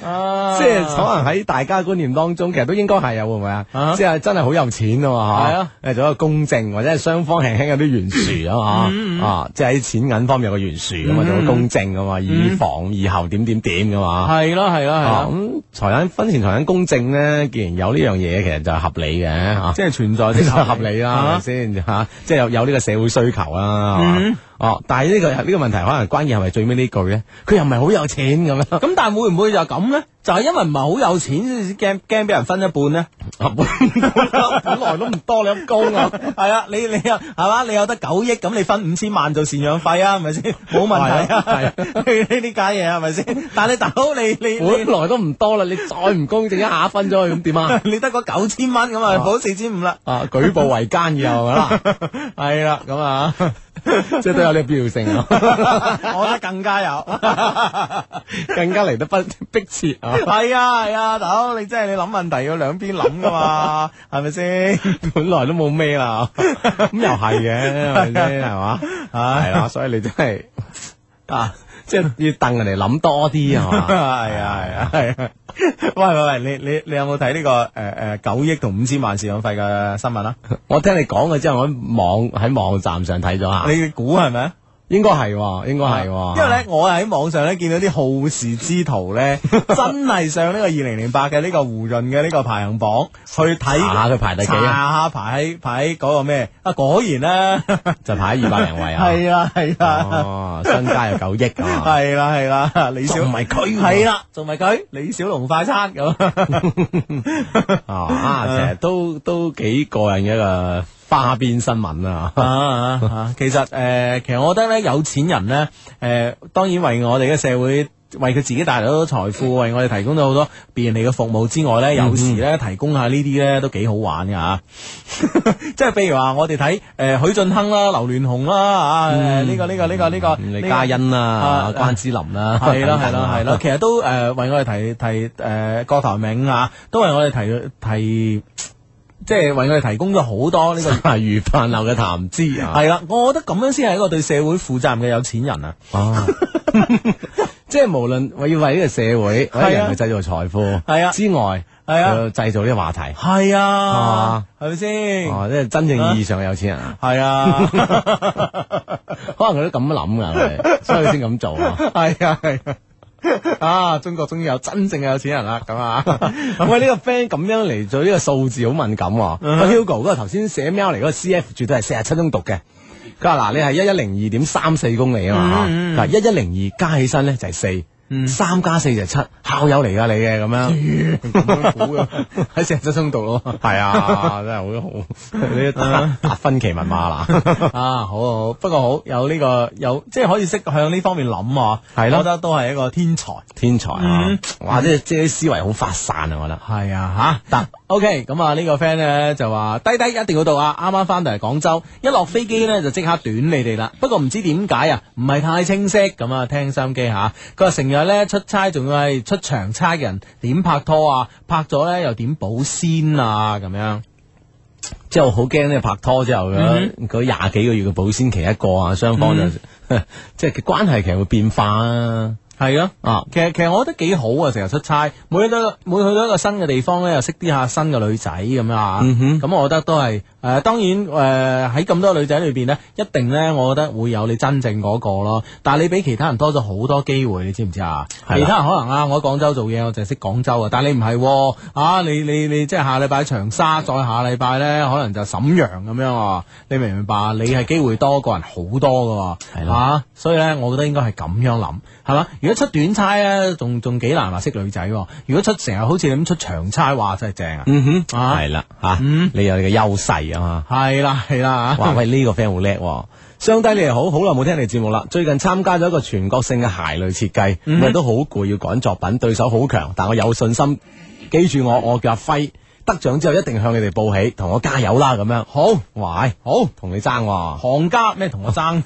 [SPEAKER 1] 啊
[SPEAKER 3] 即係可能喺大家觀念當中，其實都應該係啊，會唔會啊
[SPEAKER 1] 啊？
[SPEAKER 3] 即係真係好有錢啊嘛，
[SPEAKER 1] 係啊
[SPEAKER 3] 誒做一個公證或者係雙方輕輕有啲懸殊啊嘛，啊，即係喺錢銀方面有個懸殊咁啊，做個公證啊嘛，以防以後點點點噶嘛。
[SPEAKER 1] 係咯係咯係
[SPEAKER 3] 啊
[SPEAKER 1] 咯，
[SPEAKER 3] 咁財產婚前財產公證咧，既然有呢樣嘢，其實就係合理嘅嚇。
[SPEAKER 1] 即係存在
[SPEAKER 3] 呢
[SPEAKER 1] 即
[SPEAKER 3] 個
[SPEAKER 1] 係啊
[SPEAKER 3] 合理啦，係咪先吓？即係有有呢個社會需求啦，
[SPEAKER 1] 嗯
[SPEAKER 3] 係嘛哦，但係呢個呢個問題可能關鍵係咪最尾呢句咧？佢又唔係好有錢咁樣。
[SPEAKER 1] 咁但係會唔會就係咁呢？就係因為唔係好有錢，先至驚驚俾人分一半
[SPEAKER 3] <laughs>
[SPEAKER 1] 呢？
[SPEAKER 3] 啊本來都唔多兩公啊，
[SPEAKER 1] <laughs> 係啊，你你啊，係嘛？你有得九億，咁你分五千萬做赡養費啊，係咪先？冇問題啊，係
[SPEAKER 3] 係
[SPEAKER 1] 呢呢家嘢係咪先？但係你大佬，你你
[SPEAKER 3] 本
[SPEAKER 1] 你
[SPEAKER 3] 來都唔多啦，你再唔公正一下分咗佢咁點啊？
[SPEAKER 1] <laughs> 你得嗰九千蚊咁啊，補四千五啦，
[SPEAKER 3] 啊，舉步維艱以
[SPEAKER 1] <laughs>
[SPEAKER 3] 後啦，
[SPEAKER 1] 係啦，咁啊，
[SPEAKER 3] <laughs> 即係都有呢個必要性啊，
[SPEAKER 1] <laughs> 我覺得更加有，
[SPEAKER 3] 更加嚟得不 <laughs> 迫切啊！
[SPEAKER 1] 係啊係啊，大佬，你真係你諗問題要兩邊諗噶
[SPEAKER 3] <laughs>
[SPEAKER 1] 嘛，係咪先？
[SPEAKER 3] 本來都冇咩啦，咁又係嘅，係
[SPEAKER 1] <laughs>
[SPEAKER 3] 咪
[SPEAKER 1] 啊
[SPEAKER 3] 先係嘛？係啦，所以你真係啊，即係要等人哋諗多啲啊
[SPEAKER 1] <laughs> 係
[SPEAKER 3] 嘛。
[SPEAKER 1] 啊係啊係啊！喂喂喂，你你你有冇睇呢個誒誒九億同五千萬贍養費嘅新聞啊？
[SPEAKER 3] 我聽你講嘅之後，我喺網喺網站上睇咗下，
[SPEAKER 1] 你估係咪啊？
[SPEAKER 3] 應該係喎，應該係喎。
[SPEAKER 1] 因為咧，我喺網上咧見到啲好事之徒
[SPEAKER 3] <laughs>
[SPEAKER 1] 咧，真係上呢個二零零八嘅呢個胡潤嘅呢個排行榜去睇
[SPEAKER 3] 查下佢排第幾啊？
[SPEAKER 1] 查下排喺排喺嗰個咩啊？果然
[SPEAKER 3] <laughs>
[SPEAKER 1] 咧，
[SPEAKER 3] 就排喺
[SPEAKER 1] <laughs>
[SPEAKER 3] 二百零位啊。
[SPEAKER 1] 係啦係啦
[SPEAKER 3] 哦，身家有九億啊！
[SPEAKER 1] 係啦係啦，李小
[SPEAKER 3] 仲唔係佢
[SPEAKER 1] 係啦，仲咪佢李小龍快餐咁。
[SPEAKER 3] 啊啊，
[SPEAKER 1] 嗯
[SPEAKER 3] 成日都都幾過癮嘅一個花邊新聞
[SPEAKER 1] <laughs>
[SPEAKER 3] 啊！
[SPEAKER 1] 啊呃啊啊！其實誒、呃其實我覺得咧，有錢人咧，誒、當然為我哋嘅社會為佢自己帶來咗財富，為
[SPEAKER 3] 嗯
[SPEAKER 1] 我哋提供咗好多便利嘅服務之外咧，有時咧提供下呢啲咧都幾好玩㗎吓。 <laughs> 即係譬如話我哋睇誒許晉亨啦、劉鑾雄啦啊，誒呢個呢個呢個呢個
[SPEAKER 3] 嗯李嘉欣啦
[SPEAKER 1] 啊、
[SPEAKER 3] 關之琳啦，
[SPEAKER 1] 系
[SPEAKER 3] <laughs>
[SPEAKER 1] 啦系
[SPEAKER 3] 等等
[SPEAKER 1] 啦
[SPEAKER 3] 啊
[SPEAKER 1] 系啦，，其實都诶为我哋提提诶郭台銘啊，都為我哋提提，即係為我哋提供咗好多呢個。
[SPEAKER 3] 係 <laughs> 魚飯樓嘅談資啊，
[SPEAKER 1] 係啦，我覺得咁樣先係一個對社會負責任嘅有錢人啊！
[SPEAKER 3] 啊， <laughs> 即係無論我要為呢個社會、為
[SPEAKER 1] 係啊
[SPEAKER 3] 人類製造財富，
[SPEAKER 1] 係啊
[SPEAKER 3] 之外，
[SPEAKER 1] 係啊
[SPEAKER 3] 佢要製造呢個話題，
[SPEAKER 1] 係啊
[SPEAKER 3] 啊，
[SPEAKER 1] 係咪先？
[SPEAKER 3] 哦，即係真正意義上嘅有錢人啊，
[SPEAKER 1] 係啊，
[SPEAKER 3] <laughs> 可能佢都咁諗㗎
[SPEAKER 1] <laughs>
[SPEAKER 3] 佢哋，所以佢先咁做啊。
[SPEAKER 1] 係啊，係啊。啊！中國終於有真正嘅有錢人啦，咁啊，
[SPEAKER 3] <laughs> 喂，呢個 friend 咁樣嚟做呢個數字好敏感喎。Hugo
[SPEAKER 1] 嗯
[SPEAKER 3] 嗰個頭先寫 mail 嚟嗰個 CF 絕對係四十七中讀嘅。佢話嗱，你係一一零二點三四公里啊嘛，
[SPEAKER 1] 嗯嗯嗯嗯
[SPEAKER 3] 嗱一一零二加起身咧就係四，三加四就係七，校友嚟㗎你嘅咁
[SPEAKER 1] <laughs>
[SPEAKER 3] 樣，咁樣估嘅 <laughs> 喺四十七中讀咯，係 <laughs> 啊，真係好好，你達達芬奇密碼啦，
[SPEAKER 1] <laughs> 啊，好好，不過好有呢個有，即係可以識向呢方面諗啊，
[SPEAKER 3] 係咯
[SPEAKER 1] 我覺得都係一個天才。
[SPEAKER 3] 天才啊
[SPEAKER 1] 嗯，
[SPEAKER 3] 哇，即係即係啲思維好發散啊，我覺得。
[SPEAKER 1] 係啊，吓得 OK，咁啊呢個 friend 咧就話低低一定要到啊！啱啱翻到嚟廣州，一落飛機咧就即刻短你哋啦。不過唔知點解啊，唔係太清晰咁啊，聽收音機吓。佢話成日咧出差，仲要係出長差嘅人，點拍拖啊？拍咗咧又點保鮮啊？咁樣
[SPEAKER 3] 即係我好驚咧拍拖之後嗰嗰廿幾個月嘅保鮮期一過啊，雙方就
[SPEAKER 1] <laughs>
[SPEAKER 3] 即係關係其實會變化啊。
[SPEAKER 1] 係啊。
[SPEAKER 3] 啊，
[SPEAKER 1] 其實其實我覺得幾好啊，成日出差，每去到每去到一個新嘅地方咧，又識啲下啊新嘅女仔咁樣啊。
[SPEAKER 3] 嗯哼
[SPEAKER 1] 咁、我覺得都係誒、呃，當然誒喺咁多女仔裏邊咧，一定咧，我覺得會有你真正嗰個咯。但係你比其他人多咗好多機會，你知唔知啊？
[SPEAKER 3] 係啦
[SPEAKER 1] 其他人可能啊，我喺廣州做嘢，我就係識廣州啊，但係你唔係喎啊！你你你即係下禮拜長沙，再下禮拜咧可能就瀋陽咁樣啊，你明唔明白啊？你係機會多過人好多噶、
[SPEAKER 3] 係
[SPEAKER 1] 啦、
[SPEAKER 3] 啦
[SPEAKER 1] 所以咧，我覺得應該係咁樣諗，係嘛？如果出短差咧，仲仲幾難話識女仔喎、如果出成日好似你咁出長差，話真係正啊！
[SPEAKER 3] 嗯哼，
[SPEAKER 1] 啊
[SPEAKER 3] 係啦吓，
[SPEAKER 1] 嗯
[SPEAKER 3] 你有你嘅優勢啊嘛。
[SPEAKER 1] 係啦啊係啦，
[SPEAKER 3] 哇，喂呢個 friend 好叻喎。相低你哋好，好耐冇聽你節目啦。最近參加咗一個全國性嘅鞋類設計，
[SPEAKER 1] 嗯
[SPEAKER 3] 每日都好攰，要趕作品，對手好強，但我有信心。記住我，我叫阿輝，得獎之後一定向你哋報喜，同我加油啦咁樣。好，喂，好，同你爭喎。
[SPEAKER 1] 行家咩同我爭？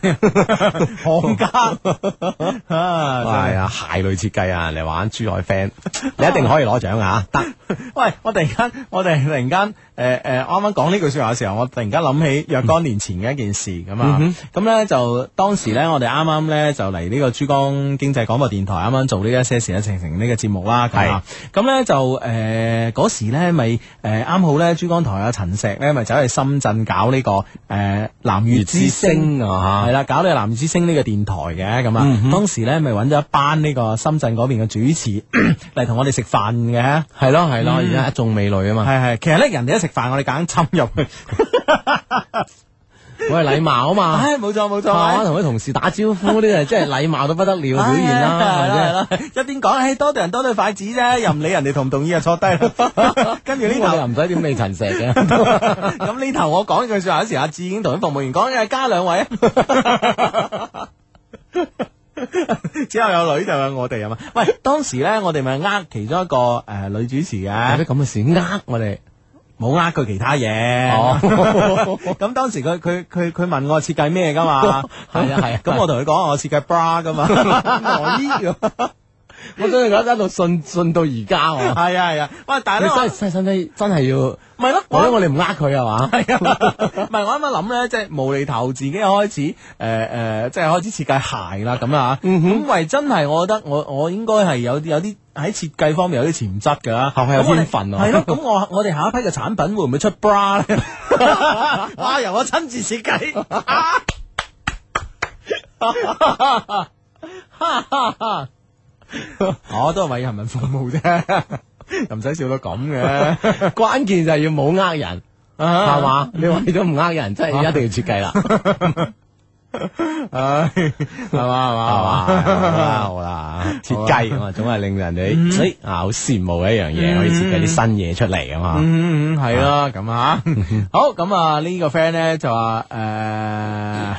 [SPEAKER 1] 行家啊！
[SPEAKER 3] 系
[SPEAKER 1] 真係
[SPEAKER 3] 啊，鞋類設計啊，嚟玩珠海 friend，你一定可以攞獎啊！得，
[SPEAKER 1] 喂，我突然間，我哋突然間，诶、诶，啱啱講呢句说話嘅時候，我突然間諗起若干年前嘅一件事咁啊。咁咧、就當時咧，我哋啱啱咧就嚟呢個珠江經濟廣播電台啱啱做呢一些事一情情呢個節目啦。咁啊，咁咧就诶嗰、時咧咪诶啱好咧珠江台啊陳石咧咪走去深圳搞呢、個个诶、南粵之星。
[SPEAKER 3] 啊嗯
[SPEAKER 1] 系啦，搞呢個男之星呢個電台嘅咁啊，當時咧咪揾咗一班呢個深圳嗰邊嘅主
[SPEAKER 3] <coughs>
[SPEAKER 1] 持嚟同我哋食飯嘅，嗯
[SPEAKER 3] 吓，係咯係咯，而家一眾美女啊嘛，
[SPEAKER 1] 係係，其實咧人哋一食飯，我哋揀侵入
[SPEAKER 3] <laughs>
[SPEAKER 1] 去，
[SPEAKER 3] 我係禮貌啊嘛，
[SPEAKER 1] 唉，冇錯冇錯。
[SPEAKER 3] 啊
[SPEAKER 1] 唉
[SPEAKER 3] 同啲同事打招呼呢個真係禮貌到不得了表現啦，
[SPEAKER 1] 係
[SPEAKER 3] 係咪先
[SPEAKER 1] 啦係啦，一邊講，唉，多對人多對筷子啫，又唔理人哋同唔同意啊，坐
[SPEAKER 3] <laughs>
[SPEAKER 1] 低啦。跟住呢
[SPEAKER 3] 咁我哋又
[SPEAKER 1] 頭，
[SPEAKER 3] 唔使點理陳石嘅，
[SPEAKER 1] 咁呢頭我講呢句说話嗰時，阿志已經同啲服務員講，誒加兩位啊。之後有女就有 <laughs> 我哋啊嘛，喂，當時咧我哋咪呃其中一個誒、呃女主持嘅
[SPEAKER 3] 有啲。咁嘅事呃我哋，
[SPEAKER 1] 冇呃佢其他嘢。
[SPEAKER 3] 哦
[SPEAKER 1] <laughs> 咁當時佢佢佢佢問我設計咩噶
[SPEAKER 3] <laughs>
[SPEAKER 1] 嘛？
[SPEAKER 3] 係啊係啊
[SPEAKER 1] 咁我同佢講我設計 bra
[SPEAKER 3] <laughs>
[SPEAKER 1] 噶嘛，內衣㗎
[SPEAKER 3] 我真係覺得一路信信到而家喎，
[SPEAKER 1] 係啊係啊。喂，但係
[SPEAKER 3] 你
[SPEAKER 1] 咧
[SPEAKER 3] 真
[SPEAKER 1] 我
[SPEAKER 3] 係真真係真係要，
[SPEAKER 1] 唔係咯，
[SPEAKER 3] 我覺得
[SPEAKER 1] 我
[SPEAKER 3] 我哋唔呃佢係嘛，
[SPEAKER 1] <laughs> 係啊，唔係我啱啱諗咧，即係無厘頭自己開始誒誒，呃即係開始設計鞋啦咁啊。
[SPEAKER 3] 嗯
[SPEAKER 1] 咁喂，真係我覺得我我應該係有啲有啲。喺設計方面有啲潛質㗎，
[SPEAKER 3] 係有
[SPEAKER 1] 咁我哋
[SPEAKER 3] 天分啊
[SPEAKER 1] 係咯，咁我我哋下一批嘅產品會唔會出 bra
[SPEAKER 3] <laughs>
[SPEAKER 1] 咧？ <laughs> 哇，由我親自設計。我都係為人民服務啫， <laughs> 又唔使笑到咁嘅，
[SPEAKER 3] <laughs>
[SPEAKER 1] 啊
[SPEAKER 3] 關鍵就係要冇呃人。
[SPEAKER 1] 係
[SPEAKER 3] 係？嘛？你為咗唔呃人，
[SPEAKER 1] 啊
[SPEAKER 3] 真係一定要設計啦，
[SPEAKER 1] <laughs> 唉，係嘛係
[SPEAKER 3] <laughs> 係嘛？
[SPEAKER 1] 嘛係嘛。
[SPEAKER 3] 好啦好啦，設計咁啊，總係令人哋
[SPEAKER 1] 嗯
[SPEAKER 3] 誒啊好羨慕嘅一樣嘢，可以設計啲新嘢出嚟啊嘛。
[SPEAKER 1] 嗯嗯嗯，
[SPEAKER 3] <laughs>
[SPEAKER 1] 啊係啦，咁啊，好咁啊，呢個 friend 咧就話誒。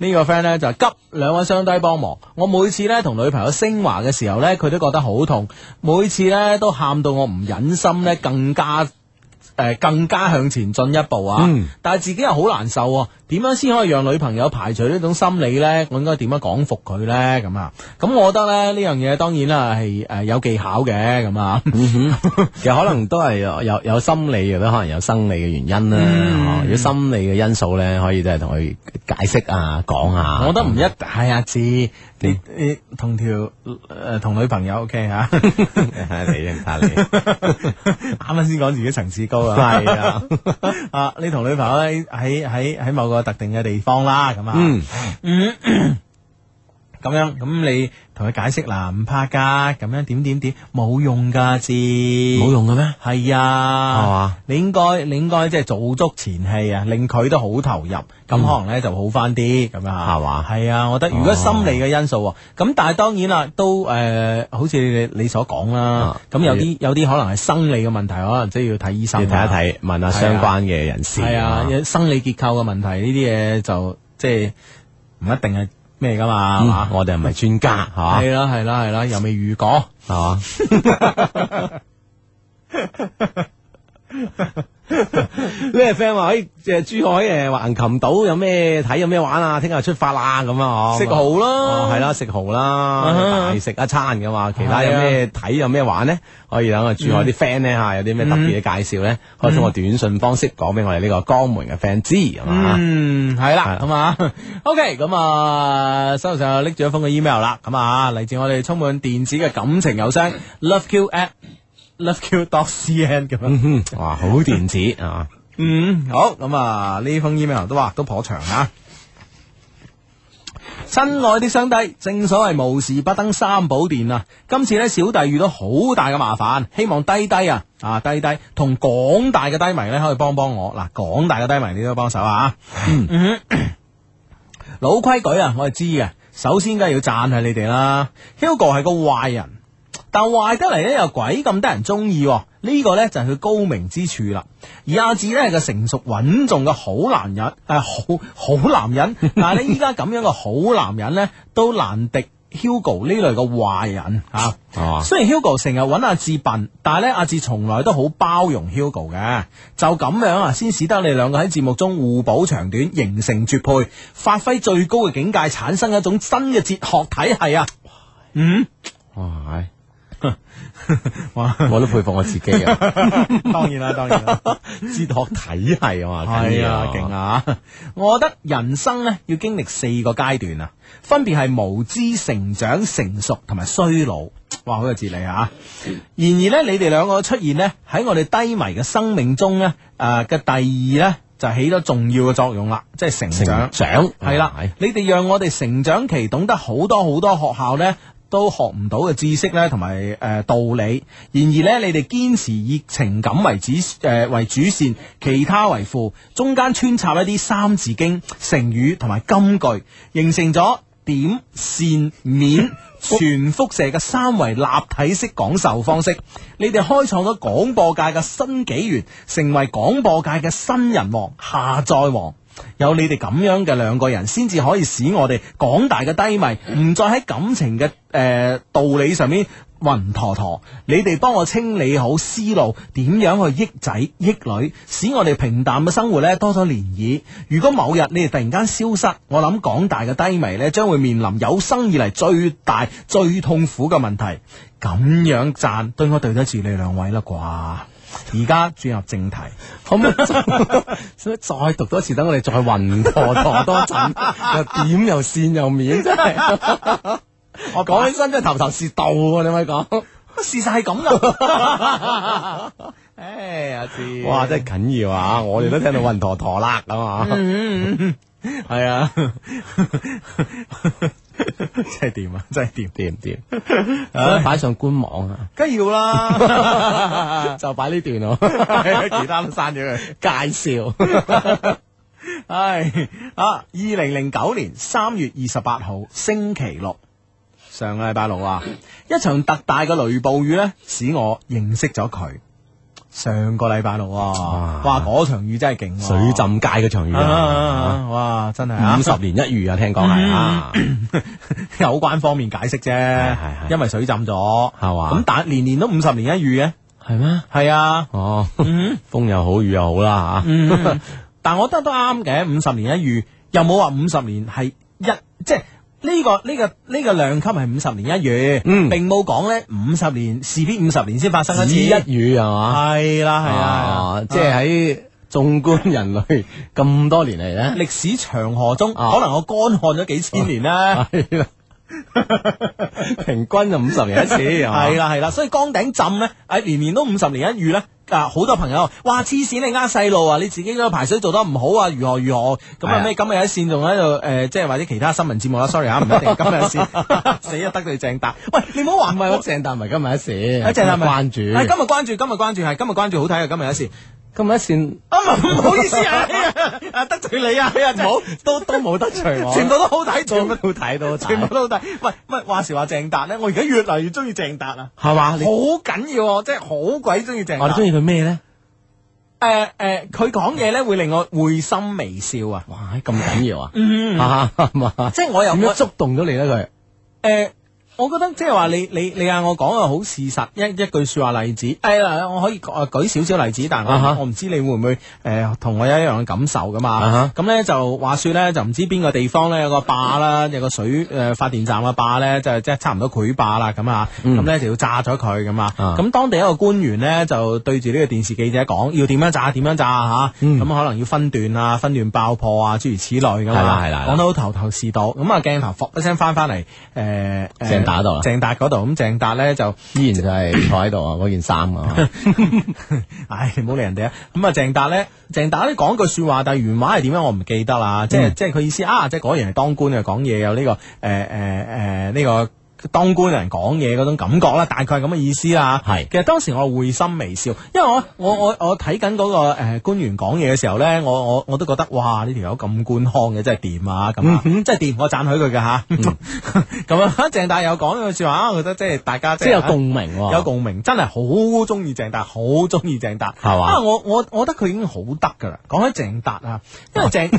[SPEAKER 1] 呢個 friend 呢，就係急兩位相低幫忙。我每次呢，同女朋友升華嘅時候呢，佢都覺得好痛，每次呢，都喊到我唔忍心呢，更加。誒、更加向前進一步啊！
[SPEAKER 3] 嗯
[SPEAKER 1] 但係自己又好難受喎、點樣先可以讓女朋友排除呢種心理呢？我應該點樣講服佢呢？咁啊，咁我覺得咧呢樣嘢當然啦係誒有技巧嘅咁啊，
[SPEAKER 3] 其實可能都係有有有心理，亦都可能有生理嘅原因啦。
[SPEAKER 1] 嗯
[SPEAKER 3] 哦如果心理嘅因素咧，可以都係同佢解釋啊，講下。
[SPEAKER 1] 我覺得唔一係啊，字你你同條誒同女朋友 OK <laughs> 嚇，
[SPEAKER 3] <laughs> 你唔怕你。
[SPEAKER 1] <laughs> 啱啱先講自己層次高啊，係啊， <laughs> 啊你同女朋友喺喺喺喺某個特定嘅地方啦，咁啊，
[SPEAKER 3] 嗯
[SPEAKER 1] 咁樣咁你同佢解釋啦，唔怕㗎，咁樣點點點冇用㗎，字冇
[SPEAKER 3] 冇用嘅咩？
[SPEAKER 1] 係啊，
[SPEAKER 3] 係嘛？
[SPEAKER 1] 你應該你應該即係做足前戲啊，令佢都好投入，咁可能咧就好翻啲咁樣啊
[SPEAKER 3] 嗯係嘛哦
[SPEAKER 1] 係啊，我覺得如果心理嘅因素喎，咁但係當然啦，都誒、呃好似你你所講啦
[SPEAKER 3] 啊，
[SPEAKER 1] 咁有啲有啲可能係生理嘅問題，可能即係要睇醫
[SPEAKER 3] 要
[SPEAKER 1] 生
[SPEAKER 3] 睇
[SPEAKER 1] 啊，
[SPEAKER 3] 一睇，問下相關嘅人士。
[SPEAKER 1] 係啊，有生理結構嘅問題呢啲嘢就即係唔一定係咩噶嘛，係嘛、
[SPEAKER 3] 嗯我啊哋唔係專家，係嘛？
[SPEAKER 1] 係啦係啦係啦，又未遇過。
[SPEAKER 3] 係嘛？呢個啊 friend 話：，誒，誒珠海誒橫琴島有咩睇，有咩玩啊？聽日出發啦，咁啊，嗬
[SPEAKER 1] 食蠔啦
[SPEAKER 3] 哦係啦，食蠔
[SPEAKER 1] 啊哈
[SPEAKER 3] 啦，大食一餐噶嘛。其他
[SPEAKER 1] 係
[SPEAKER 3] 有
[SPEAKER 1] 啊嗯
[SPEAKER 3] 咩睇，有咩玩呢？可以等我珠海啲 friend 咧嚇，有啲咩特別嘅介紹咧，可以通過短信方式講俾我哋呢個江門嘅 friend 知，係嘛？
[SPEAKER 1] 嗯，系
[SPEAKER 3] 啊係
[SPEAKER 1] 啦
[SPEAKER 3] 啦，
[SPEAKER 1] 咁啊，OK，咁 <laughs> 啊，手頭上又拎住一封嘅 email 啦，咁啊，嚟自我哋充滿電子嘅感情郵箱 loveq at loveq dot cn 咁樣。
[SPEAKER 3] 嗯哇，好電子啊！
[SPEAKER 1] 嗯，好，咁啊，呢封 email 都話都頗長啊。親愛的相低，正所謂無事不登三寶殿啊！今次呢，小弟遇到好大嘅麻煩，希望低低啊啊低低同廣大嘅低迷呢，可以幫幫我嗱，廣大嘅低迷你都幫手啊！
[SPEAKER 3] 嗯
[SPEAKER 1] <coughs> 老規矩啊，我係知嘅。首先梗係要讚下你哋啦，Hugo 係個壞人，但壞得嚟呢又鬼咁得人中意喎，呢、個呢就係佢高明之處啦。而阿志呢係個成熟穩重嘅好男人，誒、 <laughs> 好好男人， <laughs> 但係呢，依家咁樣嘅好男人呢，都難敵 Hugo 呢類嘅壞人啊。
[SPEAKER 3] 哦
[SPEAKER 1] 雖然 Hugo 成日揾阿志笨，但係咧阿志從來都好包容 Hugo 嘅，就咁樣啊，先使得你兩個喺節目中互補長短，形成絕配，發揮最高嘅境界，產生一種新嘅哲學體系啊！
[SPEAKER 3] 哇， <laughs>
[SPEAKER 1] 哇，
[SPEAKER 3] 我都佩服我自己啊！
[SPEAKER 1] <laughs> 當然啦，當然啦。
[SPEAKER 3] <laughs> 哲學體系啊嘛，
[SPEAKER 1] 系啊，勁
[SPEAKER 3] 勁！
[SPEAKER 1] 啊！我覺得人生呢，要經歷四個階段啊，分別係無知、成長、成熟同埋衰老。哇，好有哲理啊！然而呢，你哋兩個出現呢，喺我哋低迷嘅生命中呢，誒、嘅第二呢，就起咗重要嘅作用啦，即係成
[SPEAKER 3] 成
[SPEAKER 1] 長。
[SPEAKER 3] 長
[SPEAKER 1] 係啦，你哋讓我哋成長期懂得好多好多學校呢都學唔到嘅知識呢，同埋誒道理。然而呢，你哋堅持以情感為主誒、呃、為主線，其他為輔，中間穿插一啲《三字經》成語同埋金句，形成咗點線面。全輻射嘅三維立體式講授方式，你哋開創咗廣播界嘅新紀元，成為廣播界嘅新人王、下載王。有你哋咁樣嘅兩個人，先至可以使我哋廣大嘅低迷唔再喺感情嘅誒、呃道理上面暈陀陀。你哋幫我清理好思路，點樣去益仔益女，使我哋平淡嘅生活咧多咗漣漪。如果某日你哋突然間消失，我諗廣大嘅低迷咧將會面臨有生以嚟最大最痛苦嘅問題。咁樣讚，都應該對得住你兩位啦啩。而家轉入正題。
[SPEAKER 3] 可唔可以再再讀多次，等我哋再混陀陀多陣，又點又線又面，真係
[SPEAKER 1] 我
[SPEAKER 3] 講起身真係頭頭是道喎！你咪講，
[SPEAKER 1] 事實係咁噶。唉，哎阿志，
[SPEAKER 3] 哇，真係緊要啊！我哋都聽到混陀陀啦，咁啊，
[SPEAKER 1] 嗯，係啊，真係掂啊，真係掂，
[SPEAKER 3] 掂唔掂？想擺上官網啊，
[SPEAKER 1] 梗係要啦，
[SPEAKER 3] <laughs>
[SPEAKER 1] 啊
[SPEAKER 3] 就擺呢段咯，
[SPEAKER 1] 其他都刪咗佢。
[SPEAKER 3] 介紹。
[SPEAKER 1] 唉啊！二零零九年三月二十八號星期六，上個禮拜六啊，一場特大嘅雷暴雨呢，使我認識咗佢。上個禮拜六喎，哇！嗰場雨真係勁喎，
[SPEAKER 3] 水浸街嗰場雨
[SPEAKER 1] 啊啊
[SPEAKER 3] 啊，
[SPEAKER 1] 啊啊哇！真係啊嗯
[SPEAKER 3] 五十年一遇啊，聽講係啊，
[SPEAKER 1] 有關方面解釋啫，
[SPEAKER 3] 係
[SPEAKER 1] 因為水浸咗，係
[SPEAKER 3] 嘛
[SPEAKER 1] 咁但年年都五十年一遇嘅，
[SPEAKER 3] 係咩？
[SPEAKER 1] 係啊，
[SPEAKER 3] 哦，
[SPEAKER 1] 嗯
[SPEAKER 3] 風又好，雨又好啦啊嚇。
[SPEAKER 1] 嗯，但我覺得都啱嘅，五十年一遇，又冇話五十年係一，即係呢個呢個呢個量級係五十年一遇，
[SPEAKER 3] 嗯
[SPEAKER 1] 並冇講咧五十年事必五十年先發生一次，
[SPEAKER 3] 只一雨係嘛？
[SPEAKER 1] 係啦啊係啊啦
[SPEAKER 3] 啊，即係喺縱觀人類咁多年嚟咧。
[SPEAKER 1] <laughs> 歷史長河中，
[SPEAKER 3] 啊
[SPEAKER 1] 可能我乾旱咗幾千年
[SPEAKER 3] <laughs>
[SPEAKER 1] 啦。
[SPEAKER 3] 系啦，平均就五十年一次，系
[SPEAKER 1] 係啊
[SPEAKER 3] 啦，
[SPEAKER 1] 啦係啦，所以江頂浸咧，誒年年都五十年一遇咧。啊！好多朋友話，哇！黐線，你呃細路啊！你自己嗰個排水做得唔好啊，如何如何咁
[SPEAKER 3] 係
[SPEAKER 1] 啊？
[SPEAKER 3] 啊
[SPEAKER 1] 咩今日一線仲喺度誒，即係或者其他新聞節目啦，sorry
[SPEAKER 3] <laughs>
[SPEAKER 1] 啊，唔一定今日一線，死啊得罪鄭達。 <laughs> 喂，你唔好話
[SPEAKER 3] 唔係我啊鄭達唔係今日一
[SPEAKER 1] 我
[SPEAKER 3] 線，
[SPEAKER 1] 啊鄭達咪
[SPEAKER 3] 關注，
[SPEAKER 1] 係今日關注，今日關注係今日關注好睇啊！今日一線
[SPEAKER 3] 今日一線
[SPEAKER 1] 啊， <laughs> 唔好意思啊，啊得罪你啊，唔
[SPEAKER 3] <laughs>
[SPEAKER 1] 好
[SPEAKER 3] 都都冇得罪我，
[SPEAKER 1] 全部都好睇，全部
[SPEAKER 3] 都睇到，
[SPEAKER 1] 全部都好睇。喂喂，話時話鄭達咧，我而家越嚟越中意鄭達啊，
[SPEAKER 3] 係嘛？
[SPEAKER 1] 好
[SPEAKER 3] 你
[SPEAKER 1] 緊要啊，即係好鬼中意鄭
[SPEAKER 3] 我哋
[SPEAKER 1] 達。
[SPEAKER 3] 中意佢咩咧？
[SPEAKER 1] 誒誒，佢講嘢咧會令我會心微笑啊。
[SPEAKER 3] 哇，咁緊要啊！
[SPEAKER 1] 嗯，
[SPEAKER 3] 啊係嘛， <laughs>
[SPEAKER 1] 即係我又
[SPEAKER 3] 點樣
[SPEAKER 1] 我
[SPEAKER 3] 觸動到你咧？佢
[SPEAKER 1] 誒。呃我覺得即係話你你你嗌我講個好事實一一句説話例子，誒、嗱我可以講舉少少例子，但係我、
[SPEAKER 3] 啊哈
[SPEAKER 1] 我唔知你會唔會誒同、我有一樣嘅感受噶嘛。
[SPEAKER 3] 啊哈
[SPEAKER 1] 咁咧就話說咧，就唔知邊個地方咧有個壩啦，有個水誒、呃、發電站嘅壩咧，就即係差唔多潰壩啦咁啊，咁咧、就要炸咗佢咁啊。
[SPEAKER 3] 嗯啊
[SPEAKER 1] 咁、當地一個官員咧就對住呢個電視記者講，要點樣炸點樣炸嚇，咁、
[SPEAKER 3] 嗯
[SPEAKER 1] 可能要分段啊、分段爆破啊諸如此類咁
[SPEAKER 3] 係啦
[SPEAKER 1] 啊。
[SPEAKER 3] 係啦係啦
[SPEAKER 1] 講得好頭頭是道，咁啊鏡頭霍一聲翻翻嚟誒誒
[SPEAKER 3] 鄭達度啊
[SPEAKER 1] 鄭達嗰度，咁鄭達咧就。
[SPEAKER 3] 依然就係坐喺度啊，嗰件衫
[SPEAKER 1] <laughs>
[SPEAKER 3] 啊，
[SPEAKER 1] 唉，你唔好理人哋啊！咁啊，鄭達咧，鄭達咧講句说話，但係原話係點樣我唔記得
[SPEAKER 3] 嗯
[SPEAKER 1] 啦。即係即係佢意思啊，即係果然係當官嘅講嘢有呢個诶诶诶呢個當官人講嘢嗰種感覺啦，大概係咁嘅意思啦。
[SPEAKER 3] 係
[SPEAKER 1] 其實當時我會心微笑，因為我我我我睇緊嗰個诶官員講嘢嘅時候咧，我我我都覺得哇呢條友咁官腔嘅真係掂啊咁
[SPEAKER 3] 嗯
[SPEAKER 1] 啊，真係掂，我讚許佢嘅吓。 <laughs> 咁啊，鄭達有講呢句说話啊，我覺得即係大家
[SPEAKER 3] 即係有
[SPEAKER 1] 係
[SPEAKER 3] 共鳴喎，
[SPEAKER 1] 有共鳴，真係好中意鄭達，好中意鄭達，
[SPEAKER 3] 係嘛
[SPEAKER 1] 啊，我我我覺得佢已經好得噶啦。講起鄭達啊，因為
[SPEAKER 3] <laughs>
[SPEAKER 1] 鄭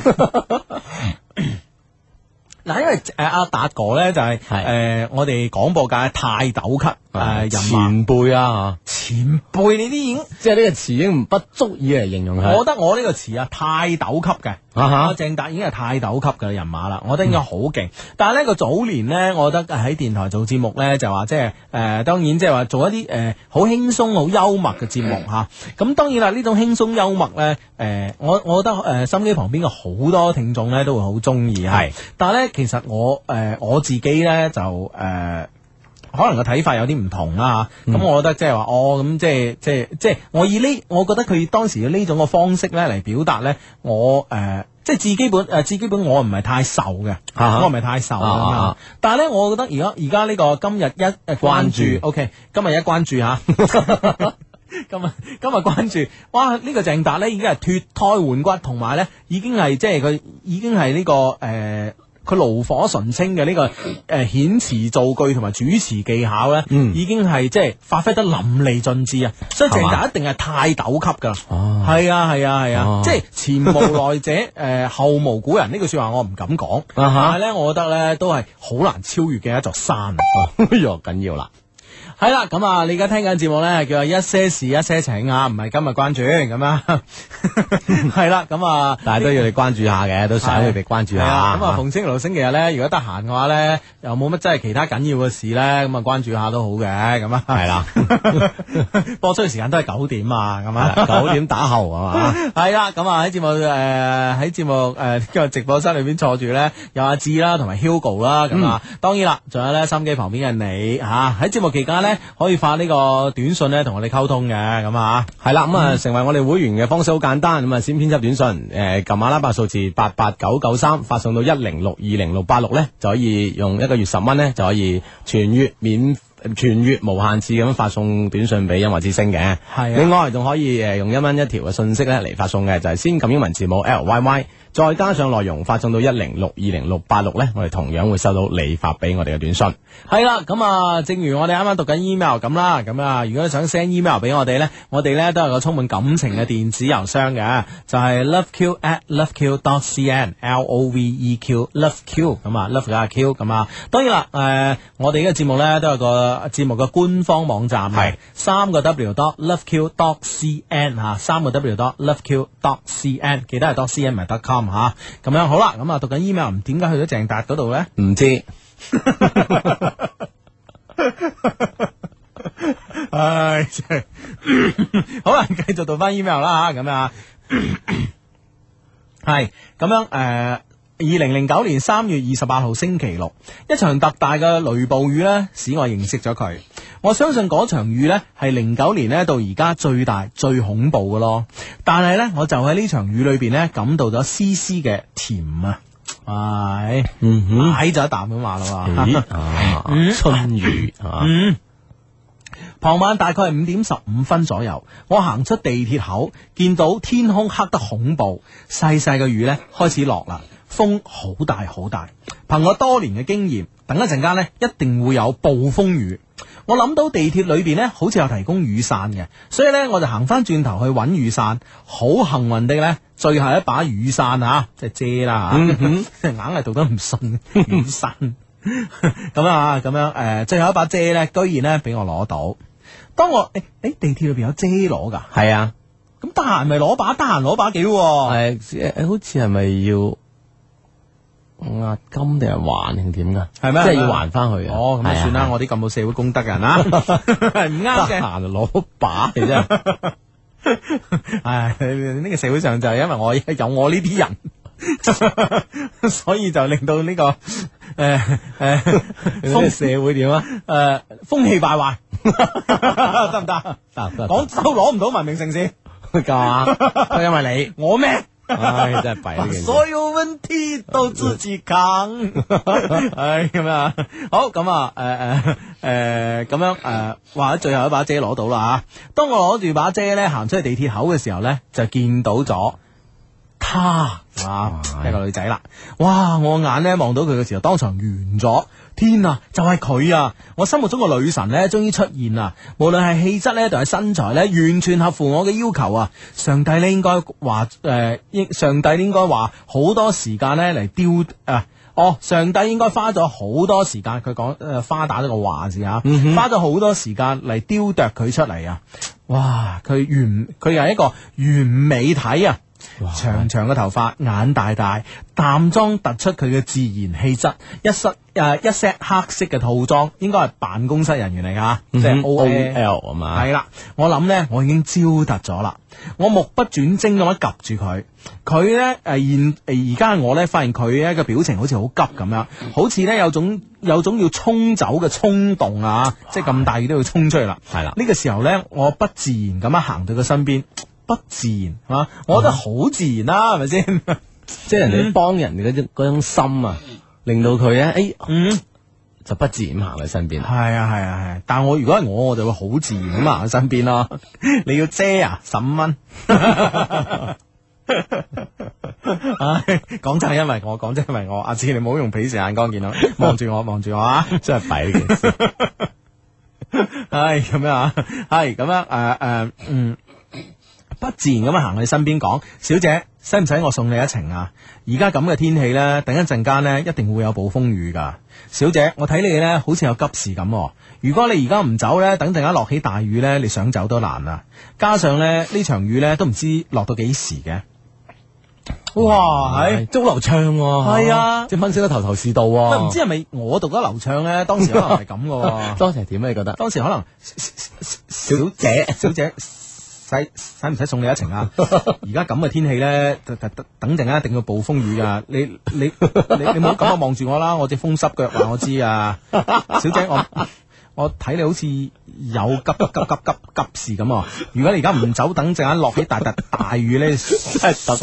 [SPEAKER 1] 嗱，因為誒阿達哥咧就係
[SPEAKER 3] 係
[SPEAKER 1] 誒我哋廣播界嘅泰斗級誒
[SPEAKER 3] 啊
[SPEAKER 1] 人馬
[SPEAKER 3] 前輩啊，
[SPEAKER 1] 前輩，你啲已經，
[SPEAKER 3] 嚇即係呢個詞已經不足以嚟形容佢，
[SPEAKER 1] 我覺得我呢個詞啊泰斗級嘅。
[SPEAKER 3] 啊
[SPEAKER 1] 啊，鄭達已經係泰斗級嘅人馬啦，我覺得應該好勁。但係呢個早年呢，我覺得喺電台做節目呢，就話即係誒，當然即係話做一啲誒好輕鬆、好幽默嘅節
[SPEAKER 3] 嗯
[SPEAKER 1] 目嚇。咁、當然啦，呢種輕鬆幽默呢，誒、我我覺得誒、呃心機旁邊嘅好多聽眾呢，都會好中意嚇
[SPEAKER 3] 係。
[SPEAKER 1] 但係呢，其實我誒、呃我自己呢，就誒。呃可能個睇法有啲唔同啦
[SPEAKER 3] 嗯
[SPEAKER 1] 嚇，咁、我覺得即係話哦，咁即係即係即係我以呢，我覺得佢當時嘅呢種嘅方式咧嚟表達咧，我誒、呃即係至基本誒、呃至基本我唔係太受嘅，
[SPEAKER 3] 哈
[SPEAKER 1] 我唔係太受嘅、
[SPEAKER 3] 啊啊啊
[SPEAKER 1] 但係咧，我覺得而家而家呢個今日一誒呃關注
[SPEAKER 3] 關
[SPEAKER 1] o k 今日一關注嚇。今日今日 <laughs> 關注，哇！呢、個鄭達咧已經係脱胎換骨，同埋咧已經係即係佢已經係呢、個誒。呃佢爐火純青嘅呢、個誒、呃、遣詞造句同埋主持技巧咧，
[SPEAKER 3] 嗯
[SPEAKER 1] 已經係即係發揮得淋漓盡致啊！所以鄭達一定係泰斗級㗎啦。
[SPEAKER 3] 哦 <laughs>
[SPEAKER 1] 係啊係啊係啊
[SPEAKER 3] 哦！
[SPEAKER 1] 即係前無
[SPEAKER 3] <laughs>
[SPEAKER 1] 來者誒、呃、後無古人呢句説話，我唔敢講。
[SPEAKER 3] 啊哈
[SPEAKER 1] 但係咧，我覺得咧都係好難超越嘅一座山啊。
[SPEAKER 3] 哎哟緊要啦，
[SPEAKER 1] 系啦，咁啊，你而家聽緊節目咧，叫做一些事一些情啊，唔係今日關注咁啊， <laughs> 係啦，咁啊。
[SPEAKER 3] 但係都要你關注下嘅，都想你哋關注
[SPEAKER 1] 係
[SPEAKER 3] 下
[SPEAKER 1] 啊，咁啊，
[SPEAKER 3] 嚇
[SPEAKER 1] 逢星期六、星期日咧，如果得閒嘅話咧，又冇乜真係其他緊要嘅事咧，咁啊關注下都好嘅，咁啊，
[SPEAKER 3] 係啦，
[SPEAKER 1] <laughs> 播出嘅時間都係九點啊，咁啊，
[SPEAKER 3] 九點打後係
[SPEAKER 1] <laughs>
[SPEAKER 3] 嘛？
[SPEAKER 1] 系啦，咁啊喺節目诶喺節目 <laughs> 诶個直播室裏边坐住咧，有阿志啦，同埋 Hugo 啦，咁啊，
[SPEAKER 3] 嗯
[SPEAKER 1] 當然啦，仲有咧心機旁邊嘅你吓，喺節目期間咧可以發呢個短信咧同我哋溝通嘅，咁啊，
[SPEAKER 3] 係啦，咁啊，成為我哋會員嘅方式好簡單，咁啊，先編輯短信，誒撳阿拉伯數字八八九九三，發送到一零六二零六八六咧，就可以用一個月十蚊咧，就可以全月免全月無限次咁樣發送短信俾音樂之星嘅。
[SPEAKER 1] 係啊
[SPEAKER 3] 呃另外仲可以誒用一蚊一條嘅信息咧嚟發送嘅，就係先撳英文字母 L Y Y。再加上內容發送到一零六二零六八六呢，我哋同樣會收到你發俾我哋嘅短信。係啦，咁啊，正如我哋啱啱讀緊 email 咁啦，咁啊，如果你想 send email 俾我哋呢，我哋呢都有個充滿感情嘅電子郵箱嘅，就係 loveq at loveq dot cn，l o v e q loveq 咁啊，love 加 q 咁啊。當然啦，誒、我哋呢個節目呢都有個節目嘅官方網站嘅，三個 w dot loveq dot cn 嚇，三個 w dot loveq dot cn，記得係 dot cn 唔係 dot com 嚇。咁樣好啦，咁啊讀緊 email，唔點解去咗鄭達嗰度呢？唔知。
[SPEAKER 1] 唉，真係 <laughs> 好啦，繼續讀翻 email 啦吓，咁啊， <coughs> 係咁樣诶。呃二零零九年三月二十八號星期六，一場特大嘅雷暴雨呢，使我認識咗佢。我相信嗰場雨呢，係零九年呢到而家最大最恐怖嘅咯。但係呢，我就喺呢場雨裏邊呢，感到咗絲絲嘅甜啊！唉，
[SPEAKER 3] 嗯哼
[SPEAKER 1] 挨咗一啖咁話啦
[SPEAKER 3] <laughs>
[SPEAKER 1] 喎。
[SPEAKER 3] 咦啊，春雨啊，
[SPEAKER 1] 傍晚大概係五點十五分左右，我行出地鐵口，見到天空黑得恐怖，細細嘅雨呢開始落啦，風好大好大。憑我多年嘅經驗，等一陣間呢一定會有暴風雨。我諗到地鐵裏邊呢好似有提供雨傘嘅，所以呢我就行翻轉頭去揾雨傘。好幸運地呢，最後一把雨傘啊，即係遮啦嚇，硬係讀得唔順雨傘。咁啊，咁樣誒、呃最後一把遮咧，居然咧俾我攞到。當我誒誒地鐵裏邊有遮攞㗎，
[SPEAKER 3] 係啊，
[SPEAKER 1] 咁得閒咪攞把，得閒攞把幾喎？
[SPEAKER 3] 係啊誒好似係咪要押金定係還定點㗎？
[SPEAKER 1] 係咩
[SPEAKER 3] 即係要還翻去啊？
[SPEAKER 1] 哦，咁就算
[SPEAKER 3] 係啊
[SPEAKER 1] 啦，我啲咁冇社會公德嘅人
[SPEAKER 3] <laughs>
[SPEAKER 1] 啦，係唔啱
[SPEAKER 3] 得 <laughs>
[SPEAKER 1] 嘅。
[SPEAKER 3] 閒就攞把你真係
[SPEAKER 1] <laughs> 唉，呢個社會上就係因為我有我呢啲人， <laughs> 所以就令到呢、個誒誒
[SPEAKER 3] <laughs>
[SPEAKER 1] 風社會點啊？誒、風氣敗壞， <laughs> 得唔得？
[SPEAKER 3] 得得
[SPEAKER 1] 廣州攞唔到文明城
[SPEAKER 3] <laughs>
[SPEAKER 1] 市，
[SPEAKER 3] 夠啊！都因為你。
[SPEAKER 1] 我咩？
[SPEAKER 3] 唉，真系弊呢件
[SPEAKER 1] <laughs>
[SPEAKER 3] 事。
[SPEAKER 1] 所有問題都自己
[SPEAKER 3] <laughs>
[SPEAKER 1] 扛。唉，咁啊，好咁啊，誒誒誒，咁樣誒，或者最後一把遮攞到啦嚇。當我攞住把遮咧行出去地鐵口嘅時候咧，就見到咗她啊，一個女仔啦。哇！我眼咧望到佢嘅時候，當場完咗。天啊，就係佢啊！我心目中個女神咧，終於出現啦！無論係氣質咧，定係身材咧，完全合乎我嘅要求啊！上帝咧應該話誒，應、上帝應該話好多時間咧嚟雕啊！哦，上帝應該花咗好多時間，佢講誒花打咗個話字啊，
[SPEAKER 3] 嗯
[SPEAKER 1] 花咗好多時間嚟雕琢佢出嚟啊！哇，佢完佢係一個完美體啊！長長嘅頭髮，眼大大，淡妝突出佢嘅自然氣質。一室誒、呃一 set 黑色嘅套裝，應該係辦公室人員嚟㗎，
[SPEAKER 3] 嗯
[SPEAKER 1] 即係 O L。
[SPEAKER 3] 啊嘛，
[SPEAKER 1] 係啦，我諗呢，我已經招突咗啦。我目不轉睛咁樣及住佢，佢呢，誒現而家我呢，發現佢呢個表情好似好急咁樣，好似呢，有種有種要衝走嘅衝動啊！即係咁大雨都要衝出去啦。
[SPEAKER 3] 係啦
[SPEAKER 1] 呢個時候呢，我不自然咁樣行到佢身邊，不自然係嘛？我覺得好自然啦、係咪先？
[SPEAKER 3] 即係人
[SPEAKER 1] 嗯
[SPEAKER 3] 哋幫人哋嗰種嗰種心啊，令到佢咧，哎，
[SPEAKER 1] 嗯，係
[SPEAKER 3] 就不自然行喺身邊。
[SPEAKER 1] 啊，係啊，係。但我如果係我，我就會好自然咁行喺身邊咯。 <laughs> 你要遮啊，十五蚊。 <laughs> 唉，講真係因為我，講真係因為我。阿志，你唔好用鄙視眼光見到，望住我，望住我啊！
[SPEAKER 3] 真係弊呢件事。
[SPEAKER 1] <laughs> 唉，咁樣啊，係咁樣誒誒、呃嗯，不自然咁啊樣行去身邊講，小姐，使唔使我送你一程啊？而家咁嘅天氣呢，等一陣間呢，一定會有暴風雨㗎。小姐，我睇你呢，好似有急事咁喎。如果你而家唔走呢，等陣間落起大雨呢，你想走都難啦。加上呢，呢場雨呢，都唔知落到幾時嘅。哇，係
[SPEAKER 3] 係，足流暢喎。
[SPEAKER 1] 係啊
[SPEAKER 3] 即係分析得頭頭是道
[SPEAKER 1] 喂
[SPEAKER 3] 喎。
[SPEAKER 1] 唔知係咪我讀得流暢呢？當時可能係咁嘅喎。
[SPEAKER 3] <laughs> 當時係點咧？你覺得？
[SPEAKER 1] 當時可能小姐小姐使使唔使送你一程啊？而家咁嘅天氣咧，等等等陣間一定要暴風雨啊！你你 <laughs> 你你唔好咁 <laughs> 啊望住我啦，我隻風濕腳啊，我知啊，小姐我。 <laughs> 我睇你好似有急急急急急事咁啊！如果你而家唔走，等陣間落起大大大雨咧，想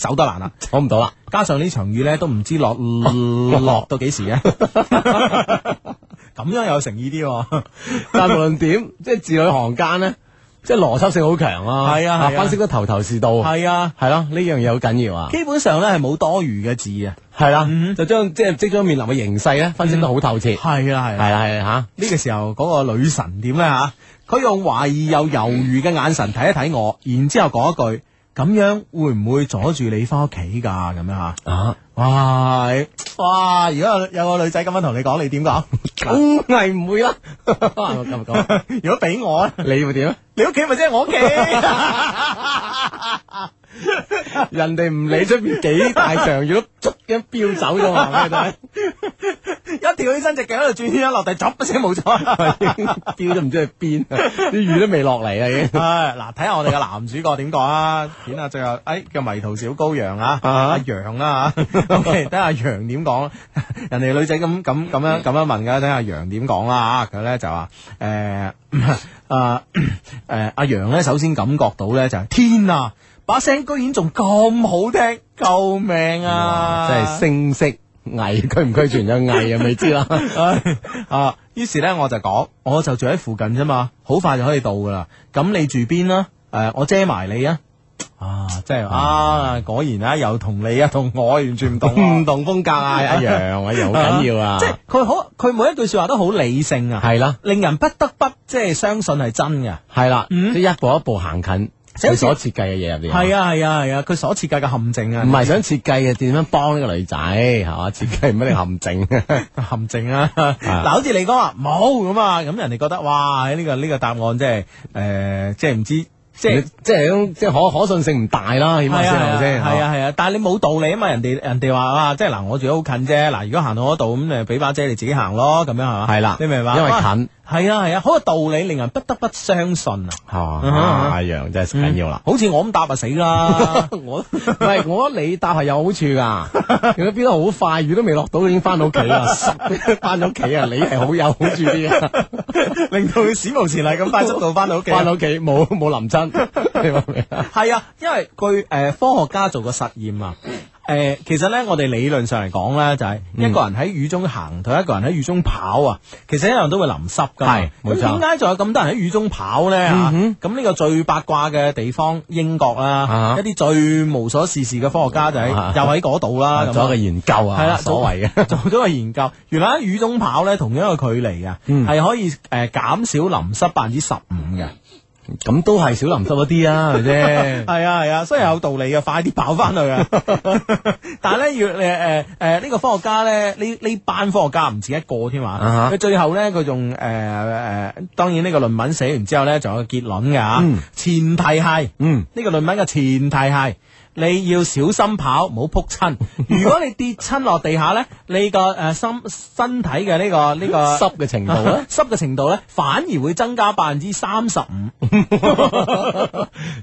[SPEAKER 1] 走都難啦。
[SPEAKER 3] 講唔到啦。
[SPEAKER 1] 加上呢場雨咧，都唔知 <laughs> 落落到幾時嘅，咁樣有誠意啲喎。 <laughs>
[SPEAKER 3] 但係無論點，即係字裏行間咧，即係邏輯性好強啊，
[SPEAKER 1] 係啊係啊
[SPEAKER 3] 分析得頭頭是道，係
[SPEAKER 1] 系啊，
[SPEAKER 3] 咯，呢樣嘢好緊要啊，
[SPEAKER 1] 基本上咧係冇多餘嘅字啊。
[SPEAKER 3] 係啦，就將即係即將面臨嘅形勢咧分析得好透徹，
[SPEAKER 1] 係啦係
[SPEAKER 3] 係啦係啦
[SPEAKER 1] 呢個時候嗰個女神點咧吓？佢用懷疑又猶豫嘅眼神睇一睇我，然之後講一句：咁樣會唔會阻住你翻屋企噶？咁樣吓，
[SPEAKER 3] 吓啊，
[SPEAKER 1] 哇哇！如果有有個女仔咁樣同你講，你點講？ <laughs>
[SPEAKER 3] 梗係唔會啦，咁咁，
[SPEAKER 1] 如果俾我咧，
[SPEAKER 3] 你會點啊？
[SPEAKER 1] 你屋企咪即係我屋企？
[SPEAKER 3] 人哋唔理出邊 <laughs> 幾大場，如果捉一飆走咗，話俾
[SPEAKER 1] <laughs> 一跳起身，隻腳喺度轉圈，一落地，嘭一聲冇咗。
[SPEAKER 3] 你聽，飆都唔知去邊， <laughs> 啲魚都未落嚟啊已經。
[SPEAKER 1] 唉，嗱，睇下我哋嘅男主角點講啊！片啊，最後，哎，叫迷途小羔羊啊，
[SPEAKER 3] 啊
[SPEAKER 1] 阿楊啦吓 <laughs> ，OK，睇下楊點講啦。人哋女仔咁咁咁樣咁樣問噶，睇下楊點講啦啊吓。佢咧就話，誒啊誒，阿楊咧首先感覺到咧就係天啊，把聲居然仲咁好聽，救命啊！
[SPEAKER 3] 真係聲色藝俱唔俱全有藝啊，未
[SPEAKER 1] <laughs>
[SPEAKER 3] 知啦。
[SPEAKER 1] 唉啊！於是咧我就講，我就住喺附近啫嘛，好快就可以到噶啦。咁你住邊啦？誒、我遮埋你啊！啊，真係啊！果然啊，又同你啊，同我完全唔同、啊，
[SPEAKER 3] <laughs> 唔同風格啊，阿楊啊，楊好緊要啊
[SPEAKER 1] 即，係佢好，佢每一句説話都好理性啊，
[SPEAKER 3] 係啦，
[SPEAKER 1] 令人不得不即係相信係真嘅。
[SPEAKER 3] 係啦，
[SPEAKER 1] 嗯
[SPEAKER 3] 即係一步一步行近
[SPEAKER 1] 即係好似
[SPEAKER 3] 佢所設計嘅嘢入邊。
[SPEAKER 1] 係
[SPEAKER 3] 啊，
[SPEAKER 1] 啊係啊係啊！佢所設計嘅陷阱啊，
[SPEAKER 3] 唔係想設計嘅點樣幫呢個女仔係嘛？ <laughs> 設計唔一定陷阱。
[SPEAKER 1] 陷阱
[SPEAKER 3] <laughs>
[SPEAKER 1] 啊！嗱，好似你講話冇咁啊，咁人哋覺得哇，呢、個呢、個答案即係誒，即係唔知 <laughs> 即係。
[SPEAKER 3] 即係種即係可可信性唔大啦，起
[SPEAKER 1] 係啊
[SPEAKER 3] 碼先係咪先？
[SPEAKER 1] 係啊係啊，但係你冇道理啊嘛，人哋人哋話啊，即係嗱，我住得好近啫，嗱，如果行到嗰度咁，你俾把遮你自己行咯，咁樣係嘛？
[SPEAKER 3] 係啦
[SPEAKER 1] 你明唔明白？
[SPEAKER 3] 因為
[SPEAKER 1] 哇
[SPEAKER 3] 近
[SPEAKER 1] 係啊係啊，好有道理，令人不得不相信啊！
[SPEAKER 3] 係
[SPEAKER 1] 嗯哼
[SPEAKER 3] 嘛啊，阿楊真係緊要啦。
[SPEAKER 1] 好似我咁答啊死啦！
[SPEAKER 3] <laughs> 我唔係我覺得你答係有好處
[SPEAKER 1] <laughs>
[SPEAKER 3] 噶，如果變得好快，雨都未落到已經翻到屋企啦，翻到屋企啊，你係好有好處啲啊。
[SPEAKER 1] <laughs> 令到佢史無前例咁快速度翻到屋企。
[SPEAKER 3] 翻到屋企冇冇林真，你明唔明啊？
[SPEAKER 1] 係啊，因為據誒、呃科學家做過實驗啊。
[SPEAKER 3] 嗯
[SPEAKER 1] 誒、其實咧，我哋理論上嚟講咧，就係、一個人喺雨中行同一個人喺雨中跑啊，其實一樣都會淋濕噶嘛。
[SPEAKER 3] 係冇錯嗯
[SPEAKER 1] 咁點解仲有咁多人喺雨中跑咧？嚇、咁呢個最八卦嘅地方英國啦，
[SPEAKER 3] 啊哈
[SPEAKER 1] 一啲最無所事事嘅科學家就係、
[SPEAKER 3] 啊
[SPEAKER 1] 又喺嗰度啦。咁
[SPEAKER 3] 做一個
[SPEAKER 1] 樣
[SPEAKER 3] 研究啊，
[SPEAKER 1] 係啦
[SPEAKER 3] 所謂
[SPEAKER 1] <laughs>
[SPEAKER 3] 嘅。
[SPEAKER 1] 做咗個研究，原來喺雨中跑咧，同樣嘅距離啊，係、
[SPEAKER 3] 嗯
[SPEAKER 1] 可以誒、呃、減少淋濕百分之十五嘅。
[SPEAKER 3] 咁都係少淋濕一啲啊，係 <laughs> 咪
[SPEAKER 1] <laughs>
[SPEAKER 3] 先？
[SPEAKER 1] 係啊係啊，所以有道理嘅，快啲跑翻去
[SPEAKER 3] <laughs>
[SPEAKER 1] 啊！但係咧要誒誒誒呢個科學家咧，呢呢班科學家唔止一個添嘛，
[SPEAKER 3] 啊哈
[SPEAKER 1] 佢最後咧佢仲誒誒，當然呢個論文寫完之後咧，仲有個結論嘅嚇，
[SPEAKER 3] 嗯
[SPEAKER 1] 前提係。
[SPEAKER 3] 嗯，
[SPEAKER 1] 呢個論文嘅前提係你要小心跑，唔好撲
[SPEAKER 3] <laughs>
[SPEAKER 1] 親。如果你跌親落地下咧，你個誒身身體嘅呢、個呢、個，
[SPEAKER 3] 濕嘅程度啊咧
[SPEAKER 1] <laughs> 濕嘅程度咧，反而會增加百分之三十五。
[SPEAKER 3] <laughs>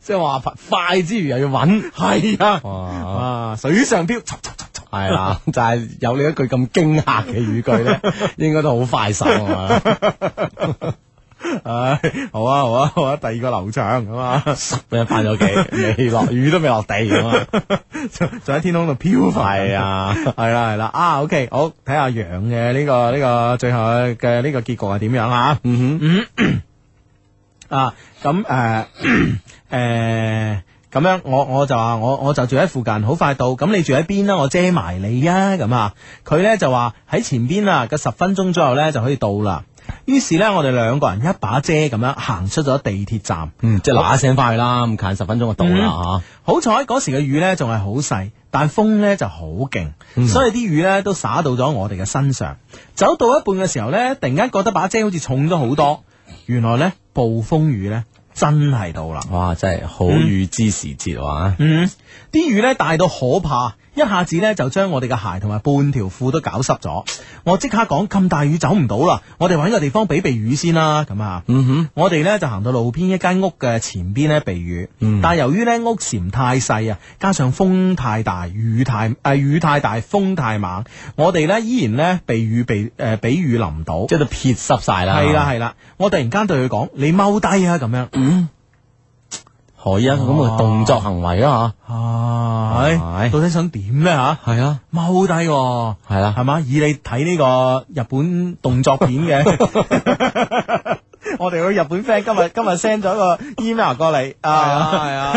[SPEAKER 3] 即係話快之餘又要穩，
[SPEAKER 1] 係啊，
[SPEAKER 3] 哇，
[SPEAKER 1] 啊水上漂，插插插插
[SPEAKER 3] <laughs> 係啦，就係有你一句咁驚嚇嘅語句
[SPEAKER 1] <laughs>
[SPEAKER 3] 咧，應該都好快手啊嘛，
[SPEAKER 1] 唉，好啊好啊好啊，第二個流暢咁啊，
[SPEAKER 3] 你翻咗屋企，未
[SPEAKER 1] <laughs>
[SPEAKER 3] 落雨都未落地咁啊，
[SPEAKER 1] 仲喺天空度漂浮。
[SPEAKER 3] 係啊，
[SPEAKER 1] 系啦系啦啊，OK，好睇下羊嘅呢個呢、個最後嘅呢個結局係點樣啊？
[SPEAKER 3] 嗯哼，
[SPEAKER 1] 啊，咁 <coughs> 誒誒咁樣，我我就話我我就住喺附近，好快到。咁你住喺邊啦？我遮埋你啊！咁啊，佢咧就話喺前邊啊，個十分鐘左右咧就可以到啦。於是咧，我哋兩個人一把遮咁樣行出咗地鐵站。
[SPEAKER 3] 嗯，即係嗱一聲翻去啦，咁近十分鐘就到
[SPEAKER 1] 嗯
[SPEAKER 3] 啦啊
[SPEAKER 1] 好彩嗰時嘅雨咧仲係好細，但風咧就好勁，
[SPEAKER 3] 嗯
[SPEAKER 1] 所以啲雨咧都灑到咗我哋嘅身上。走到一半嘅時候咧，突然間覺得把遮好似重咗好多，原來咧暴風雨咧真係到啦。
[SPEAKER 3] 吓，哇，真係好雨之時節啊哇，
[SPEAKER 1] 嗯，啲雨咧大到可怕，一下子咧就將我哋嘅鞋同埋半條褲都搞濕咗。我即刻講咁大雨走唔到啦，我哋揾個地方避避雨先啦。咁啊，
[SPEAKER 3] 嗯哼。
[SPEAKER 1] 我哋咧就行到路邊一間屋嘅前邊咧避雨。
[SPEAKER 3] 嗯
[SPEAKER 1] 但由於咧屋檐太細啊，加上風太大，雨太誒、呃雨太大，風太猛，我哋咧依然咧避雨避誒、呃俾雨淋到。
[SPEAKER 3] 即係都啊撇濕晒啦，
[SPEAKER 1] 係啦，係啦，我突然間對佢講：你踎低啊咁樣。
[SPEAKER 3] 何一啊咁嘅動作行為啊
[SPEAKER 1] 啊，唉
[SPEAKER 3] 唉
[SPEAKER 1] 到底想點咧嚇？
[SPEAKER 3] 吓，係啊，
[SPEAKER 1] 踎低喎，
[SPEAKER 3] 係啦
[SPEAKER 1] <laughs> 係嘛？以你睇呢個日本動作片嘅，我哋個日本 friend 今日今日 send 咗個 email 過嚟啊，
[SPEAKER 3] 係啊，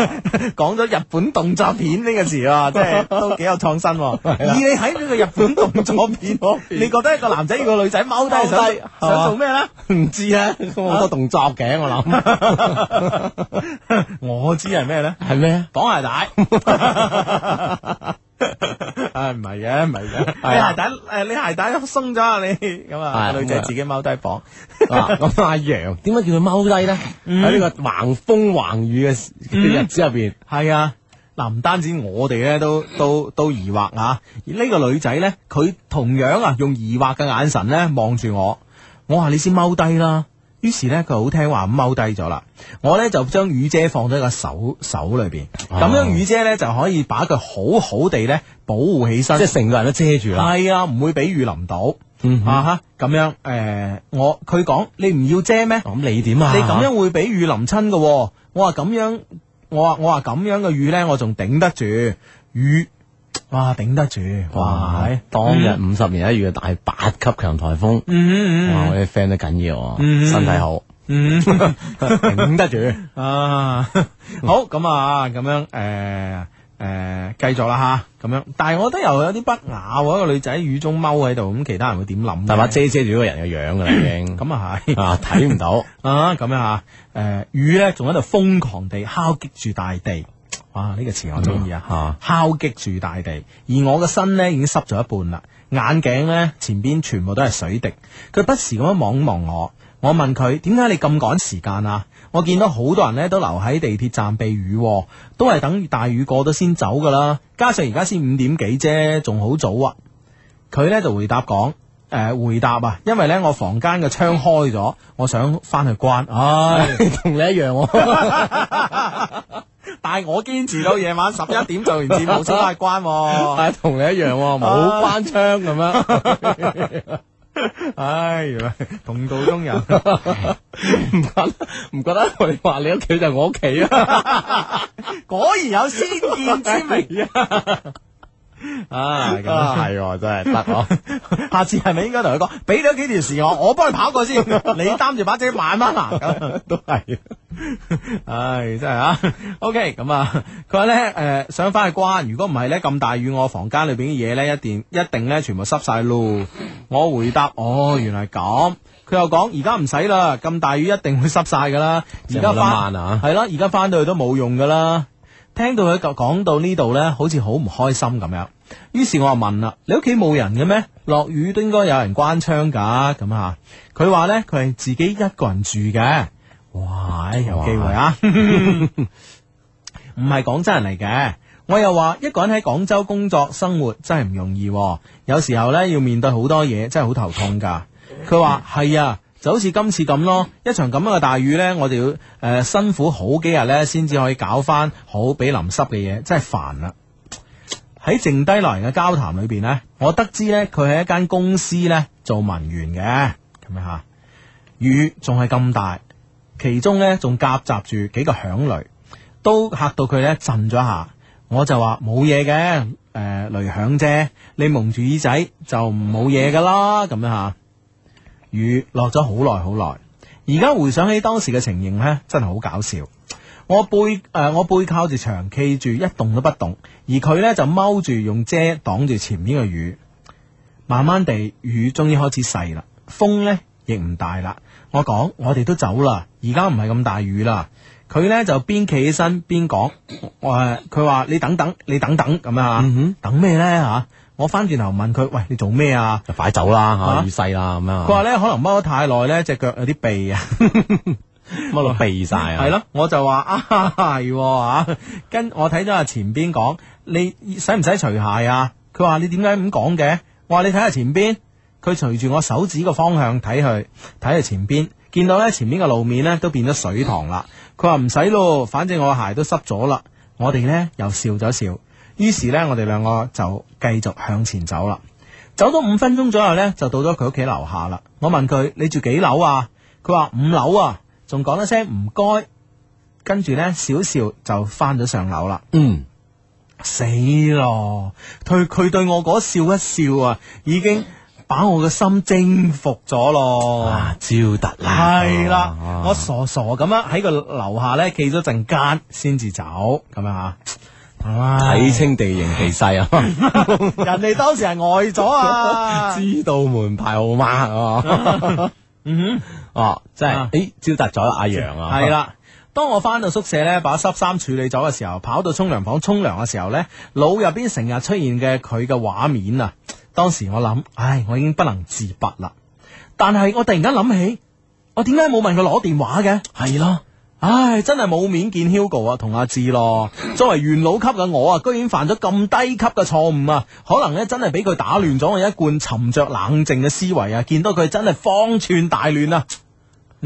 [SPEAKER 1] 講咗日本動作片呢個詞 <laughs> 啊，即係都幾有創新喎。以你喺呢個日本動作啊 <laughs> 片，你覺得一個男仔要個女仔踎低想
[SPEAKER 3] 踎低係嘛
[SPEAKER 1] 想做咩咧？
[SPEAKER 3] 唔知
[SPEAKER 1] <laughs>
[SPEAKER 3] 啊，我好多動作嘅，我諗
[SPEAKER 1] 我知係咩咧？
[SPEAKER 3] <laughs> 係咩啊？
[SPEAKER 1] 綁鞋
[SPEAKER 3] <laughs>
[SPEAKER 1] 帶。唉，唔係嘅，唔係嘅，哎
[SPEAKER 3] 係啊
[SPEAKER 1] 你鞋帶誒，你鞋帶鬆咗啊，你咁啊，
[SPEAKER 3] 係
[SPEAKER 1] 個女仔自己踎低綁。
[SPEAKER 3] 啊咁阿楊點解叫佢踎低咧？
[SPEAKER 1] 嗯
[SPEAKER 3] 喺呢個橫風橫雨嘅嘅日子入邊，
[SPEAKER 1] 系啊，嗱唔單止我哋咧都都都疑惑啊，而呢個女仔咧，佢同樣啊用疑惑嘅眼神咧望住我，我話你先踎低啦。於是咧，佢好聽話咁踎低咗啦。我咧就將雨遮放咗喺個手手裏邊，
[SPEAKER 3] 哦
[SPEAKER 1] 咁、樣雨遮咧就可以把佢好好地咧保護起身
[SPEAKER 3] 即。係嗯成個人都遮住啦。
[SPEAKER 1] 系啊，唔會俾雨淋到、啊哈。咁樣诶、誒我佢講你唔要遮咩？
[SPEAKER 3] 咁你點啊？
[SPEAKER 1] 你咁樣會俾雨淋親嘅、喎。我話咁樣，我話我話咁樣嘅雨呢，我仲頂得住雨，哇頂得住，哇
[SPEAKER 3] 哇！！嗯當日五十年一遇嘅大八級強颱風，
[SPEAKER 1] 嗯
[SPEAKER 3] 哇！我啲 friend 都緊要啊，
[SPEAKER 1] 嗯
[SPEAKER 3] 身體好，
[SPEAKER 1] 嗯嗯
[SPEAKER 3] <laughs> 頂得住。
[SPEAKER 1] 啊， <laughs> 好咁啊，咁樣诶诶，继、繼續啦吓，咁樣。但係我覺得又有啲不雅喎，一個女仔雨中踎喺度，咁其他人會點諗呢？
[SPEAKER 3] 大把遮遮住嗰個人嘅樣噶啦，已 <laughs> 經
[SPEAKER 1] 咁啊係。
[SPEAKER 3] 啊睇唔到。
[SPEAKER 1] 啊，咁樣啊，誒、雨咧仲喺度瘋狂地敲擊住大地，哇！呢、個詞我中意啊
[SPEAKER 3] 嗯，
[SPEAKER 1] 敲擊住大地，而我嘅身咧已經濕咗一半啦，眼鏡咧前邊全部都係水滴，佢不時咁樣望望我。我問佢點解你咁趕時間啊？我見到好多人咧都留喺地鐵站避雨喎、都係等大雨過咗先走噶啦。加上而家先五點幾啫，仲好早啊！佢咧就回答講，誒、回答啊，因為咧我房間嘅窗開咗，我想翻去關。唉，
[SPEAKER 3] 同你一樣 <laughs> 喎，
[SPEAKER 1] <laughs> 但係我堅持到夜晚十一點做完節目先翻去關喎、 <laughs>
[SPEAKER 3] 係啊同你一 <laughs> 樣喎，冇關窗咁樣， <laughs>
[SPEAKER 1] 唉，原來同道中人。
[SPEAKER 3] 唔覺得唔覺得我哋話你屋企就我屋企啊？
[SPEAKER 1] 果然有先見之 <laughs> 明啊！咁啊
[SPEAKER 3] 係喎，真係得
[SPEAKER 1] <laughs>
[SPEAKER 3] 喎。
[SPEAKER 1] 下次係咪應該同佢講，俾咗幾條時我，我幫你跑過先，你擔住把遮慢慢行咁。
[SPEAKER 3] 都係
[SPEAKER 1] 唉，真係啊。OK，咁 <laughs> 啊，佢話咧，誒、想翻去關，如果唔係咧，咁大雨，我房間裏邊嘅嘢咧，一定一定咧，全部濕晒咯。我回答，哦，原來咁。佢又講，而家唔使啦，咁大雨一定會濕晒噶啦。而
[SPEAKER 3] 即係
[SPEAKER 1] 家
[SPEAKER 3] 冇得
[SPEAKER 1] 翻
[SPEAKER 3] 掹啊
[SPEAKER 1] 係啦，而家翻到去都冇用噶啦。聽到佢講到呢度咧，好似好唔開心咁樣。於是我就問啦：你屋企冇人嘅咩？落雨都應該有人關窗㗎咁啊！佢話咧，佢係自己一個人住嘅。哇！有機會啊！唔係廣州人嚟嘅。我又話一個人喺廣州工作生活真係唔容易喎、有時候呢，要面對好多嘢，真係好頭痛噶。佢話係啊，就好似今次咁咯，一場咁樣嘅大雨呢，我哋要誒、呃辛苦好幾日呢，先至可以搞翻好俾淋濕嘅嘢，真係煩啦。喺剩低落嚟嘅交談裏邊呢，我得知呢，佢喺一間公司呢做文員嘅，咁樣嚇。雨仲係咁大，其中呢仲夾雜住幾個響雷。都嚇到佢咧震咗一下。我就話冇嘢嘅，誒、雷響啫，你蒙住耳仔就冇嘢噶啦，咁樣嚇。雨落咗好耐好耐，而家回想起當時嘅情形呢，真係好搞笑。我背誒、呃我背靠住牆，企住一動都不動，而佢呢就踎住用遮擋住前面嘅雨。慢慢地，雨終於開始細啦，風呢亦唔大啦。我講我哋都走啦，而家唔係咁大雨啦。佢呢就邊企起身邊講，我呃佢話你等等，你等等咁樣啊，等咩呢？嚇、我翻轉頭問佢，喂，你做咩啊？
[SPEAKER 3] 就快走啦
[SPEAKER 1] 啊
[SPEAKER 3] 嚇，雨勢啦咁樣。
[SPEAKER 1] 佢話咧可能踎得太耐咧，隻腳有啲痹啊，
[SPEAKER 3] 乜落避晒
[SPEAKER 1] <laughs>
[SPEAKER 3] 啊？
[SPEAKER 1] 係，咯，我就話啊係喎啊，跟我睇咗下前邊講，你使唔使除鞋啊？佢話你點解咁講嘅？我話你睇下前邊，佢隨住我手指個方向睇去，睇去前邊，見到咧前面嘅路面咧都變咗水塘啦。佢話唔使咯，反正我鞋都濕咗啦。我哋咧又笑咗笑，於是咧我哋兩個就繼續向前走啦。走咗五分鐘左右呢，就到咗佢屋企樓下啦。我問佢：你住幾樓啊？佢話五樓啊，仲講一聲唔該，跟住呢，少少就翻咗上樓啦。
[SPEAKER 3] 嗯，
[SPEAKER 1] 死咯！佢佢對我嗰笑一笑啊，已經把我嘅心征服咗咯。
[SPEAKER 3] 啊，招突啦，
[SPEAKER 1] 系啦
[SPEAKER 3] 啊，
[SPEAKER 1] 我傻傻咁样喺个楼下咧企咗阵间，先至走咁样啊。
[SPEAKER 3] 睇清地形地勢啊，
[SPEAKER 1] <laughs> 人哋当时系呆咗啊！
[SPEAKER 3] <laughs> 知道門牌號碼啊，
[SPEAKER 1] <laughs> 嗯
[SPEAKER 3] 哦，真
[SPEAKER 1] 啊
[SPEAKER 3] 係，诶，招突咗阿楊啊，
[SPEAKER 1] 哼，系啦。当我翻到宿舍咧，把湿衫处理咗嘅时候，跑到沖涼房沖涼嘅時候咧，腦入邊成日出現嘅佢嘅畫面啊！當時我諗，唉，我已經不能自拔啦。但係我突然間諗起，我點解冇問佢攞電話嘅？
[SPEAKER 3] 係咯，
[SPEAKER 1] 唉，真系冇面見 Hugo 啊，同阿志咯。作為元老級嘅我啊，居然犯咗咁低級嘅錯誤啊！可能咧真係俾佢打亂咗我一貫沉着冷靜嘅思維啊！見到佢真係方寸大亂啊！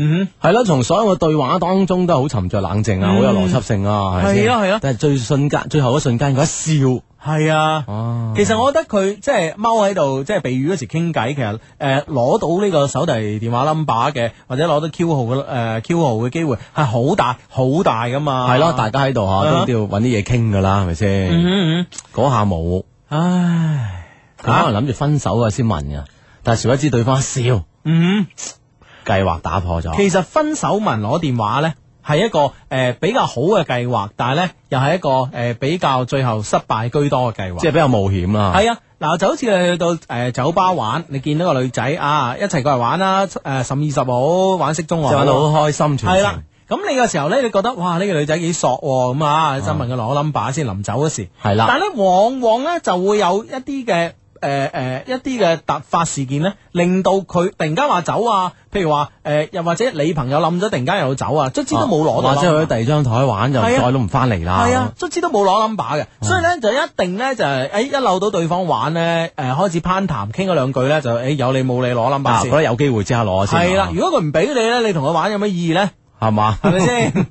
[SPEAKER 1] 嗯
[SPEAKER 3] 係咯，從所有嘅對話當中都係好沉着冷靜啊，好有邏輯性啊，咪先
[SPEAKER 1] 係啊係啊
[SPEAKER 3] 但係最瞬間，最後一瞬間佢一笑，
[SPEAKER 1] 哼，係啊。
[SPEAKER 3] 哦
[SPEAKER 1] 其實我覺得佢即係踎喺度，即係避雨嗰時傾偈，其實诶攞、到呢個手提電話 number 嘅，或者攞到 Q 號嘅诶、呃 Q 號嘅機會係好大好大噶嘛。
[SPEAKER 3] 啊係咯，大家喺度吓
[SPEAKER 1] 啊
[SPEAKER 3] 都都要揾啲嘢傾噶啦，係咪
[SPEAKER 1] 嗯
[SPEAKER 3] 先？
[SPEAKER 1] 嗯嗯，
[SPEAKER 3] 嗰下冇，
[SPEAKER 1] 唉，
[SPEAKER 3] 佢可能諗住分手啊先問噶，但係殊不知對方一笑，
[SPEAKER 1] 嗯。
[SPEAKER 3] 計劃打破咗。
[SPEAKER 1] 其實分手文攞電話呢，係一個誒、呃比較好嘅計劃，但係呢又係一個誒、呃比較最後失敗居多嘅計劃。
[SPEAKER 3] 即係比較冒險啦。
[SPEAKER 1] 係啊，嗱就好似你去到誒、呃酒吧玩，你見到個女仔啊，一齊過嚟玩啦，誒十五二十好，玩色中
[SPEAKER 3] 即
[SPEAKER 1] 我
[SPEAKER 3] 係
[SPEAKER 1] 好
[SPEAKER 3] 玩到好開心，全
[SPEAKER 1] 係啦
[SPEAKER 3] 程。
[SPEAKER 1] 咁你嘅時候呢，你覺得哇呢、個女仔幾索喎咁啊，真問佢攞 number 先臨走嗰時。
[SPEAKER 3] 係
[SPEAKER 1] 但
[SPEAKER 3] 啦，
[SPEAKER 1] 係咧，往往咧就會有一啲嘅誒誒一啲嘅突發事件咧，令到佢突然間話走啊，譬如話誒、呃又或者你朋友冧咗，突然間又走啊，卒之都冇攞到
[SPEAKER 3] 哦或
[SPEAKER 1] 啦。
[SPEAKER 3] 者去第二張台玩就
[SPEAKER 1] 係啊
[SPEAKER 3] 再都唔翻嚟啦。
[SPEAKER 1] 係啊，卒之都冇攞 number 嘅，所以咧就一定咧就係哎誒一漏到對方玩咧，誒、開始攀談傾咗兩句咧就誒、哎有你冇你攞 number
[SPEAKER 3] 啊，覺
[SPEAKER 1] 先。
[SPEAKER 3] 得有機會即刻攞先。啊
[SPEAKER 1] 係啦，，如果佢唔俾你咧，你同佢玩有乜意義咧？
[SPEAKER 3] 係嘛？
[SPEAKER 1] 係咪
[SPEAKER 3] <laughs>
[SPEAKER 1] 先？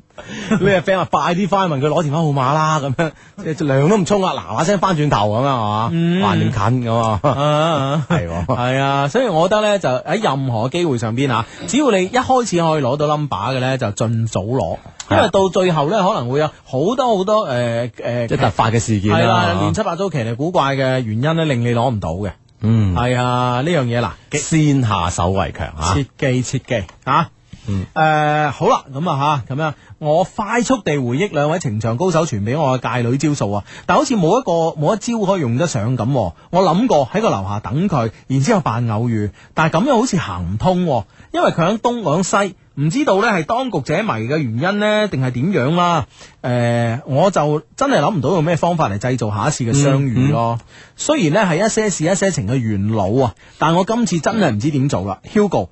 [SPEAKER 3] 你個 friend 話快啲翻去問佢攞電話號碼啦，咁樣即係涼都唔沖啊，嗱嗱聲翻轉頭咁啊，係
[SPEAKER 1] 嗯
[SPEAKER 3] 嘛？橫掂近咁啊，
[SPEAKER 1] 啊
[SPEAKER 3] 係
[SPEAKER 1] <laughs>
[SPEAKER 3] 喎。
[SPEAKER 1] 系啊，所以我覺得咧，就喺任何機會上邊啊，只要你一開始可以攞到 number 嘅咧，就盡早攞，因為到最後咧可能會有好多好多誒誒，
[SPEAKER 3] 即係突啊發嘅事件
[SPEAKER 1] 係啦，
[SPEAKER 3] 啦
[SPEAKER 1] 亂。七八糟、奇離古怪嘅原因咧，令你攞唔到嘅。
[SPEAKER 3] 嗯，
[SPEAKER 1] 係啊，呢樣嘢嗱，
[SPEAKER 3] 先下手為強啊。
[SPEAKER 1] 切記切記啊！
[SPEAKER 3] 嗯
[SPEAKER 1] 誒好啦，咁啊吓，咁樣我快速地回憶兩位情場高手傳俾我嘅界女招數啊，但好似冇一個冇一招可以用得上咁喎。我諗過喺個樓下等佢，然之後扮偶遇，但係咁樣好似行唔通喎，因為佢響東我響西。唔知道呢係當局者迷嘅原因呢，定係點樣啦？誒、我就真係諗唔到用咩方法嚟製造下一次嘅相遇咯。雖然呢係一些事一些情嘅元老啊，但我今次真係唔知點做啦。Hugo，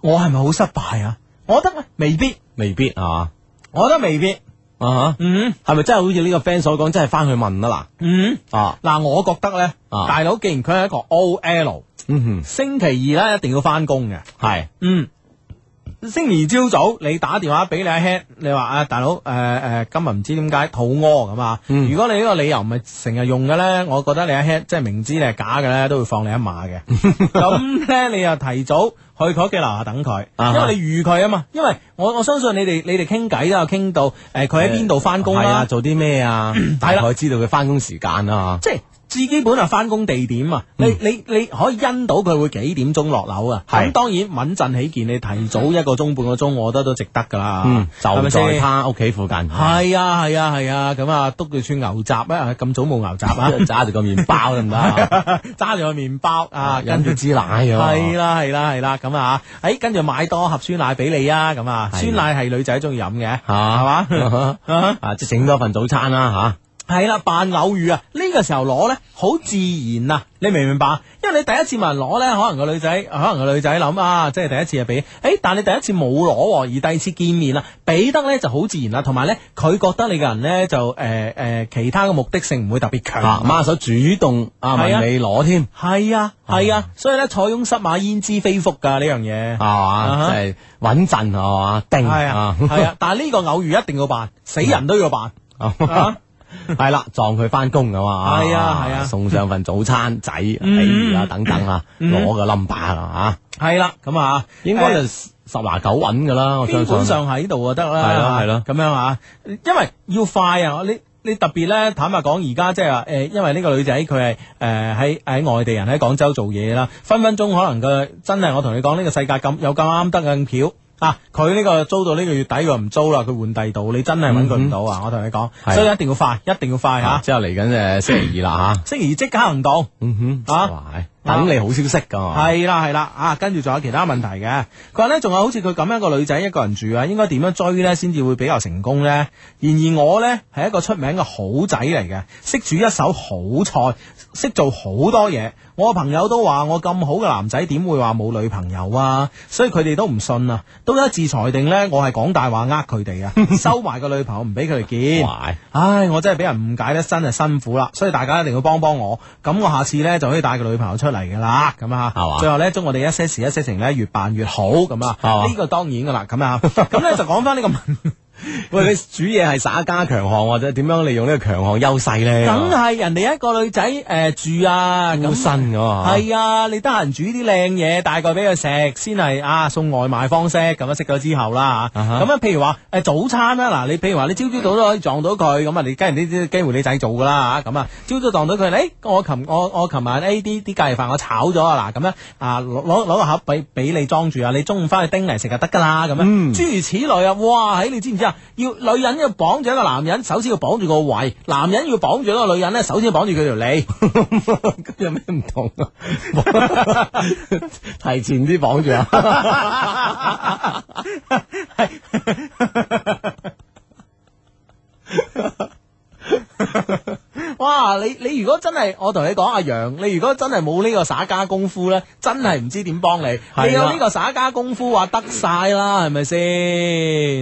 [SPEAKER 1] 我係咪好失敗啊？我覺得未必，
[SPEAKER 3] 未必啊，
[SPEAKER 1] 我覺得未必。
[SPEAKER 3] 啊哈，
[SPEAKER 1] 嗯
[SPEAKER 3] 係咪真係好似呢個 friend 所講，真係翻去問啦
[SPEAKER 1] 嗯，
[SPEAKER 3] 嗱啊，
[SPEAKER 1] 嗱，我覺得呢，
[SPEAKER 3] 啊
[SPEAKER 1] 大佬既然佢係一個 OL，
[SPEAKER 3] 嗯
[SPEAKER 1] 星期二呢一定要翻工嘅。
[SPEAKER 3] 哼，係
[SPEAKER 1] 嗯，星期二朝早你打電話俾你阿 head，你話啊大佬，誒、誒、今日唔知點解肚屙咁啊。
[SPEAKER 3] 嗯
[SPEAKER 1] 如果你呢個理由唔係成日用嘅咧，我覺得你阿 head 即係明知你係假嘅咧，都會放你一馬
[SPEAKER 3] <laughs>
[SPEAKER 1] 嘅。咁咧你又提早去佢屋企樓下等佢，
[SPEAKER 3] 啊
[SPEAKER 1] 因為你預佢啊嘛。因為我我相信你哋你哋傾偈都有傾到誒，佢喺邊度翻工
[SPEAKER 3] 係啊
[SPEAKER 1] 啦，
[SPEAKER 3] 做啲咩
[SPEAKER 1] <clears throat>
[SPEAKER 3] 啊？大概知道佢翻工時間啊。
[SPEAKER 1] 即係。至基本係翻工地點啊！
[SPEAKER 3] 嗯
[SPEAKER 1] 你你你可以因到佢會幾點鐘落樓啊？
[SPEAKER 3] 係
[SPEAKER 1] 咁當然穩陣起見，你提早一個鐘半個鐘，我覺得都值得㗎啦。
[SPEAKER 3] 嗯，
[SPEAKER 1] 係
[SPEAKER 3] 就
[SPEAKER 1] 咪
[SPEAKER 3] 在
[SPEAKER 1] 先？
[SPEAKER 3] 他屋企附近，係
[SPEAKER 1] 係啊係啊係啊！咁啊，篤佢串牛雜啊！咁早冇牛雜啊，
[SPEAKER 3] <laughs> 揸住個麵包得唔得啊？ <laughs>
[SPEAKER 1] 揸住個麵包啊，跟
[SPEAKER 3] 飲
[SPEAKER 1] 住
[SPEAKER 3] 咗。支奶啊，
[SPEAKER 1] 係啦係啦係啦，咁啊，誒跟住買多盒酸奶俾你啊，咁啊，
[SPEAKER 3] 係
[SPEAKER 1] 酸奶係女仔中意飲嘅，
[SPEAKER 3] 嚇
[SPEAKER 1] <laughs> 係嘛？
[SPEAKER 3] <laughs> 啊，即係整多份早餐啦
[SPEAKER 1] 系啦，扮偶遇啊！呢、個時候攞呢，好自然啊！你明唔明白？因為你第一次問人攞呢，可能個女仔，可能個女仔諗啊，即係第一次就俾，诶、但你第一次冇攞喎，而第二次見面啦，俾得呢就好自然啦，同埋呢，佢覺得你個人呢，就诶诶、呃其他嘅目的性唔會特別
[SPEAKER 3] 嚇，
[SPEAKER 1] 強。
[SPEAKER 3] 啊，媽手主動啊
[SPEAKER 1] 係啊
[SPEAKER 3] 問你攞添，
[SPEAKER 1] 係啊，係啊，所以呢，塞翁失馬焉知非福㗎呢樣嘢。
[SPEAKER 3] 係
[SPEAKER 1] 啊
[SPEAKER 3] 嘛，
[SPEAKER 1] 哈
[SPEAKER 3] 即係穩陣係嘛，定
[SPEAKER 1] 係啊
[SPEAKER 3] 啊，， <laughs>
[SPEAKER 1] 係啊，但係呢個偶遇一定要辦，死人都要辦。啊
[SPEAKER 3] <laughs> 係啦，撞佢翻工㗎嘛，
[SPEAKER 1] 係啊係啊
[SPEAKER 3] 送上份早餐仔，比如啊等等啊，
[SPEAKER 1] 嗯
[SPEAKER 3] 攞個 number 啊，
[SPEAKER 1] 係啦，咁啊，
[SPEAKER 3] 應該
[SPEAKER 1] 呃
[SPEAKER 3] 就十拿九穩㗎啦，我
[SPEAKER 1] 基
[SPEAKER 3] 相
[SPEAKER 1] 本
[SPEAKER 3] 信。
[SPEAKER 1] 上喺度就得啦，
[SPEAKER 3] 係咯係咯
[SPEAKER 1] 咁樣啊，因為要快啊，你。你特別咧，坦白講，而家即係話誒，因為呢個女仔佢係誒喺喺外地人喺廣州做嘢啦，分分鐘可能佢真係我同你講呢、個世界咁有咁啱得咁巧。啊！佢呢個租到呢個月底，佢唔租啦，佢換第度，你真係揾佢唔到啊！我同你講，
[SPEAKER 3] 嗯係
[SPEAKER 1] 所以一定要快，一定要快吓，
[SPEAKER 3] 啊之後嚟緊誒星期二啦吓，
[SPEAKER 1] 星期二即刻行動。
[SPEAKER 3] 嗯
[SPEAKER 1] 啊
[SPEAKER 3] 哇等你好消息噶，
[SPEAKER 1] 系啦系啦，啊，跟住仲有其他問題嘅。佢話呢，仲有好似佢咁樣一個女仔一個人住啊，應該點樣追呢？先至會比較成功呢？然而我呢，係一個出名嘅好仔嚟嘅，識煮一手好菜，識做好多嘢。我朋友都話我咁好嘅男仔點會話冇女朋友啊？所以佢哋都唔信啊，都一致裁定呢，我係講大話呃佢哋啊，收埋個女朋友唔俾佢哋見。
[SPEAKER 3] 哇
[SPEAKER 1] 唉，我真係俾人誤解咧，真係辛苦啦，所以大家一定要幫幫我，咁我下次咧就可以帶個女朋友出嚟噶啦，咁啊，
[SPEAKER 3] 係嘛
[SPEAKER 1] 最後咧，祝我哋一些事一些情咧越辦越好，咁
[SPEAKER 3] 係
[SPEAKER 1] 啊，
[SPEAKER 3] 嘛
[SPEAKER 1] 呢個當然噶啦，咁啊，咁咧就講翻呢個問，
[SPEAKER 3] <laughs> 喂，你煮嘢係耍家強項或者點樣利用呢個強項優勢
[SPEAKER 1] <laughs>
[SPEAKER 3] 咧？
[SPEAKER 1] 梗係人哋一個女仔誒、呃住啊，
[SPEAKER 3] 高
[SPEAKER 1] 咁。
[SPEAKER 3] 薪噶嘛，
[SPEAKER 1] 係啊，你得閒煮啲靚嘢，大概俾佢食先係啊，送外賣方式咁啊樣識咗之後啦嚇
[SPEAKER 3] 啊哈
[SPEAKER 1] 咁啊，譬如話誒早餐啦，嗱你譬如話你朝朝早都可以撞到佢，咁啊你梗係呢啲機會你仔做噶啦嚇咁啊朝早撞到佢，誒、我琴我我琴晚 A 啲啲隔夜飯我炒咗啊，嗱咁樣啊攞攞攞個盒俾俾你裝住啊，你中午翻去叮嚟食就得㗎啦，咁樣、
[SPEAKER 3] 嗯
[SPEAKER 1] 諸如此類啊，哇！喺你知唔知啊？要女人要綁住一個男人，首先要綁住個胃；男人要綁住一個女人咧，首先要綁住佢條脷。
[SPEAKER 3] 咁 <laughs> 有咩唔同啊？ <laughs> 提前啲綁住啊！
[SPEAKER 1] <laughs> 哇！你你如果真係，我同你講，阿楊，你如果真係冇呢個耍家功夫咧，真係唔知點幫你。
[SPEAKER 3] 啦
[SPEAKER 1] 你有呢個耍家功夫，話得晒啦，係咪先？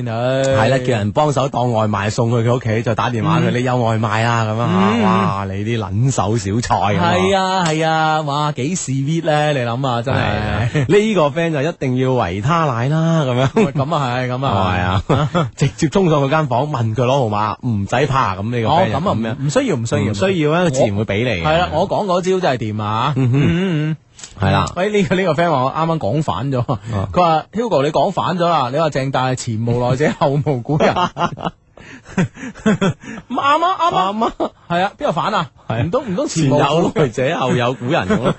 [SPEAKER 1] 係
[SPEAKER 3] 係啦，叫人幫手當外賣送去佢屋企，就打電話佢，你有外賣啊咁
[SPEAKER 1] 嗯
[SPEAKER 3] 啊！哇，你啲撚手小菜
[SPEAKER 1] 係啊係啊，哇！幾 sweet 咧？你諗下，真
[SPEAKER 3] 係
[SPEAKER 1] 係
[SPEAKER 3] 啊。呢個 friend 就一定要維他奶啦，咁樣。
[SPEAKER 1] 喂咁啊係，咁啊
[SPEAKER 3] 係
[SPEAKER 1] <laughs>
[SPEAKER 3] 啊，直接衝上佢間房問佢攞號碼，唔使怕咁呢個
[SPEAKER 1] 哦
[SPEAKER 3] friend 就
[SPEAKER 1] 咁啊唔唔需要唔需要
[SPEAKER 3] 唔需要啊，
[SPEAKER 1] 我
[SPEAKER 3] 自然會俾你嘅。
[SPEAKER 1] 係啦，我講嗰招真係掂啊！嗯嗯嗯
[SPEAKER 3] 係啦，哦
[SPEAKER 1] 喂，呢、個呢、個 friend 話我啱啱講反咗，佢話 Hugo 你講反咗啦，你話鄭大係前無來者後無古
[SPEAKER 3] <laughs>
[SPEAKER 1] 人，咁啱啊啱啊啱啊，係啊，邊個反啊？
[SPEAKER 3] 係啊
[SPEAKER 1] 唔通唔通
[SPEAKER 3] 前
[SPEAKER 1] 前無
[SPEAKER 3] <laughs> 有來者後有古人咁咯。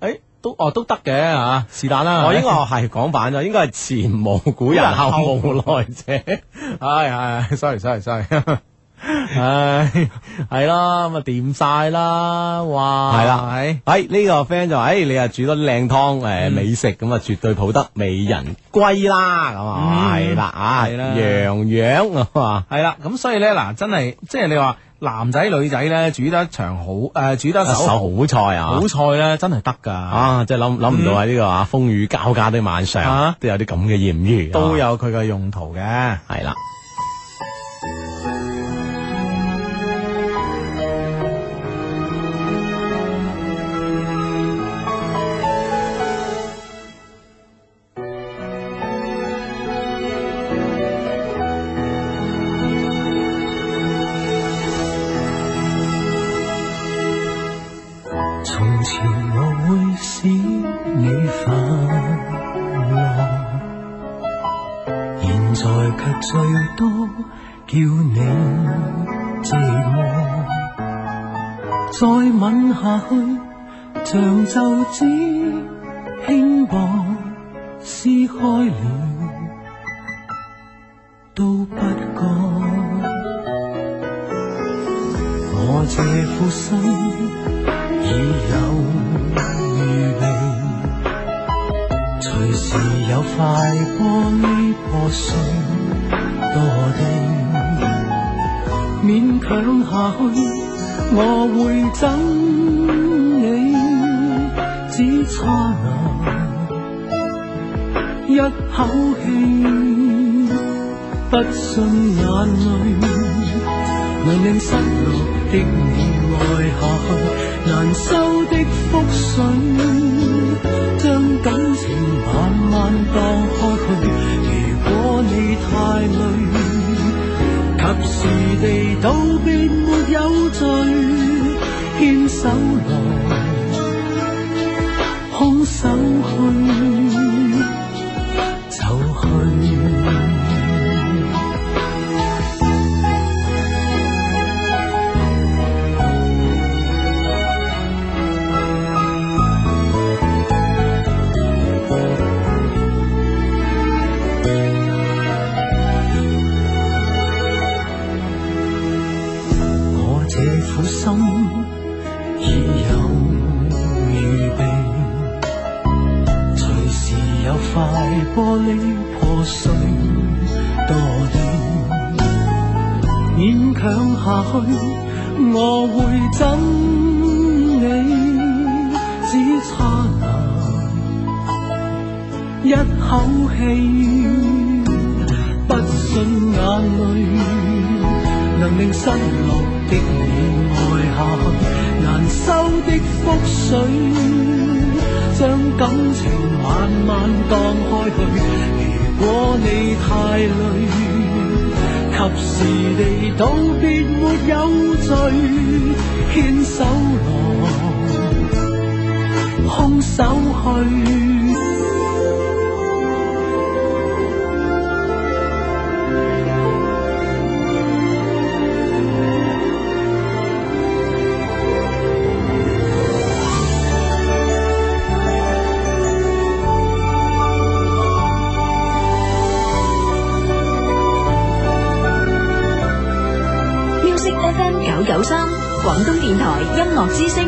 [SPEAKER 1] 誒都哦都得嘅嚇，是但啦。
[SPEAKER 3] 我應該係講反咗，應該係前無古人後無來 <laughs> 者。
[SPEAKER 1] 唉唉，sorry sorry
[SPEAKER 3] <laughs>
[SPEAKER 1] sorry，唉係啦，咁啊掂晒啦，哇
[SPEAKER 3] 係啦
[SPEAKER 1] 係
[SPEAKER 3] 喺呢、個 friend 就話：，誒，你啊煮得靚湯，誒、美食咁啊，絕對抱得美人歸啦，咁啊，
[SPEAKER 1] 嗯
[SPEAKER 3] 係啦啊，
[SPEAKER 1] 係啦
[SPEAKER 3] 洋洋啊嘛，
[SPEAKER 1] 係啦，咁所以咧嗱，真係即係你話男仔女仔咧煮得一場好誒、煮得一
[SPEAKER 3] 手
[SPEAKER 1] 手
[SPEAKER 3] 好菜啊
[SPEAKER 1] 好，菜咧，真係得㗎。
[SPEAKER 3] 啊，即係諗諗唔到喺呢個啊風雨交加的晚上，
[SPEAKER 1] 嗯啊
[SPEAKER 3] 都有啲咁嘅豔遇，
[SPEAKER 1] 都
[SPEAKER 3] 啊，
[SPEAKER 1] 有佢嘅用途嘅。
[SPEAKER 3] 係啦。
[SPEAKER 2] 从前我会使你快乐，现在却最多叫你寂寞。再吻下去，像皱纸轻薄撕开了，都不觉。我这副身。已有预备，随时有块玻璃破碎多地，勉强下去，我会憎你，只差那一口气，不信眼泪。能令失落的你愛下去，難收的覆水，將感情慢慢盪開去。如果你太累，及時地道別沒有罪，牽手來，空手去，走去。有预备，随时有块玻璃破碎多啲，勉强下去，我会憎你，只差那一口气，不信眼泪。能令失落的你愛下去，難收的覆水，將感情慢慢當開去。如果你太累，及時地道別沒有罪，牽手來，空手去。
[SPEAKER 4] Music FM 九九三，廣東電台音樂之聲，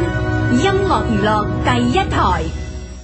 [SPEAKER 4] 音樂娛樂第一台。